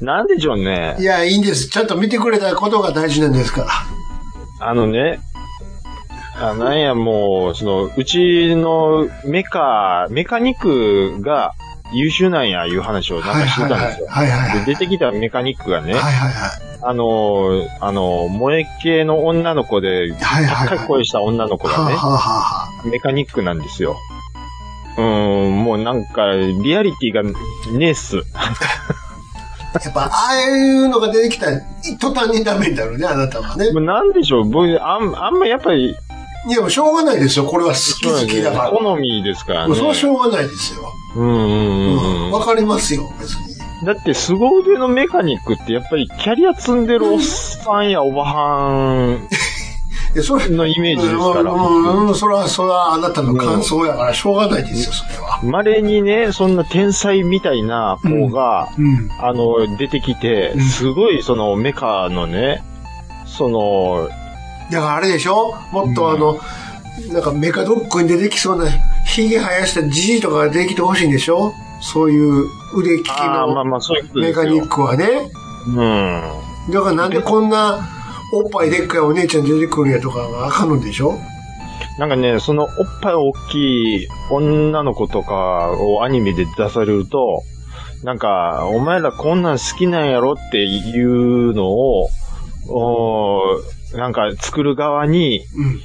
Speaker 2: なんでしょうね
Speaker 1: い。や、いいんです。ちゃんと見てくれたことが大事なんですから。
Speaker 2: あのね、あなんやもう、その、うちのメカ、メカニックが優秀なんやいう話をなん
Speaker 1: は
Speaker 2: か
Speaker 1: い
Speaker 2: して
Speaker 1: はい
Speaker 2: たん
Speaker 1: は
Speaker 2: です
Speaker 1: い。
Speaker 2: よ。
Speaker 1: はいはいはい。
Speaker 2: で出てきたメカニックがね、
Speaker 1: はいはいはい。
Speaker 2: あのー、あのー、萌え系の女の子で、
Speaker 1: はいはいはい。
Speaker 2: 高い声した女の子
Speaker 1: はあ
Speaker 2: がね
Speaker 1: は、あはあ
Speaker 2: メカニックなんですよ。うーん、もうなんか、リアリティがねえっす。
Speaker 1: やっぱ、ああいうのが出てきたら、途端にダメになるね、あなたはね。
Speaker 2: もうなんでしょう、僕、あん、あんまやっぱり、
Speaker 1: いや、もうしょうがないですよ。これは好き好きだから。
Speaker 2: 好みですから
Speaker 1: もう
Speaker 2: ね。
Speaker 1: それはしょうがないですよ。
Speaker 2: うんうん
Speaker 1: う
Speaker 2: うんうん
Speaker 1: ん。わかりますよ、別に。
Speaker 2: だって、凄腕のメカニックってやっぱりキャリア積んでるおっさんやおばは
Speaker 1: いや、それ、
Speaker 2: んのイメージですか
Speaker 1: うんうん
Speaker 2: ら。
Speaker 1: うん、それは、それはあなたの感想やから、しょうがないですよ、それは。
Speaker 2: 稀にね、そんな天才みたいな子が、
Speaker 1: うん。
Speaker 2: あの、出てきて
Speaker 1: う、ん
Speaker 2: すごいそのメカのね、その、
Speaker 1: だからあれでしょもっとあの、なんかメカドックに出てきそうな、ヒゲ生やしたじじいとかが出てきてほしいんでしょそういう腕利き
Speaker 2: ああ、ま
Speaker 1: の
Speaker 2: あまあそういうこと
Speaker 1: メ
Speaker 2: です
Speaker 1: カ
Speaker 2: よ。
Speaker 1: ニックはね。
Speaker 2: うん。
Speaker 1: だからなんでこんな、おっぱいでっかいお姉ちゃん出てくるんやとかがあかんのでしょ
Speaker 2: なんかね、そのおっぱい大きい女の子とかをアニメで出されると、なんか、お前らこんなん好きなんやろっていうのを、おーなんか作る側に、
Speaker 1: うん。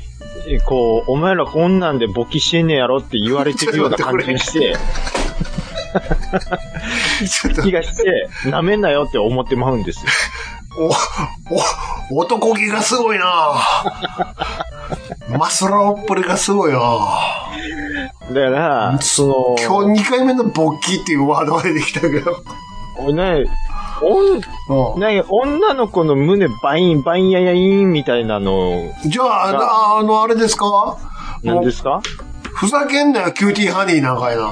Speaker 2: えこう、お前らこんなんで勃起してんねやろって言われてるような感じにして、
Speaker 1: ちょっと
Speaker 2: 気、がして、舐めんなよって思ってまうんですよ。
Speaker 1: お、男気がすごいなマスラオっぷりがすごいな
Speaker 2: だから、その、
Speaker 1: 今日2回目の勃起っていうワードが出てきたけど。
Speaker 2: ね、お
Speaker 1: うん
Speaker 2: んね女の子の胸バイン、バインややインみたいなの、
Speaker 1: じゃあ、ああの、あれですか
Speaker 2: なんですか
Speaker 1: ふざけんなよ、キューティーハニーなんかいな。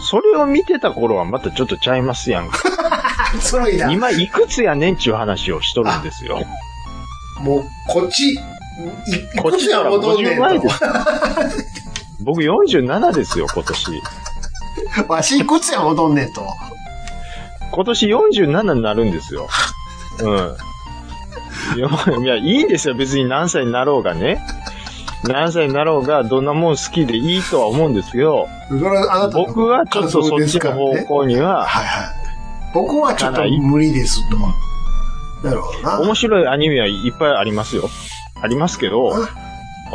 Speaker 2: それを見てた頃はまたちょっとちゃいますやんか。
Speaker 1: つらいな。
Speaker 2: 今 いくつやねんちゅう話をしとるんですよ。
Speaker 1: もう、こっち、い
Speaker 2: こっちから
Speaker 1: こっちは
Speaker 2: 50
Speaker 1: 戻
Speaker 2: 前
Speaker 1: んね
Speaker 2: で
Speaker 1: え
Speaker 2: す。僕47ですよ、今年。
Speaker 1: と。わし、いくつや戻んねえと。
Speaker 2: 今年47になるんですよ。うん。よいや、いいんですよ。別に何歳になろうがね。何歳になろうが、どんなもん好きでいいとは思うんですけど、
Speaker 1: それはあなたの
Speaker 2: 僕はちょっとそっちの方向には、
Speaker 1: はいはい。僕はちょっと無理ですと。なるほどな。
Speaker 2: 面白いアニメはいっぱいありますよ。ありますけど、うん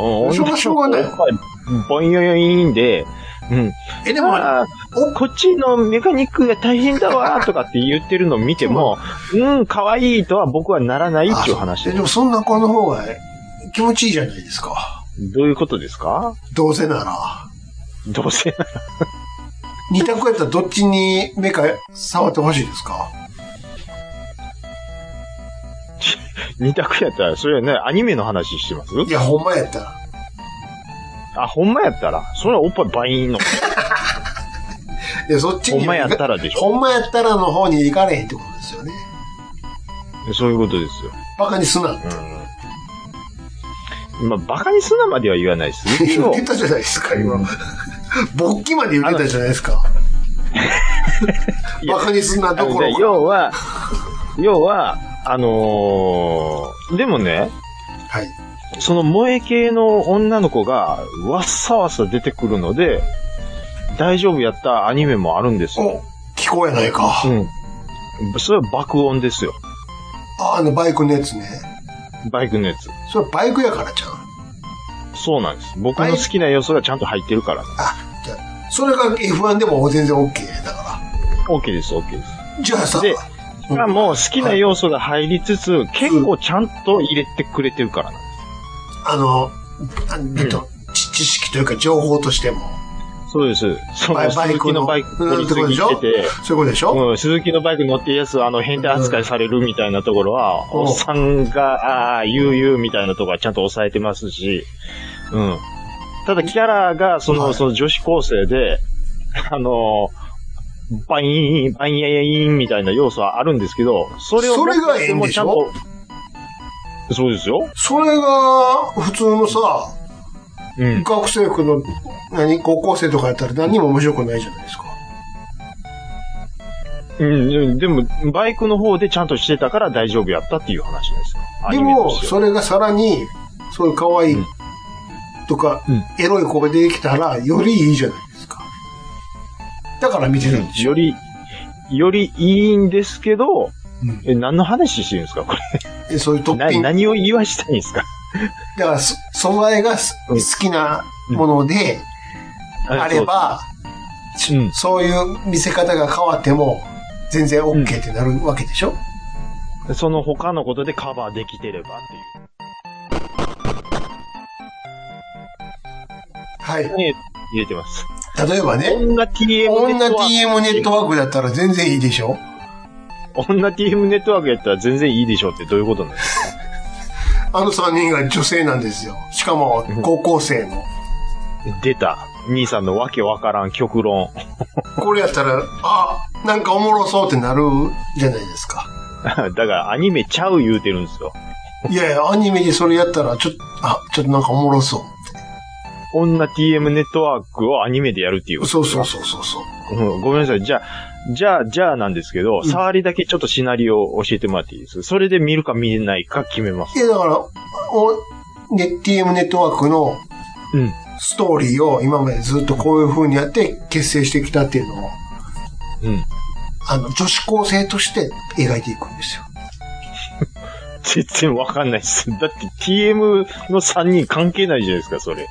Speaker 1: あそれ
Speaker 2: 女
Speaker 1: は
Speaker 2: の
Speaker 1: しょ
Speaker 2: 子
Speaker 1: うがない
Speaker 2: やっぱりぼんよよいんで、うん。
Speaker 1: え、でも、
Speaker 2: あーこっちのメカニックが大変だわーとかって言ってるのを見ても、うん、可愛いとは僕はならないっていう話
Speaker 1: あ
Speaker 2: で
Speaker 1: でもそんな子の方が気持ちいいじゃないですか。
Speaker 2: どういうことですか
Speaker 1: どうせなら。
Speaker 2: どうせ。
Speaker 1: 二択やったらどっちに目か触ってほしいですか
Speaker 2: 二択やったら、それはね、アニメの話してます
Speaker 1: いや、ほんまやったら。
Speaker 2: あ、ほんまやったら。それはおっぱいバインの。
Speaker 1: いや、そっちに。
Speaker 2: ほんまやったらでしょ
Speaker 1: ほんまやったらの方に行かれへんってことですよね。
Speaker 2: そういうことですよ。
Speaker 1: バカにすな。
Speaker 2: うん。まあ、バカにすなまでは言わない ですけ
Speaker 1: 言
Speaker 2: ど
Speaker 1: っ、てたじゃないですか、今。勃起まで言ってたじゃないですか。
Speaker 2: いや
Speaker 1: バカにすな
Speaker 2: あ
Speaker 1: ど
Speaker 2: の
Speaker 1: こ
Speaker 2: ね
Speaker 1: ろか。
Speaker 2: 要は、要は、あのーでもね、
Speaker 1: はい。
Speaker 2: その萌え系の女の子が、わっさわっさ出てくるので、大丈夫やったアニメもあるんですよ。
Speaker 1: お、聞こえないか。
Speaker 2: うん。それは爆音ですよ。
Speaker 1: あ、あのバイクのやつね。
Speaker 2: バイクのやつ。
Speaker 1: それバイクやからじゃん。
Speaker 2: そうなんです。僕の好きな要素がちゃんと入ってるからね。
Speaker 1: あ、じゃあそれが F1 でも全然 OK だか
Speaker 2: OK です、OK です。
Speaker 1: ら。じゃあさ、
Speaker 2: で
Speaker 1: うん
Speaker 2: がもう好きな要素が入りつつ、結構ちゃんと入れてくれてるからな。
Speaker 1: あの、なんえっと、知知識というか情報としても。
Speaker 2: そうです。そ
Speaker 1: バイ
Speaker 2: の鈴木のバイク乗り継ぎしてて、
Speaker 1: そういうことでしょ
Speaker 2: うん、鈴木のバイク乗ってるやつはあの変態扱いされるみたいなところは、
Speaker 1: うん
Speaker 2: おっさんが、ああ、ゆうゆうみたいなところはちゃんと抑えてますし、うん。ただキャラが、その、
Speaker 1: はい
Speaker 2: その女子高生で、 あのバイン、バインややインみたいな要素はあるんですけど、それを
Speaker 1: それがええんでしょ
Speaker 2: もうちゃんとそうですよ。
Speaker 1: それが、普通のさ、
Speaker 2: うん。
Speaker 1: 学生服の、何、高校生とかやったら何にも面白くないじゃないですか。
Speaker 2: うんうん、でも、バイクの方でちゃんとしてたから大丈夫やったっていう話ですよ。ア
Speaker 1: で
Speaker 2: ニメと
Speaker 1: も、
Speaker 2: して
Speaker 1: そ
Speaker 2: は
Speaker 1: れがさらに、そういう可愛いとか、
Speaker 2: うん
Speaker 1: エロい子が出てきたら、よりいいじゃないですか。だから見てるんでしょ。
Speaker 2: より、よりいいんですけど、
Speaker 1: うん
Speaker 2: え、何の話してるんですかこ
Speaker 1: でそういうト
Speaker 2: れ。
Speaker 1: ッピ
Speaker 2: な、
Speaker 1: ング。
Speaker 2: 何を言わしたいんですか
Speaker 1: だからそ、素材がす
Speaker 2: うん
Speaker 1: 好きなもので、あれ。ば、
Speaker 2: そううん。
Speaker 1: そういう見せ方が変わっても、全然 OK ってなるわけでしょ、
Speaker 2: その他のことでカバーできてればっていう。
Speaker 1: はい。
Speaker 2: ね、入れてます。
Speaker 1: 例えばね、
Speaker 2: 女 TM ネ
Speaker 1: 女
Speaker 2: ットワー
Speaker 1: TM ネットワークだったら全然いいでしょ
Speaker 2: ク。女 TM ネットワークやったら全然いいでしょうってどういうことなんです
Speaker 1: あの3人が女性なんですよ。しかも
Speaker 2: うん、
Speaker 1: 高校生の。
Speaker 2: か出た。兄さんのわけわからん極論。
Speaker 1: これやったら、あ、なんかおもろそうってなるじゃないですか。
Speaker 2: だからアニメちゃう言うてるんですよ。
Speaker 1: いやいや、アニメでそれやったら、ちょっと、あ、ちょっとなんかおもろそ
Speaker 2: 女 TM ネットワークをアニメでやるっていう
Speaker 1: う。。そうそうそうそうそう。
Speaker 2: うん、ごめんなさい。じゃあ、じゃあ、じゃあなんですけど、触りだけちょっとシナリオを教えてもらっていいですそれで見るか見れないか決めます。
Speaker 1: いや、だから、お、ね、TM ネットワークの
Speaker 2: うん。
Speaker 1: ストーリーを今までずっとこういう風にやって結成してきたっていうのを、
Speaker 2: うん。
Speaker 1: あの、女子高生として描いていくんですよ。
Speaker 2: 全然わかんないです。だって TM の3人関係ないじゃないですか、それ。
Speaker 1: だか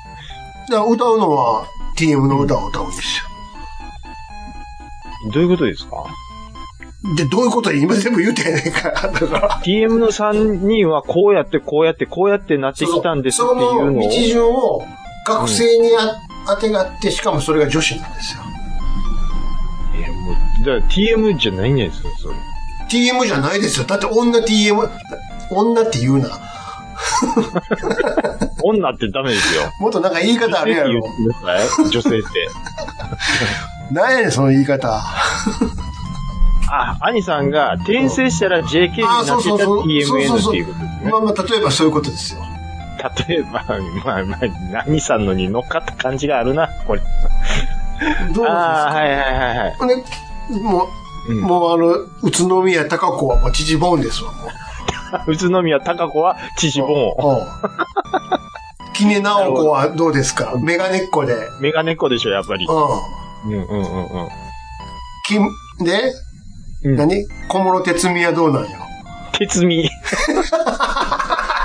Speaker 1: ら歌うのは TM の歌を歌うんですよ。
Speaker 2: どういうことですか
Speaker 1: で、どういうこと今全部言うてんねんから。だ から。
Speaker 2: DM の3人はこうやってこうやってこうやってなってきたんですっていうのを
Speaker 1: その道。順を学生にあ当てがって、しかもそれが女子なんですよ。
Speaker 2: いやもうじゃあ TM じゃないんですよ、それ。
Speaker 1: TM じゃないですよ。だって女 TM、女って言うな。
Speaker 2: 女ってダメですよ。
Speaker 1: もっとなんか言い方あるやろ。
Speaker 2: 女性って言ってください女性って。
Speaker 1: なんやねん、その言い方。
Speaker 2: あ、兄さんが転生したら JK にな
Speaker 1: あ
Speaker 2: ってた
Speaker 1: そうそうそう
Speaker 2: TMN っていうことですね
Speaker 1: ま。あまあ、例えばそういうことですよ。
Speaker 2: 例えば、まあまあ、何さんのに乗っかった感じがあるな、これ。
Speaker 1: どう
Speaker 2: ああ、
Speaker 1: で
Speaker 2: はいはいはい はい。
Speaker 1: すかね、もう、
Speaker 2: うん
Speaker 1: もうあの、宇都宮高子はもう縮ぼんですわ、もう。
Speaker 2: 宇都宮高子は父本。
Speaker 1: うん。キネナオコはどうですかメガネっ子で。うん。
Speaker 2: メガネっ子でしょ、やっぱり。うんうんうんうん。
Speaker 1: きん、で、
Speaker 2: うん
Speaker 1: 何小室哲美はどうなんよ。
Speaker 2: 鉄み。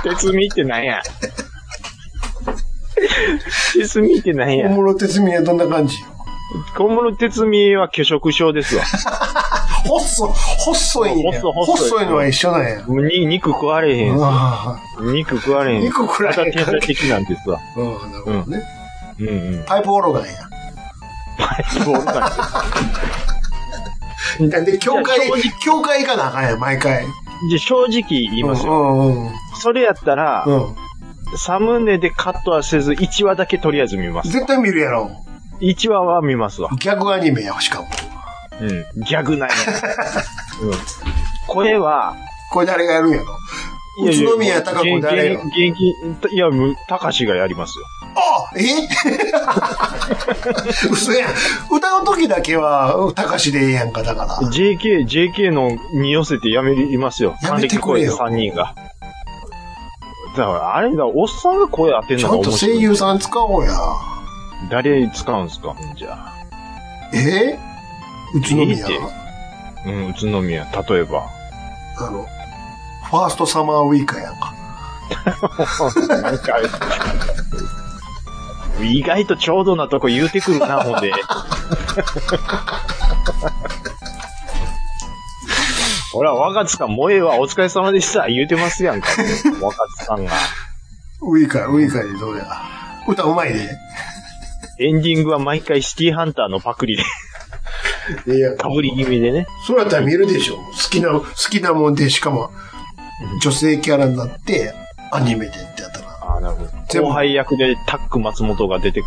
Speaker 2: 鉄みってなんや。鉄みってなん
Speaker 1: 小
Speaker 2: や。
Speaker 1: 室哲美はどんな感じよ。
Speaker 2: 小室鉄みは拒食症ですわ。
Speaker 1: 細、細いんや。
Speaker 2: 細い細い
Speaker 1: 細いのは一緒なんや。
Speaker 2: もうに肉食われへん。
Speaker 1: あ
Speaker 2: 肉食われへ
Speaker 1: あ、
Speaker 2: ん。
Speaker 1: 肉くら
Speaker 2: ま
Speaker 1: い。
Speaker 2: た
Speaker 1: うん、な
Speaker 2: 天才
Speaker 1: る
Speaker 2: 的なんですわ。
Speaker 1: ほどね。
Speaker 2: うんうん。
Speaker 1: パイプオロガンや。
Speaker 2: そう なん
Speaker 1: で、
Speaker 2: です
Speaker 1: 教会
Speaker 2: いや正直、
Speaker 1: 教会行かなあかんやん、毎回。
Speaker 2: じゃあ正直言います
Speaker 1: う
Speaker 2: よ。
Speaker 1: んうんうん。
Speaker 2: それやったら、
Speaker 1: うん。
Speaker 2: サムネでカットはせず、1話だけとりあえず見ます。
Speaker 1: 絶対見るやろ。
Speaker 2: 1話は見ますわ。
Speaker 1: 逆アニメや、しかも。
Speaker 2: うん。ギャグなんや。うん。これは、
Speaker 1: これ誰がやるんやろ。宇都宮高子誰よ
Speaker 2: 現現現金、いや、もう、高しがやりますよ。
Speaker 1: あえ 嘘やん。歌の時だけは、たかしでええやんか、だから。
Speaker 2: JK、JK のに寄せてやめますよ。
Speaker 1: やめてくれよ
Speaker 2: 還暦超えた3人が。だから、あれだ、おっさんが声当てん
Speaker 1: ち
Speaker 2: の
Speaker 1: ゃ
Speaker 2: が
Speaker 1: んと
Speaker 2: 面
Speaker 1: 声
Speaker 2: 白い。
Speaker 1: 優さん使おうや。
Speaker 2: 誰使うんすかじゃあ。
Speaker 1: え宇都
Speaker 2: いい
Speaker 1: 宮
Speaker 2: ってうん、宇都宮、例えば。
Speaker 1: あの、ファーストサマーウイカやんか。
Speaker 2: なんか、 意外とちょうどなとこ言うてくる な、ほんで。ほら、若津さん、萌えはお疲れ様でした、言うてますやんか。若津さんが。
Speaker 1: ウイカ、ウイカでどうや。歌うまいで。
Speaker 2: エンディングは毎回シティハンターのパクリで、
Speaker 1: いや、
Speaker 2: かぶり気味でね。
Speaker 1: そうやったら見るでしょ。好きな、好きなもんで、しかも、女性キャラになって、アニメでってやったら。
Speaker 2: ああ、なるほ
Speaker 1: 全
Speaker 2: ど。
Speaker 1: 部
Speaker 2: 後輩役でタック松本が出てくる。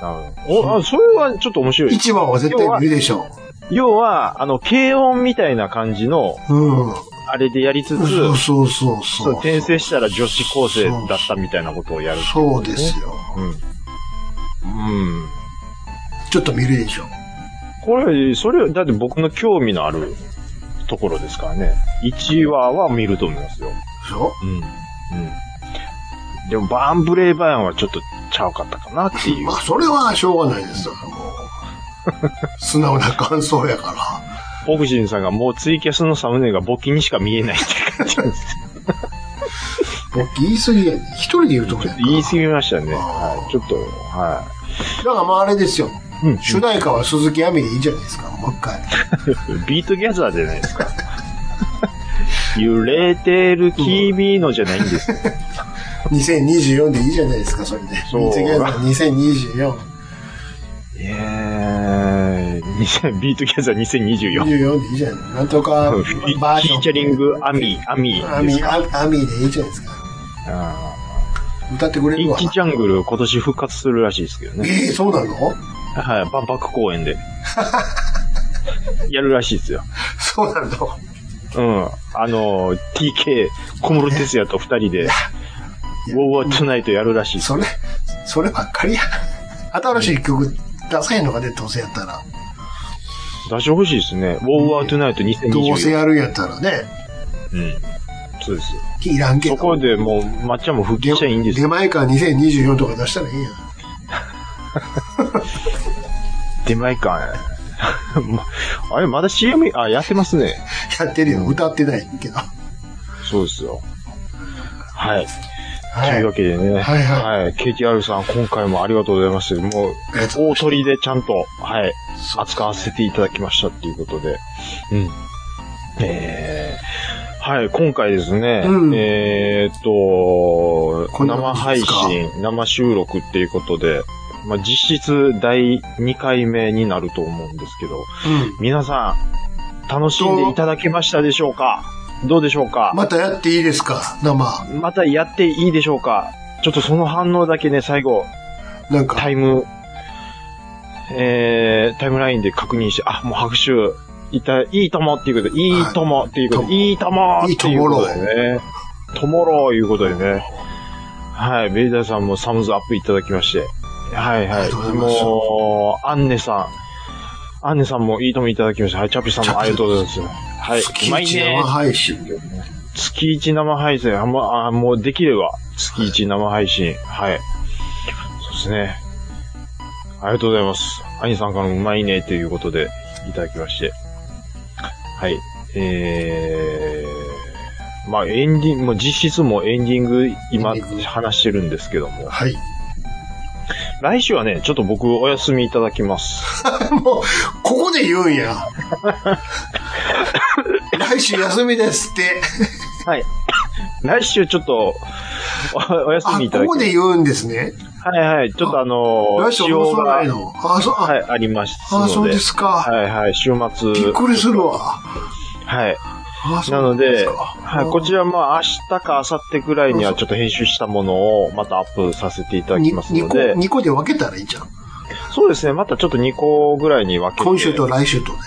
Speaker 2: なるほど。おあそれはちょっと面白い。
Speaker 1: 一番は絶対見るでしょ。
Speaker 2: 要は、あの、軽音みたいな感じの、
Speaker 1: うん。
Speaker 2: あれでやりつつ、
Speaker 1: そうそうそう
Speaker 2: そ
Speaker 1: そうう。
Speaker 2: 転生したら女子高生だったみたいなことをやる。
Speaker 1: そうですよ。
Speaker 2: うん。うん。
Speaker 1: ちょっと見るでしょ。
Speaker 2: これ、それ、だって僕の興味のあるところですからね。1話は見ると思いますよ。
Speaker 1: でしょ
Speaker 2: うん。うん。でも、バーンブレイバーンはちょっとちゃうかったかなっていう
Speaker 1: ま。あ、それはしょうがないですよ、 もう。素直な感想やから。
Speaker 2: オグジンさんがもうツイキャスのサムネが簿記にしか見えないって感じです。
Speaker 1: 僕言い過ぎやね。一人で言うとこやんか
Speaker 2: 言い過ぎましたね。
Speaker 1: あー
Speaker 2: はい。ちょっと、は
Speaker 1: だからまああれですよ。
Speaker 2: い。うん。
Speaker 1: 主題歌は鈴木亜美でいいじゃないですか、もう一回。
Speaker 2: ビートギャザーじゃないですか。揺れてる君のじゃないんですよ。
Speaker 1: 2024でいいじゃないですか、それで。
Speaker 2: そう
Speaker 1: ビートギャザー2024。
Speaker 2: えー、ビートギャザー2024。
Speaker 1: 24でいいじゃないなんとか
Speaker 2: フィ
Speaker 1: バージョン。
Speaker 2: ーチャリングアミ、アミ
Speaker 1: 亜
Speaker 2: で
Speaker 1: 美、
Speaker 2: すか。
Speaker 1: 亜美でいいじゃないですか。
Speaker 2: あ
Speaker 1: 歌ってく
Speaker 2: ー
Speaker 1: れ
Speaker 2: イ
Speaker 1: る
Speaker 2: ン
Speaker 1: わ
Speaker 2: キ。ジャングル今年復活するらしいですけど
Speaker 1: え
Speaker 2: ね。
Speaker 1: えそうなの
Speaker 2: はい、万博公演で。やるらしいですよ。
Speaker 1: そうなの
Speaker 2: うん。あの、TK、小室哲也と二人で、ウォーウォートゥナイトやるらしいです。
Speaker 1: それ、そればっかりや。新しい曲出せへんのかね、どうせやったら。
Speaker 2: 出してほしいですね。ウォーウォートゥナイト2024。
Speaker 1: どうせやるんやったらね、
Speaker 2: うん。そうですよ。
Speaker 1: いらんけど。
Speaker 2: そこでもう、抹茶も復帰しちゃいいんです
Speaker 1: 出
Speaker 2: よ。
Speaker 1: 前から2024とか出したらいいやん。
Speaker 2: 出前館。ま あれ、まだ CM、あ、やってますね。
Speaker 1: やってるよ。歌ってないけど。
Speaker 2: そうですよ。はい。
Speaker 1: はい
Speaker 2: というわけでね。
Speaker 1: はいは
Speaker 2: はい。KTR さん、今回もありがとうございます。もう、
Speaker 1: ありがとう
Speaker 2: 大鳥でちゃんと、はい、
Speaker 1: そう
Speaker 2: 扱わせていただきましたっていうことで。うん。えー、はい、今回ですね、
Speaker 1: うん
Speaker 2: えーっと、
Speaker 1: こんな
Speaker 2: 生
Speaker 1: 感じ
Speaker 2: 配
Speaker 1: ですか
Speaker 2: 信、生収録っていうことで、まあ、実質第2回目になると思うんですけど、
Speaker 1: うん。
Speaker 2: 皆さん、楽しんでいただけましたでしょうかどうでしょうか
Speaker 1: またやっていいですか生。
Speaker 2: またやっていいでしょうかちょっとその反応だけね、最後、
Speaker 1: なんか、
Speaker 2: タイム、えー、タイムラインで確認して、あ、もう拍手、いた、いいともっていうことで、いいともっていうことで、
Speaker 1: はい
Speaker 2: い、いともっていうことでね。ともろういうことでね。はい、ベイダーさんもサムズアップいただきまして。はい
Speaker 1: ありが
Speaker 2: はい。
Speaker 1: とうございます
Speaker 2: もう、アンネさん。アンネさんもいいともいただきました。はい、チャッピさんもありがとうございます。はい、
Speaker 1: 月
Speaker 2: うまい
Speaker 1: 一
Speaker 2: ね
Speaker 1: 生配信でね。
Speaker 2: 月一生配信、あ、まあ、もうできれば、月一生配信、はい。そうですね。ありがとうございます。アニさんからもうまいね、ということで、いただきまして。はい。えー、まあ、エンディング、もう実質もうエンディング、今
Speaker 1: エンディング、
Speaker 2: 話してるんですけども。
Speaker 1: はい。
Speaker 2: 来週はね、ちょっと僕、お休みいただきます。
Speaker 1: もう、ここで言うんや。来週休みですって。
Speaker 2: 来週、ちょっと、おお休
Speaker 1: あ、
Speaker 2: みいただ
Speaker 1: ここ
Speaker 2: きます。
Speaker 1: で言うんですね。
Speaker 2: はいはい。ちょっとあのー、
Speaker 1: 来週面白ないの。あ、そう、
Speaker 2: は
Speaker 1: あ、
Speaker 2: い、ありますので。
Speaker 1: あそうですか。
Speaker 2: はいはい、週末。
Speaker 1: びっくりするわ。
Speaker 2: はい。
Speaker 1: あ、そ
Speaker 2: な
Speaker 1: う
Speaker 2: の
Speaker 1: です
Speaker 2: で、
Speaker 1: か
Speaker 2: はい、こちらまあ明日か明後日ぐらいにはちょっと編集したものをまたアップさせていただき
Speaker 1: に
Speaker 2: ます
Speaker 1: 二
Speaker 2: の
Speaker 1: 個、
Speaker 2: で、
Speaker 1: 二個で分けたらいいじゃん。
Speaker 2: そうですね、またちょっと2個ぐらいに分けて。
Speaker 1: 今週と来週とね。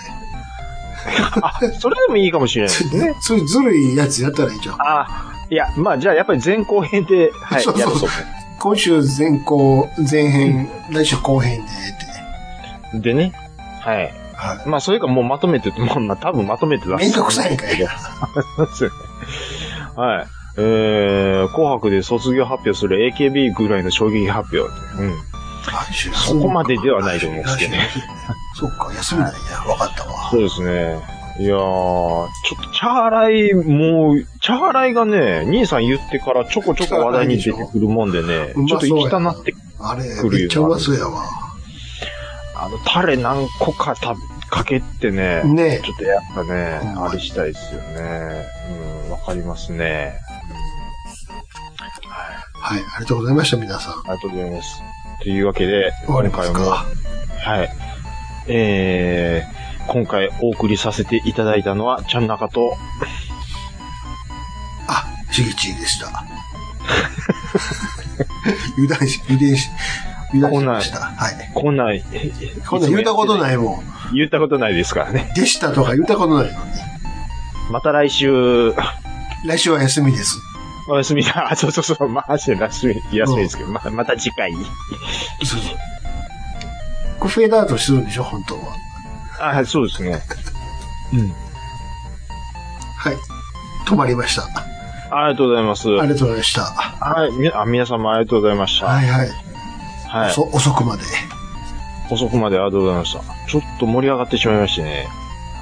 Speaker 2: あ、それでもいいかもしれないですね。
Speaker 1: そういうずるいやつやったらいいじゃん。
Speaker 2: あ、いや、まあじゃあやっぱり前後編で、はい、
Speaker 1: そうそう
Speaker 2: やると思
Speaker 1: 今週前後、前編、来週後編でってね。
Speaker 2: う。でね、はい。
Speaker 1: は
Speaker 2: まあそれかもうまとめて、もうまあ多分まとめて出
Speaker 1: い。めんどくさいんかい。
Speaker 2: そうですよね。はい。えー、紅白で卒業発表する AKB ぐらいの衝撃発表。うん。
Speaker 1: 来週
Speaker 2: そこまでではないと思うんですけどね
Speaker 1: 来週休みそっか、休みなんや。わかったわ。
Speaker 2: そうですね。いやー、ちょっと、チャーライ、もう、チャーライがね、兄さん言ってからちょこちょこ話題に出てくるもんでね、
Speaker 1: うま
Speaker 2: ちょっと
Speaker 1: そう
Speaker 2: 行
Speaker 1: や
Speaker 2: きたなって、
Speaker 1: あれ
Speaker 2: 来、るよ
Speaker 1: めっちゃうまそうやわ。
Speaker 2: あの、タレ何個かたかけてね、
Speaker 1: ね
Speaker 2: ちょっとやっぱね、
Speaker 1: うん
Speaker 2: あれしたいですよね。うん、わかりますね。
Speaker 1: はい、ありがとうございました、皆さん。
Speaker 2: ありがとうございます。というわけで、
Speaker 1: 終わります
Speaker 2: 今回も
Speaker 1: か。
Speaker 2: はい。えー、今回お送りさせていただいたのは、ちゃんなかと、
Speaker 1: あ、ちぎちぎでした。油断し、油断し、油断しました。はい。
Speaker 2: こんなん、
Speaker 1: こんなん言ったこと
Speaker 2: い。
Speaker 1: ないもん。
Speaker 2: 言ったことないですからね。
Speaker 1: でしたとか言ったことないのに。
Speaker 2: また来週、
Speaker 1: 来週は休みです。
Speaker 2: お休みだ。あそうそうそう。まあ、明日休み、休みですけど、まあ、また次回。
Speaker 1: そうそう。これフェードアウトするんでしょ、本当は。
Speaker 2: あそうですね。うん。
Speaker 1: はい。止まりました。
Speaker 2: ありがとうございます。
Speaker 1: あ
Speaker 2: は
Speaker 1: りがとうございました。
Speaker 2: い。みあ皆さんもありがとうございました。
Speaker 1: はいはい。
Speaker 2: はい。
Speaker 1: そ遅くまで。
Speaker 2: 遅くまでありがとうございました。ちょっと盛り上がってしまいましてね。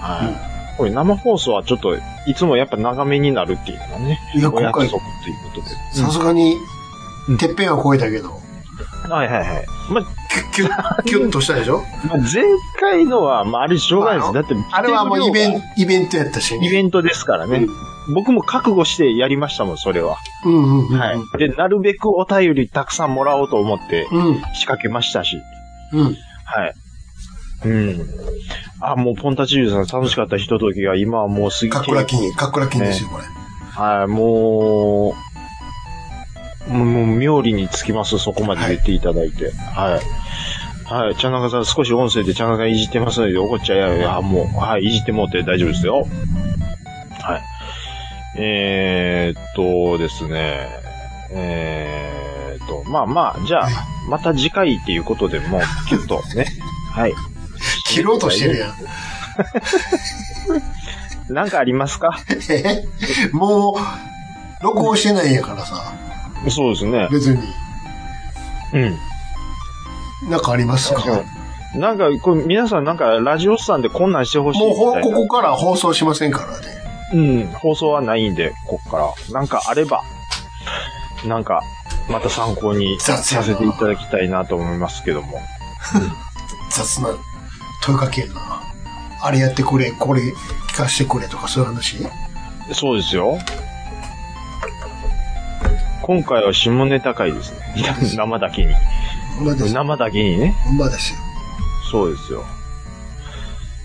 Speaker 2: はい。これ生放送はちょっと、いつもやっぱ長めになるっていうのがね。
Speaker 1: いや、
Speaker 2: お
Speaker 1: 今
Speaker 2: 約
Speaker 1: 回、
Speaker 2: 束っていうことで。
Speaker 1: さすがに
Speaker 2: うん、
Speaker 1: てっぺんは超えたけど、
Speaker 2: はいはいはい。まあ、
Speaker 1: キュッ、キュ ッ、キュッとしたでしょ
Speaker 2: まあ前回のは、まあ、あれしょうがないです。だって、
Speaker 1: あれはもうイベント、イベントやったし
Speaker 2: イ
Speaker 1: ね。
Speaker 2: ベントですからね。僕も覚悟してやりましたもん、それは。
Speaker 1: うんうんうん。
Speaker 2: はい。で、なるべくお便りたくさんもらおうと思って
Speaker 1: うん、
Speaker 2: 仕掛けましたし。
Speaker 1: うん。
Speaker 2: はい。うん。あ、もうポンタチーズさん楽しかったひとときが今はもう過ぎ
Speaker 1: かってこ
Speaker 2: る
Speaker 1: ら。金、かっこら金ですよ、これ。
Speaker 2: はい、もう、もう、もう妙利につきます、そこまで言っていただいて。はい。はい、ちゃなかさん少し音声でちゃなかいじってますので怒っちゃいやいや、もう、はい、いじってもうて大丈夫ですよ。はい。えー、っとですね、えー、っと、まあまあ、じゃあ
Speaker 1: はい、
Speaker 2: また次回っていうことでもう、きゅっとね、はい。
Speaker 1: 切ろうとしてるやん。
Speaker 2: なんかありますか
Speaker 1: え もう、録音してないんやからさ、
Speaker 2: そうですね。
Speaker 1: 別に。
Speaker 2: うん。
Speaker 1: なんかありますかも
Speaker 2: なんか、これ皆さんなんか、ラジオスさんでこんなんしてほしいう
Speaker 1: ほ
Speaker 2: みたい
Speaker 1: こ
Speaker 2: な。
Speaker 1: こから放送しませんからね。
Speaker 2: うん、放送はないんで、こっから。なんかあれば、なんか、また参考にさ
Speaker 1: 雑やな
Speaker 2: せていただきたいなと思いますけども。
Speaker 1: 雑な問いかけやな。あれやってくれ、これ聞かせてくれとかそういう話
Speaker 2: そうですよ。今回は下ネタ会ですね。生だけに。
Speaker 1: ほんまです。
Speaker 2: 生だけにね。
Speaker 1: ほんまですよ。
Speaker 2: そうですよ。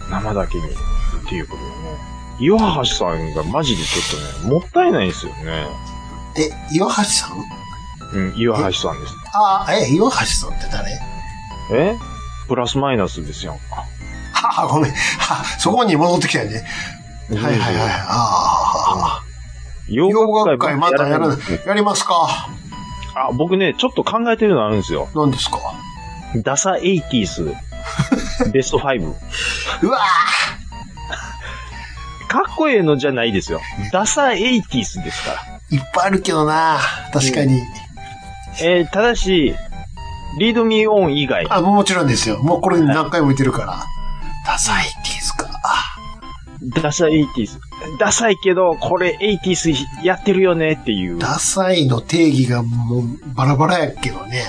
Speaker 2: 生だけに。っていうことでね。岩橋さんがマジでちょっとね、もったいないんですよね。
Speaker 1: え、岩橋さん
Speaker 2: うん、岩橋さんです。
Speaker 1: ああ、え、岩橋さんって誰
Speaker 2: えプラスマイナスですよ。
Speaker 1: はあ、ごめん。 はあ、そこに戻ってきたよね。はいはいはい。ああ、
Speaker 2: 洋
Speaker 1: 洋楽
Speaker 2: 楽
Speaker 1: 会
Speaker 2: 会
Speaker 1: またやる
Speaker 2: ない、
Speaker 1: やりますか
Speaker 2: あ、僕ね、ちょっと考えてるのあるんですよ。
Speaker 1: 何ですか
Speaker 2: ダサエイティ ース、ベスト5。
Speaker 1: うわ
Speaker 2: かっこええのじゃないですよ。ダサエイティースですから。
Speaker 1: ーいっぱいあるけどな確かに。
Speaker 2: えーただし、リードミーオン以外、
Speaker 1: あ、もちろんですよ。もうこれ何回も言ってるから。ダサいっていいですかあ
Speaker 2: ダサエイティース。ダサいけど、これエイティースやってるよねっていう。
Speaker 1: ダサいの定義がもうバラバラやけどね。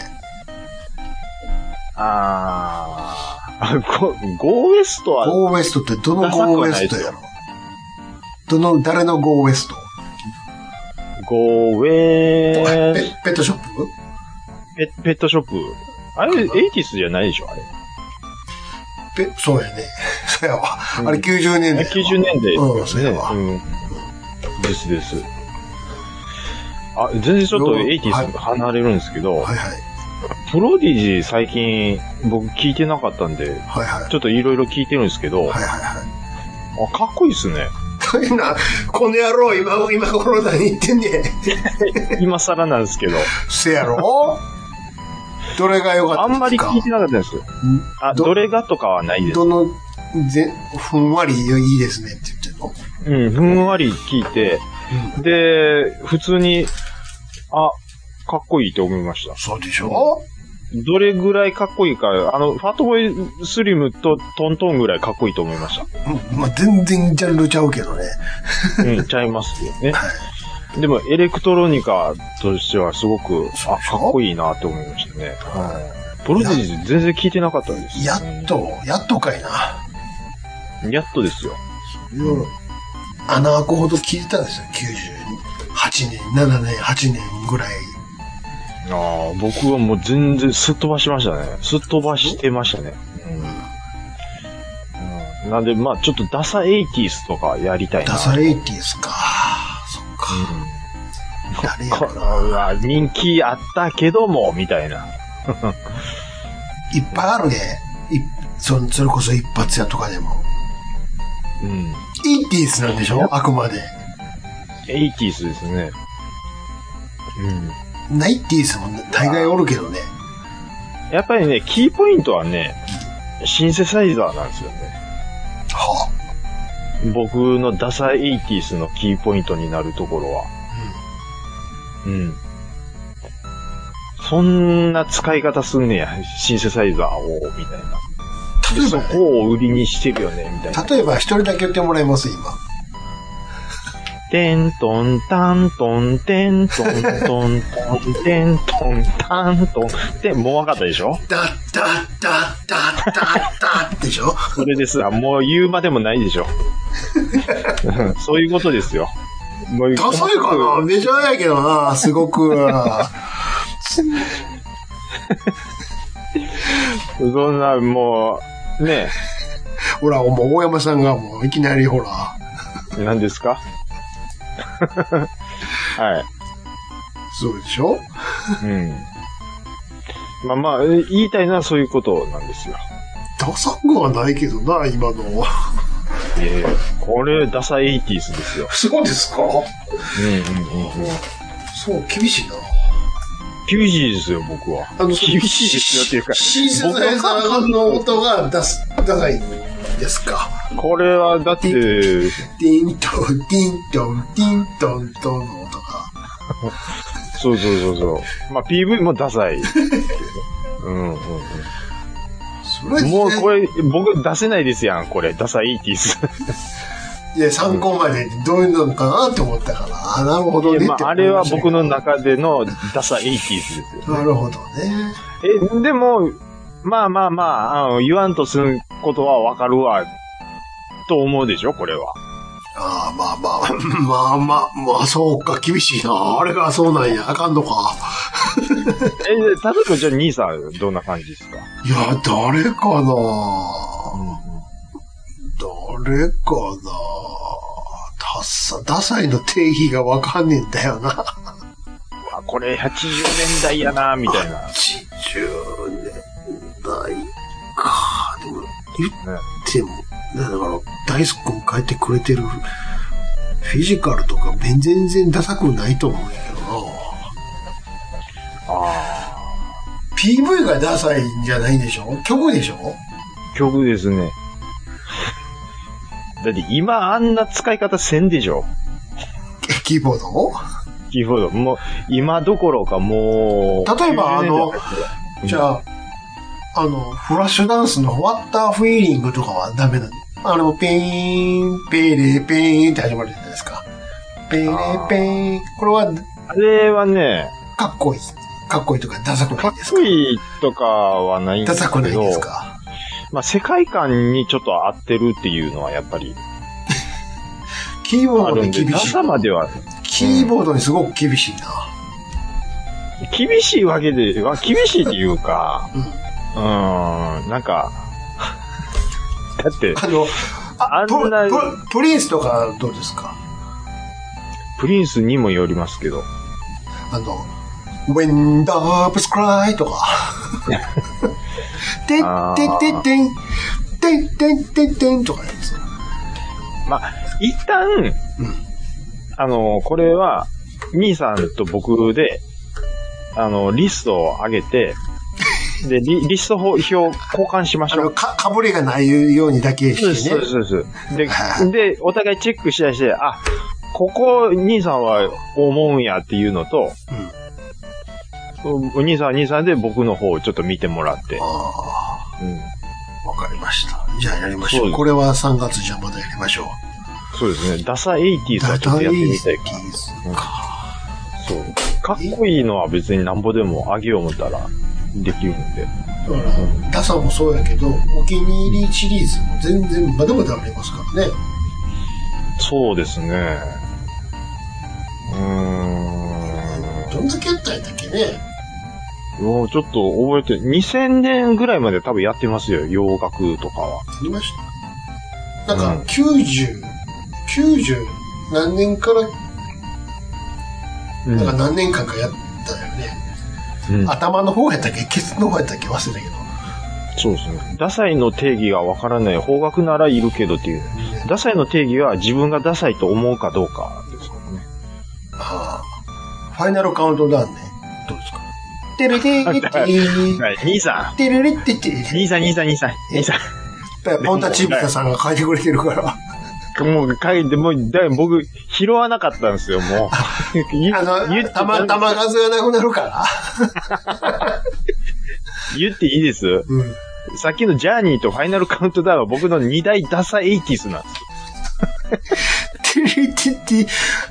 Speaker 2: あー。ゴゴーウエストは、
Speaker 1: ゴーウエストってどのゴーウエストやろどの、誰のゴーウエスト
Speaker 2: ゴーウェ
Speaker 1: ペペットショップ
Speaker 2: ペペットショップ。あれ、エイティースじゃないでしょあれ。
Speaker 1: ペ、そうやね。 そうやわ。
Speaker 2: うん
Speaker 1: あれ90年代やわ。
Speaker 2: 90年代
Speaker 1: うん、そうや
Speaker 2: ね
Speaker 1: わ。。
Speaker 2: うん。ですです。あ、全然ちょっと
Speaker 1: ロー
Speaker 2: エイティース離れるんですけど、
Speaker 1: はいはい。
Speaker 2: プロディジー最近僕聞いてなかったんで、
Speaker 1: はいはい。
Speaker 2: ちょっといろいろ聞いてるんですけ
Speaker 1: は
Speaker 2: ど、
Speaker 1: いはいは
Speaker 2: あかっこいいっすね。
Speaker 1: い。変な、この野郎、今、今頃何言ってんねん。
Speaker 2: 今更なんです けど、
Speaker 1: せやろどれが良かった
Speaker 2: あ
Speaker 1: ですか
Speaker 2: んまり聞いてなかったんです。あ、
Speaker 1: ど
Speaker 2: どれがとかはないです。
Speaker 1: どの、ぜ、ふんわりいいですねって言ってんの
Speaker 2: うん、ふんわり聞いて、で、普通に、あ、かっこいいと思いました。
Speaker 1: そうでしょ
Speaker 2: どれぐらいかっこいいか、あの、ファートボーイスリムとトントンぐらいかっこいいと思いま した。
Speaker 1: うんまあ、全然ジャンルちゃうけどね。
Speaker 2: うん、ちゃいますよね。でも、エレクトロニカとしてはすごく、あ、かっこいいなって思いましたね。はい。プロディジー全然聞いてなかったです。
Speaker 1: やっと、やっとかいな。
Speaker 2: うん。やっとですよ。
Speaker 1: うん。穴開くほど聞いてたんですよ。98年、7年、8年ぐらい。
Speaker 2: ああ、僕はもう全然すっ飛ばしましたね。すっ飛ばしてましたね。うん。なんで、まあちょっとダサエイティスとかやりたいな。
Speaker 1: ダサエイティスか。そっか。誰や
Speaker 2: こ
Speaker 1: ろ
Speaker 2: れ
Speaker 1: な。
Speaker 2: は人気あったけども、みたいな。
Speaker 1: いっぱいあるで。いそそれこそ一発屋とかでも。
Speaker 2: うん。
Speaker 1: エイティースなんでしょあくまで。
Speaker 2: エイティスですね。うん。
Speaker 1: ナイティースも大概おるけどね。
Speaker 2: やっぱりね、キーポイントはね、シンセサイザーなんですよね。
Speaker 1: は
Speaker 2: 僕のダサエイティスのキーポイントになるところは。うん。そんな使い方すんねや、シンセサイザーを、みたいな。
Speaker 1: あ例え
Speaker 2: そ
Speaker 1: ばね、
Speaker 2: こを売りにしてるよね、みたいな。
Speaker 1: 例えば一人だけ言ってもらえます、今。
Speaker 2: てんとんたんとんてんとんとんとんてんとんたん とんって、もうわかったでしょ
Speaker 1: だ、だ、だ、だ、だ、だ、でしょ
Speaker 2: それですら、もう言うまでもないで しょ。うんそういうことですよ。もう
Speaker 1: ダサいかなメジャーやけどな、すごく。
Speaker 2: そんな、もう、ね
Speaker 1: ほら、もう大山さんがもういきなりほら、
Speaker 2: え、何ですか はい。
Speaker 1: そうでしょ
Speaker 2: うん。まあまあ、え言いたいのはそういうことなんですよ。
Speaker 1: ダサくはないけどな、今の。
Speaker 2: ええこれ、ダサエイティースですよ。
Speaker 1: そうですか
Speaker 2: うんうんうん。
Speaker 1: そう、厳しいな。
Speaker 2: 厳しいですよ、僕は。
Speaker 1: あの、
Speaker 2: 厳しいですよっていうか、
Speaker 1: シンセサイザーの音が出す、ダサいんですか。
Speaker 2: これは、だって、
Speaker 1: ティントン、ティントン、ティントントンの音が。
Speaker 2: そうそうそうそう。まあ、PV もダサい。うんうん
Speaker 1: それ
Speaker 2: うん、もうこ
Speaker 1: れ、
Speaker 2: れ、僕出せないですやん、これ。ダサエイティース。
Speaker 1: で、参考までどういうのかなって思ったから、あ、なるほどねって
Speaker 2: まあ、あれは僕の中でのダサ 80s ですよ。
Speaker 1: なるほどね。
Speaker 2: え、でも、まあまあまあ、あの言わんとすることはわかるわ、と思うでしょ、これは。
Speaker 1: ああ、まあまあ、まあまあ、まあ、そうか、厳しいな。あれがそうなんや、あかんのか。
Speaker 2: え、でたずくんじゃあ兄さん、どんな感じですか
Speaker 1: いや、誰かな誰かなダッサ、ダサいの定義がわかんねえんだよな。
Speaker 2: うわこれ80年代やな、みたいな。
Speaker 1: 80年代か。でも、言っても、だから、大スくん書いてくれてるフィジカルとか全然ダサくないと思うんやけど
Speaker 2: あ
Speaker 1: な。PV がダサいんじゃないでしょ曲でしょ
Speaker 2: あ、曲ですね。だって今あんな使い方せんでしょ
Speaker 1: キーボードを
Speaker 2: キーボード。もう、今どころかもう。
Speaker 1: 例えばあの
Speaker 2: 90年代入ってうん
Speaker 1: じゃあ、あの、フラッシュダンスのワッターフィーリングとかはダメなのあれもペイン、ペレペインって始まるじゃないですか。ペレペイン。これは
Speaker 2: あれはね、
Speaker 1: かっこいい。かっこいいとかダサくな
Speaker 2: か
Speaker 1: い
Speaker 2: っ
Speaker 1: ですか
Speaker 2: こいいとかはないんで
Speaker 1: ダ
Speaker 2: す
Speaker 1: サくない
Speaker 2: けど、
Speaker 1: ですか
Speaker 2: まあ世界観にちょっと合ってるっていうのはやっぱり
Speaker 1: キーボ
Speaker 2: あ
Speaker 1: ード
Speaker 2: る
Speaker 1: に
Speaker 2: んで、
Speaker 1: 厳しい
Speaker 2: 朝。までは
Speaker 1: キーボードにすごく厳しいな。
Speaker 2: 厳しいわけで、は厳しいっていうか、
Speaker 1: うん
Speaker 2: うーん、なんか、 だって、
Speaker 1: あの、あ
Speaker 2: あん
Speaker 1: プ
Speaker 2: な
Speaker 1: ププリンスとかどうですか
Speaker 2: プリンスにもよりますけど、
Speaker 1: あの、When Doves Cry とか。てん
Speaker 2: あー
Speaker 1: てんてんてん。てんてんてんてんとかやるんですよ。
Speaker 2: まあ、一旦、あの、これは、兄さんと僕で、あの、リストを上げて、で、リリスト表交換しま
Speaker 1: あ
Speaker 2: しょ
Speaker 1: の、
Speaker 2: う。
Speaker 1: か、かぶれがないようにだけ
Speaker 2: そうです、
Speaker 1: して
Speaker 2: そう
Speaker 1: ね
Speaker 2: で。す、そうです。で、で、お互いチェックしだして、あ、ここ、兄さんは思うんやっていうのと、お兄さんは兄さんで僕の方をちょっと見てもらって
Speaker 1: あ、あ
Speaker 2: うん
Speaker 1: ー、わかりました。じゃあやりまし
Speaker 2: そ
Speaker 1: ょ
Speaker 2: う
Speaker 1: う。
Speaker 2: です
Speaker 1: これは3月じゃあまだやりましょう。
Speaker 2: そうですね。ダサ 80s は
Speaker 1: ダ
Speaker 2: ちょっ
Speaker 1: ダ
Speaker 2: と
Speaker 1: イ
Speaker 2: やってみ
Speaker 1: ス
Speaker 2: た
Speaker 1: テ
Speaker 2: い
Speaker 1: ィ
Speaker 2: かな。
Speaker 1: ーズ
Speaker 2: そう。かっこいいのは別になんぼでもあげよう思ったらできるんで。
Speaker 1: だから、ダサもそうやけど、お気に入りシリーズも全然まだまだありますからね。
Speaker 2: そうですね。うー
Speaker 1: どんだけやったんだっけね。
Speaker 2: ん。もうちょっと覚えて、2000年ぐらいまで多分やってますよ。洋楽とかは。
Speaker 1: ありました。なん
Speaker 2: う
Speaker 1: か、90、90何年から、
Speaker 2: うん
Speaker 1: なんか何年間かやったよね。
Speaker 2: うん
Speaker 1: 頭の方やったっけケツの方やったっけ忘れたけど。
Speaker 2: そうですね。ダサいの定義がわからない。方角ならいるけどっていう。ダサいの定義は自分がダサいと思うかどうかですからね。
Speaker 1: ああファイナルカウントダウンね。どうですかてれてれてー。
Speaker 2: はい。兄さ
Speaker 1: てれれてて
Speaker 2: ん。兄さん、兄さん、兄さん。兄さん。
Speaker 1: ポンタチーブタさんが書いてくれてるから。
Speaker 2: もう書いて、もう、だい僕、拾わなかったんですよ、 もう。言
Speaker 1: あの、
Speaker 2: 言っちゃ
Speaker 1: たま、たま数がなくなるから。
Speaker 2: 言っていいです
Speaker 1: うん。
Speaker 2: さっきのジャーニーとファイナルカウントダウンは僕の二大ダサエイティスなんですよ。
Speaker 1: てれてて、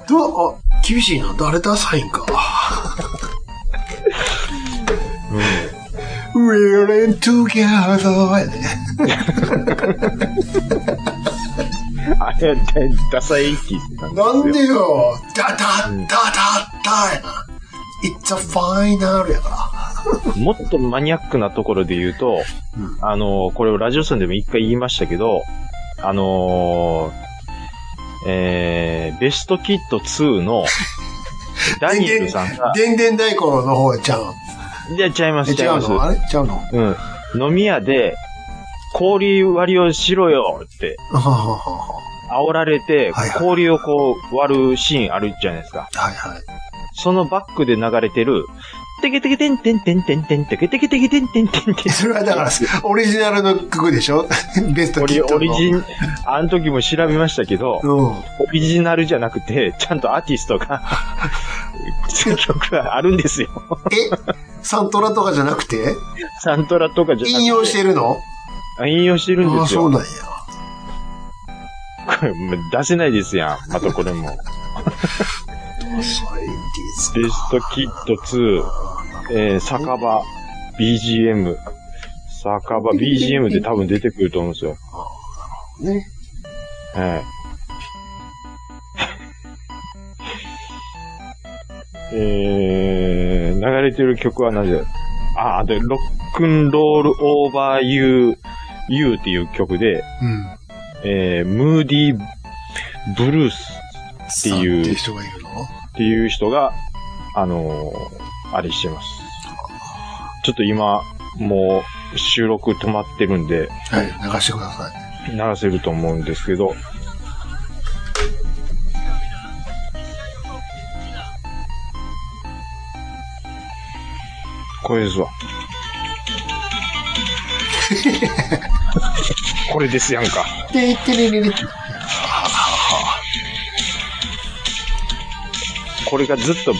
Speaker 1: どう、あ、厳しいな。誰だサインか。We're in together やね。
Speaker 2: あれはダサエイティスなんです
Speaker 1: なんで
Speaker 2: よ。
Speaker 1: よ。ダダダダダやな。It's a final やから。
Speaker 2: もっとマニアックなところで言うと、
Speaker 1: うん
Speaker 2: あの、これをラジオさんでも一回言いましたけど、あのー、えー、ベストキット2の、ダニエルさんが、
Speaker 1: でんでん大根の方ちゃう。
Speaker 2: いや、ちゃいま
Speaker 1: え
Speaker 2: す、ち
Speaker 1: 違
Speaker 2: ゃいま
Speaker 1: う
Speaker 2: す。
Speaker 1: のあれ違うの
Speaker 2: うん。飲み屋で、氷割りをしろよって
Speaker 1: はははは
Speaker 2: 煽られて
Speaker 1: はいは、い
Speaker 2: 氷をこう割るシーンあるじゃないですか。
Speaker 1: はいはい。
Speaker 2: そのバックで流れてる、てけてけてんてんてんてんてんてけてけてけてんてんてんてんてん。
Speaker 1: それはだから、オリジナルの曲でしょ ベスト
Speaker 2: オ
Speaker 1: キッ
Speaker 2: リ、
Speaker 1: トの。
Speaker 2: オリジン、あの時も調べましたけど、
Speaker 1: うん。
Speaker 2: オリジナルじゃなくて、ちゃんとアーティストが、曲があるんですよ。
Speaker 1: えサントラとかじゃなくて
Speaker 2: サントラとかじゃなくて。
Speaker 1: 引用してるの
Speaker 2: あ引用してるん
Speaker 1: あ
Speaker 2: で
Speaker 1: あ、
Speaker 2: す
Speaker 1: そうな
Speaker 2: よ。
Speaker 1: んや。
Speaker 2: これもう出せないですやん。またこれも。
Speaker 1: 遅いですか
Speaker 2: ベストキット2、えー、酒場、BGM。酒場、BGM で多分出てくると思うんですよ。
Speaker 1: ね。
Speaker 2: はい。 えー、流れてる曲は何であ、あと、ロックンロールオーバーユー、ユーっていう曲で、
Speaker 1: うん。
Speaker 2: えー、ムーディーブルースってい
Speaker 1: さんって
Speaker 2: う
Speaker 1: 人がいるの
Speaker 2: っていう人が、あのーあれしてます。ちょっと今、もう収録止まってるんで、
Speaker 1: はい、流してください。
Speaker 2: 流せると思うんですけど。これですわ。これですやんか。
Speaker 1: で、いってれれれって。
Speaker 2: これがずっと流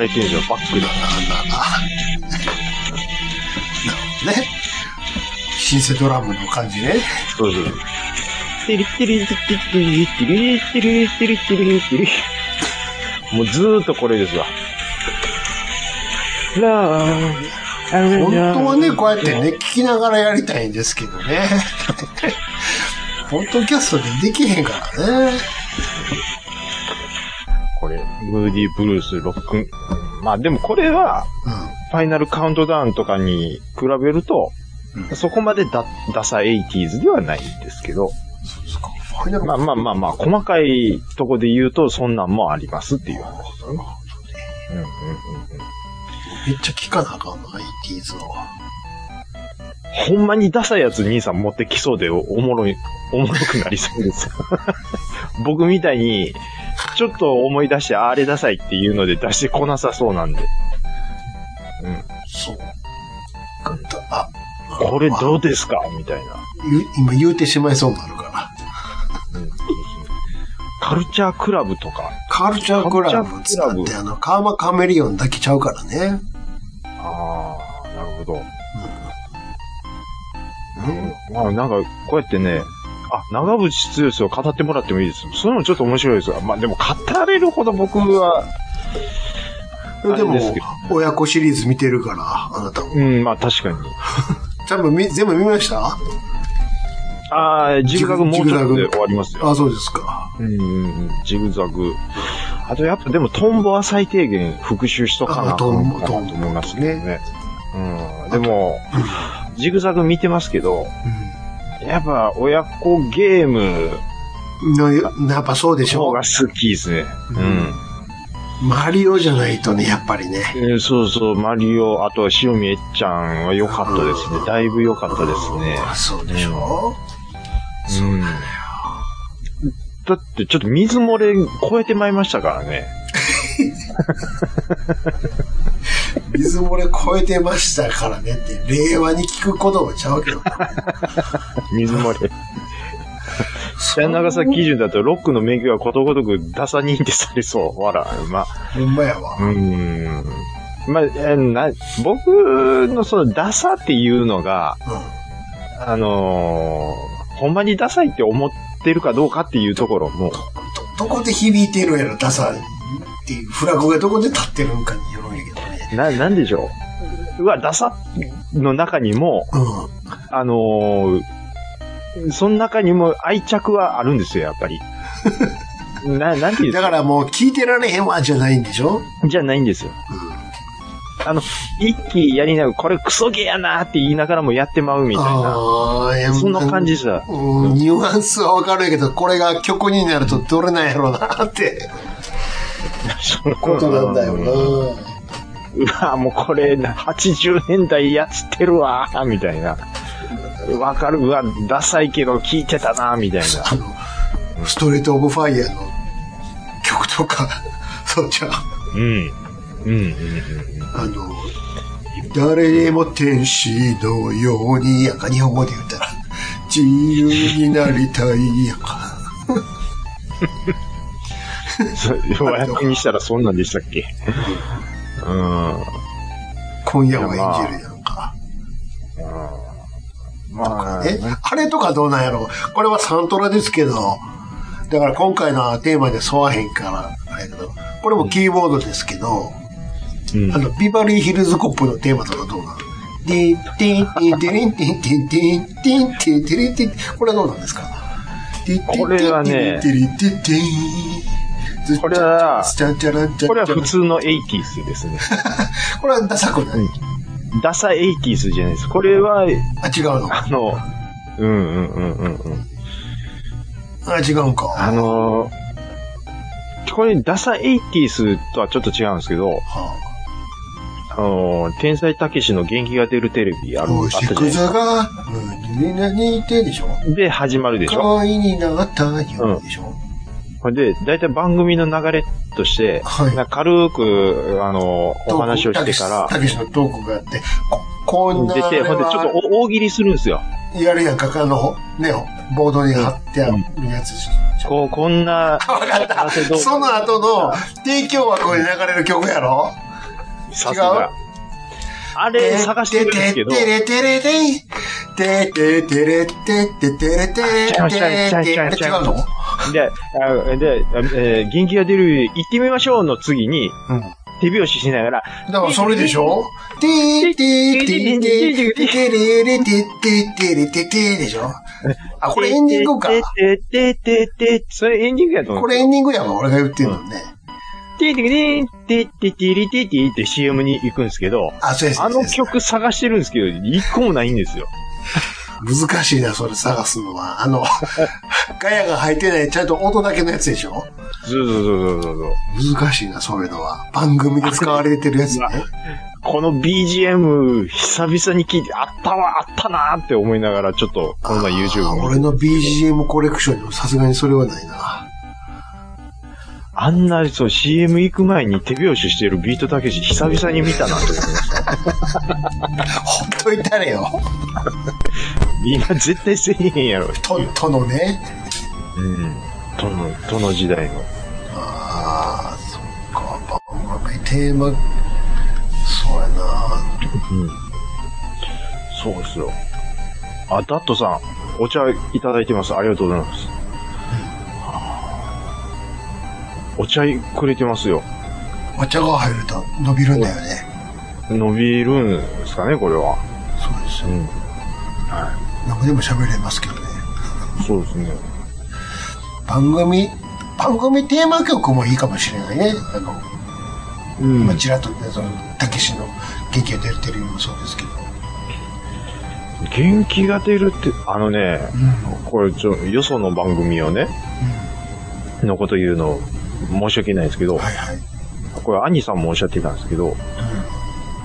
Speaker 2: れてるんですよ、バック
Speaker 1: な、
Speaker 2: で。
Speaker 1: な、な。ね。シンセドラムの感じね。
Speaker 2: そうそう。テリテリテリテリテリテリテリテリテリもうずーっとこれですわ。ラー
Speaker 1: 本当はね、こうやってね、聞きながらやりたいんですけどね。本当キャストでできへんからね。
Speaker 2: これ、ムーディーブルースロックン。まあでもこれは、ファイナルカウントダウンとかに比べると、
Speaker 1: うん
Speaker 2: そこまでダダサ 80s ではないんですけど、
Speaker 1: うん。そうですか。ファイナル
Speaker 2: まあまあまあまあ、細かいとこで言うと、そんなんもありますっていう話。うんうんうんうん
Speaker 1: めっちゃ聞かなあかんの、80s の。
Speaker 2: ほんまにダサいやつ兄さん持ってきそうでおおもろい、 おもろくなりそうです。 僕みたいに、ちょっと思い出して、ああれダサいっていうので出してこなさそうなんで。
Speaker 1: そう。あ、
Speaker 2: これどうですかみたいな。
Speaker 1: ゆ今言うてしまいそうになるから。
Speaker 2: カルチャークラブとか。
Speaker 1: カルチャークラブ使
Speaker 2: カルチャー
Speaker 1: っ
Speaker 2: ク
Speaker 1: て、あの、カーマカメレオンだけちゃうからね。
Speaker 2: ああ、なるほど。
Speaker 1: うん。
Speaker 2: まあなんか、こうやってね、あ、長渕剛を語ってもらってもいいです。そういうのちょっと面白いですよまあでも語れるほど僕は、
Speaker 1: で
Speaker 2: あ
Speaker 1: も
Speaker 2: れですけ、
Speaker 1: 親子シリーズ見てるから、あなたも。
Speaker 2: うん、まあ確かに。
Speaker 1: 多分み、全部見ました
Speaker 2: ああ、ジグザグもうちょっとで終わりますよ。
Speaker 1: あ、そうですか。
Speaker 2: うんうんうん、ジグザグ。あとやっぱでもトンボは最低限復習しとか
Speaker 1: あ
Speaker 2: なと
Speaker 1: トンボ
Speaker 2: 思と思いますけど
Speaker 1: トンボ
Speaker 2: ね。うん、でも、ジグザグ見てますけど、やっぱ親子ゲーム
Speaker 1: うん。のやっぱそうでし
Speaker 2: の方
Speaker 1: ょ
Speaker 2: が好きですね。うん。
Speaker 1: マリオじゃないとね、やっぱりね。
Speaker 2: えーそうそう、マリオ、あとは塩見えっちゃんは良かったですね。だいぶ良かったですね。
Speaker 1: あそうでしょ
Speaker 2: うん。だってちょっと水漏れ超えてまいりましたからね。
Speaker 1: 水漏れ超えてましたからねって、令和に聞く言葉ちゃう けど。
Speaker 2: 水漏れ。
Speaker 1: そ
Speaker 2: 長さ基準だとロックの名曲はことごとくダサ認定されそう。わら、まあ、
Speaker 1: ほんまやわ
Speaker 2: う。ーん。まあ、えーな、僕のそのダサっていうのが、
Speaker 1: う
Speaker 2: あのーほんまにダサいって思ってるかどうかっていうところも、
Speaker 1: ん。ど、どこで響いてるやろ、ダサいっていうフラグがどこで立ってるんかによるんやけどね。
Speaker 2: な、なんでしょう。うわ、ダサの中にも、
Speaker 1: う
Speaker 2: あのーその中にも愛着はあるんですよ、やっぱり。な、なんていうん
Speaker 1: ん。
Speaker 2: です
Speaker 1: だ
Speaker 2: か
Speaker 1: からもう聞いてられへんわ、じゃないんでしょ
Speaker 2: じゃないんですよ。
Speaker 1: うん。
Speaker 2: あの、一気やりながら、これクソゲーやなーって言いながらもやってまうみたいな。
Speaker 1: ああ、いや
Speaker 2: そんな感じさ。
Speaker 1: うん、ニュアンスはわかるけど、これが曲になるとどれなんやろうなってことなんだよな。
Speaker 2: うん うわ、もうこれ、80年代やってるわー、みたいな。わかる、うわ、ダサいけど聞いてたなー、みたいな。
Speaker 1: あの、ストレートオブファイヤーの曲とか、 そうじゃん
Speaker 2: うん。うん、うん、
Speaker 1: あの、誰でも天使のように、やんか、日本語で言ったら、自由になりたいやんか。
Speaker 2: うん。そう、和訳にしたらそんなんでしたっけうん。
Speaker 1: 今夜は演じるやんか。
Speaker 2: ままあ、
Speaker 1: え、あれとかどうなんやろこれはサントラですけど、だから今回のテーマで沿わへんから、あれやけど、これもキーボードですけど、
Speaker 2: うん
Speaker 1: あの、ビバリーヒルズコップのテーマとかどうなのディン、ディン、ディン、ディン、ディン、ディン、ディン、ディン、ディン、ディン、ディン、これはどうなんですか
Speaker 2: これはね
Speaker 1: ディン、ディン、ディン、ディン、
Speaker 2: これは
Speaker 1: スチャンチャランチャン
Speaker 2: これは普。通の 80s ですね。
Speaker 1: これはダサくない、
Speaker 2: うんダサ 80s じゃないです。これは、
Speaker 1: あ、違うのあ、
Speaker 2: あの、うんうんうんうんうん。
Speaker 1: 違うんか。
Speaker 2: あの、これダサ 80s とはちょっと違うんですけど、
Speaker 1: は
Speaker 2: あの、天才たけしの元気が出るテレビあ
Speaker 1: あ、
Speaker 2: る、あ
Speaker 1: も
Speaker 2: っ
Speaker 1: う
Speaker 2: た
Speaker 1: シ
Speaker 2: じゃない
Speaker 1: ク
Speaker 2: です
Speaker 1: ザが、うん、何ってでしょ
Speaker 2: か。で、始まるでしょ。
Speaker 1: 可愛いになったよ、でしょ、
Speaker 2: これで、だいたい番組の流れとして、
Speaker 1: はい
Speaker 2: なんか軽く、あの、お話をしてから、
Speaker 1: たけしたけしのトークがあって、ここんな
Speaker 2: 出て、
Speaker 1: あれ
Speaker 2: ほんで、
Speaker 1: は
Speaker 2: ちょっと大喜利するんですよ。
Speaker 1: やるやんか、あの、ね、ボードに貼ってあるやつ。
Speaker 2: こう、こんな、
Speaker 1: わかった。
Speaker 2: せどう
Speaker 1: その後の提供枠に流れる曲やろ
Speaker 2: さすが。あれ、探してるんですけど、
Speaker 1: テレテレテレテレテレテレテレテレ違うの
Speaker 2: で、あで、えー元気が出る、行ってみましょうの次に、
Speaker 1: うん。
Speaker 2: 手拍子しながら、
Speaker 1: だからそれでしょテーテーテーテーテーテレレテテテレテテでしょあ、これエンディングか。
Speaker 2: ててててて、それエンディングやと思う。
Speaker 1: これエンディングやわ、俺が言ってるのね。
Speaker 2: ててててててりててって CM に行くんですけど、
Speaker 1: あ、そうです。
Speaker 2: あの曲探してるんですけど、一個もないんですよ。
Speaker 1: 難しいな、それ探すのは。 あの、ガヤが入ってない、ちゃんと音だけのやつでしょ
Speaker 2: そうそうそうそうそう。
Speaker 1: 難しいな、そういうのは。番組で使われてるやつね。
Speaker 2: この BGM、久々に聞いて、あったわ、あったなーって思いながら、ちょっと、この前 YouTube
Speaker 1: あ
Speaker 2: 見て
Speaker 1: 俺の BGM コレクションにもさすがにそれはないな。
Speaker 2: あんな、そう、CM 行く前に手拍子してるビートたけし、久々に見たなって思いました。
Speaker 1: ほっといたれよ。
Speaker 2: 今絶対せえへんやろ。
Speaker 1: と、とのね。
Speaker 2: うん。との、との時代の。
Speaker 1: ああ、そっか。番組テーマ、そうやな。
Speaker 2: うん。そうですよ。あ、ダットさん、お茶いただいてます。ありがとうございます。お茶くれてますよ。
Speaker 1: お茶が入ると伸びるんだよね。
Speaker 2: 伸びるんですかね、これは。
Speaker 1: そうです
Speaker 2: う
Speaker 1: よ。
Speaker 2: ん。は
Speaker 1: 何でも喋れますけどね。
Speaker 2: い。そうですね。
Speaker 1: 番組、番組テーマ曲もいいかもしれないね。あの、
Speaker 2: うん
Speaker 1: まあ、ちらっとね、その、たけしの元気が出るテレビもそうですけど。
Speaker 2: 元気が出るって、あのね、
Speaker 1: うん。
Speaker 2: これちょ、よその番組をね、のこと言うの申し訳ないですけど、
Speaker 1: はいはい。
Speaker 2: これ兄さんもおっしゃってたんですけど、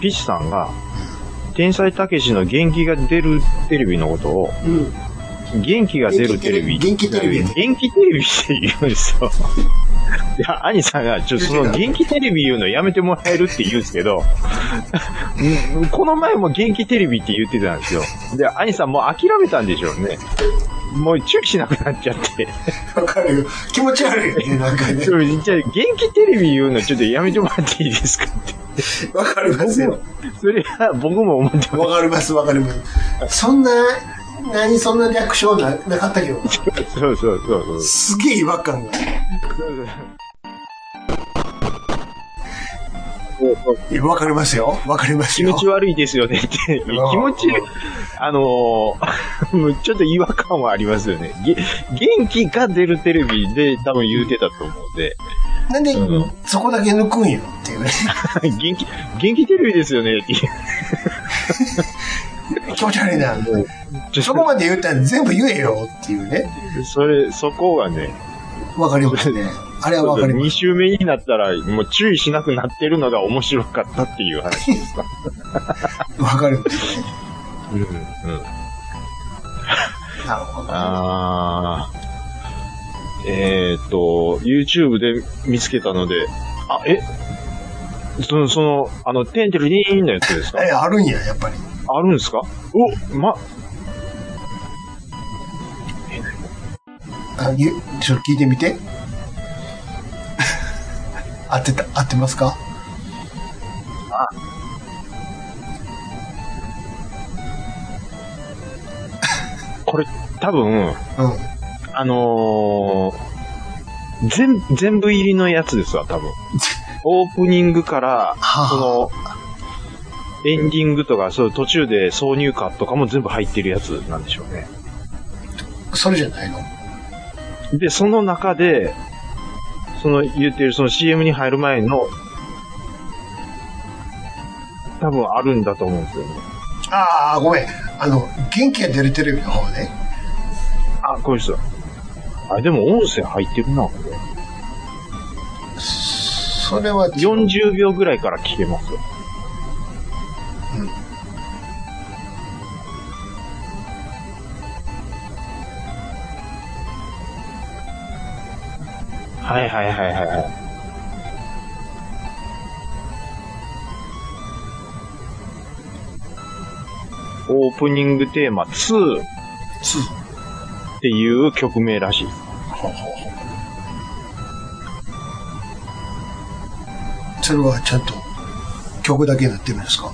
Speaker 2: ピッチさんが、天才たけしの元気が出るテレビのことを、
Speaker 1: うん。
Speaker 2: 元気が出るテレビ。
Speaker 1: 元気テレビ
Speaker 2: 元気テレビって言うんです よ。いや、兄さんが、ちょ、その元気テレビ言うのやめてもらえるって言うんですけど、うんこの前も元気テレビって言ってたんですよ。で、兄さんもう諦めたんでしょうね。もう注意しなくなっちゃ って。
Speaker 1: わかるよ。気持ち悪いよね、なんかね
Speaker 2: ち。ょじゃあ元気テレビ言うのちょっとやめてもらっていいですかって。
Speaker 1: わかりますよ。
Speaker 2: それは僕も思ってます。
Speaker 1: わかります、わかります。そんな、何そんな略称ななかったけど、
Speaker 2: そうそうそうそう。
Speaker 1: すげえ違和感が。わかりますよ。わかります
Speaker 2: 気
Speaker 1: よ。
Speaker 2: 持ち悪いですよねって。気
Speaker 1: うん
Speaker 2: 持ち、あのーちょっと違和感はありますよね。げ元気が出るテレビで多分言うてたと思うんで、
Speaker 1: なんで、
Speaker 2: うん
Speaker 1: そこだけ抜くんよっていうね。
Speaker 2: 元気、元気テレビですよねって。
Speaker 1: 気持ち悪いな。そこまで言ったら全部言えよっていうね。
Speaker 2: それ、そこがね、
Speaker 1: わかりますね。あれはわかります
Speaker 2: 2。週目になったらもう注意しなくなってるのが面白かったっていう話ですか。
Speaker 1: わかるんですね。
Speaker 2: うんうん
Speaker 1: なるほど。
Speaker 2: あー。えーっ、と、YouTube で見つけたので、あ、えその、その、あの、テンテルリーンのやつですか
Speaker 1: え、あるんや、やっぱり。
Speaker 2: あるんですかお、ま、
Speaker 1: あ、ゆ、ちょっと聞いてみて。 合ってた、合ってますか
Speaker 2: これ、多分、
Speaker 1: うん。
Speaker 2: あのー、全、全部入りのやつですわ、多分。オープニングから、
Speaker 1: はあ
Speaker 2: その、エンディングとか、そういう途中で挿入歌とかも全部入ってるやつなんでしょうね。
Speaker 1: それじゃないの
Speaker 2: で、その中で、その言ってるその CM に入る前の、多分あるんだと思うんですよね。
Speaker 1: ああ、ごめん。あの、元気が出るテレビの方ね。
Speaker 2: あ、これですよ。あ、でも音声入ってるな、これ。
Speaker 1: それは、
Speaker 2: 40秒ぐらいから聞けますよ。はいはいはいはいはい。オープニングテーマ2っ
Speaker 1: つ
Speaker 2: ていう曲名らしいです。
Speaker 1: ほうほうほうそれはちゃんと曲だけになってるんですか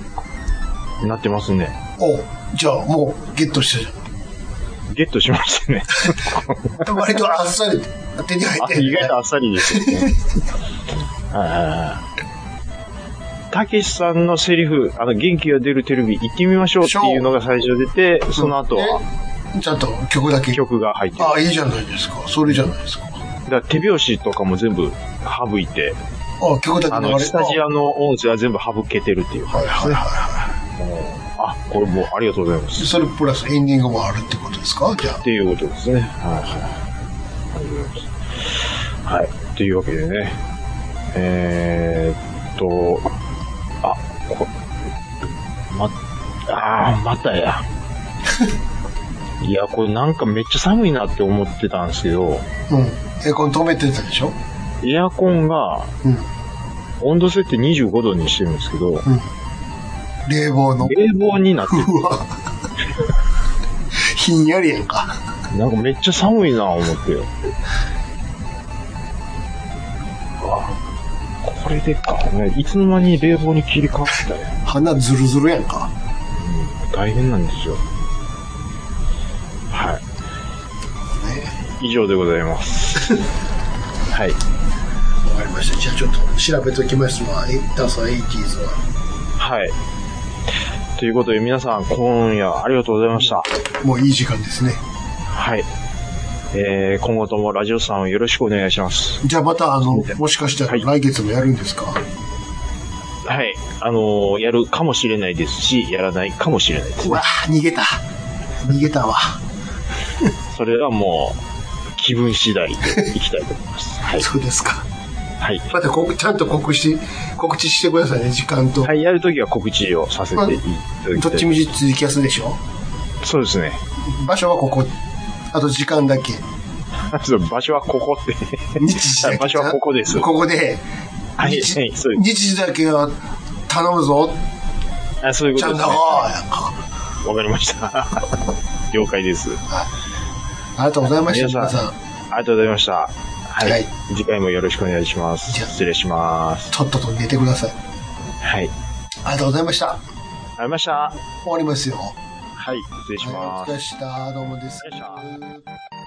Speaker 2: なってますね。
Speaker 1: おうじゃあもうゲットしたじ
Speaker 2: ゲットしましたね。
Speaker 1: ゃん。割とあっさり手に入っ
Speaker 2: あ
Speaker 1: てる、
Speaker 2: 意外とあっさりですよね。はいはいはいたけしさんのセリフ、あの、元気が出るテレビ行ってみましょうっていうのが最初出て、その後は
Speaker 1: えちゃんと曲だけ。
Speaker 2: 曲が入ってる。
Speaker 1: ああ、いいじゃないですか。それじゃないですか。あ
Speaker 2: だから手拍子とかも全部省いて、
Speaker 1: あ曲だ
Speaker 2: あ
Speaker 1: け流
Speaker 2: の、
Speaker 1: れ
Speaker 2: スタジアの音声は全部省けてるっていう。
Speaker 1: あはいはいは
Speaker 2: あ、これもうありがとうございま
Speaker 1: い。
Speaker 2: す。
Speaker 1: それプラスエンディングもあるってことですかじゃあ
Speaker 2: っ。ていうことですね。はいはい。ありがとうございます。はい。というわけでね。えー、っと、あ、こ、ま、あーま たや。いや、これなんかめっちゃ寒いなって思ってたんですけど、
Speaker 1: うん。エアコン止めてたでしょ
Speaker 2: エアコンが
Speaker 1: うん。
Speaker 2: 温度設定25度にしてるんですけど、
Speaker 1: 冷房の。
Speaker 2: 冷房になって
Speaker 1: うわ。 ひんやりやんか。
Speaker 2: る、なんかめっちゃ寒いな思って。あこれでか、ね。いつの間に冷房に切り替わったよ。
Speaker 1: 鼻ズルズルやんか。
Speaker 2: 大変なんですよ。はい。以上でございます。 はい。
Speaker 1: わかりました。じゃあちょっと調べときますわ。エッターさん、エイティーズは。
Speaker 2: はい。ということで皆さん、今夜ありがとうございました。
Speaker 1: もういい時間ですね。
Speaker 2: はい。えー、今後ともラジオさんをよろしくお願いします。
Speaker 1: じゃあまた、あの、もしかしたら来月もやるんですか、
Speaker 2: はい。あのーやるかもしれないですし、やらないかもしれないです
Speaker 1: うわ
Speaker 2: ね。
Speaker 1: ぁ、逃げた。逃げたわ。
Speaker 2: それはもう、気分次第でいきたいと思い ます。はい。
Speaker 1: そうですか。
Speaker 2: はい。
Speaker 1: またこちゃんと告知、告知してくださいね、時間と。
Speaker 2: はい、やるときは告知をさせていただき
Speaker 1: どったち
Speaker 2: い。
Speaker 1: みちツイキャスでしょ
Speaker 2: そうですね。
Speaker 1: 場所はここ。あと時間だけ。
Speaker 2: そう場所はここ って、
Speaker 1: 日時だけ。
Speaker 2: 場所はここです
Speaker 1: ここで、
Speaker 2: はい、
Speaker 1: 日
Speaker 2: はい、そう
Speaker 1: 日時だけは頼むぞ。
Speaker 2: あそういうこ
Speaker 1: ちゃ
Speaker 2: と
Speaker 1: ん
Speaker 2: で
Speaker 1: と。
Speaker 2: す、ね。
Speaker 1: やんか。
Speaker 2: わかりました。 了解です。
Speaker 1: ありがとうございました、
Speaker 2: 皆
Speaker 1: 皆
Speaker 2: さん
Speaker 1: さん。
Speaker 2: ありがとうございました。はい。
Speaker 1: はい
Speaker 2: 次回もよろしくお願いします。
Speaker 1: じゃあ
Speaker 2: 失礼します。
Speaker 1: とっとと寝てください。
Speaker 2: はい。
Speaker 1: ありがとうございました。
Speaker 2: ありがとうございました。
Speaker 1: 終わりますよ。
Speaker 2: はい。失礼し
Speaker 1: はい、お
Speaker 2: ま
Speaker 1: 疲
Speaker 2: す。
Speaker 1: れ様でした。どうもです
Speaker 2: お疲れ様。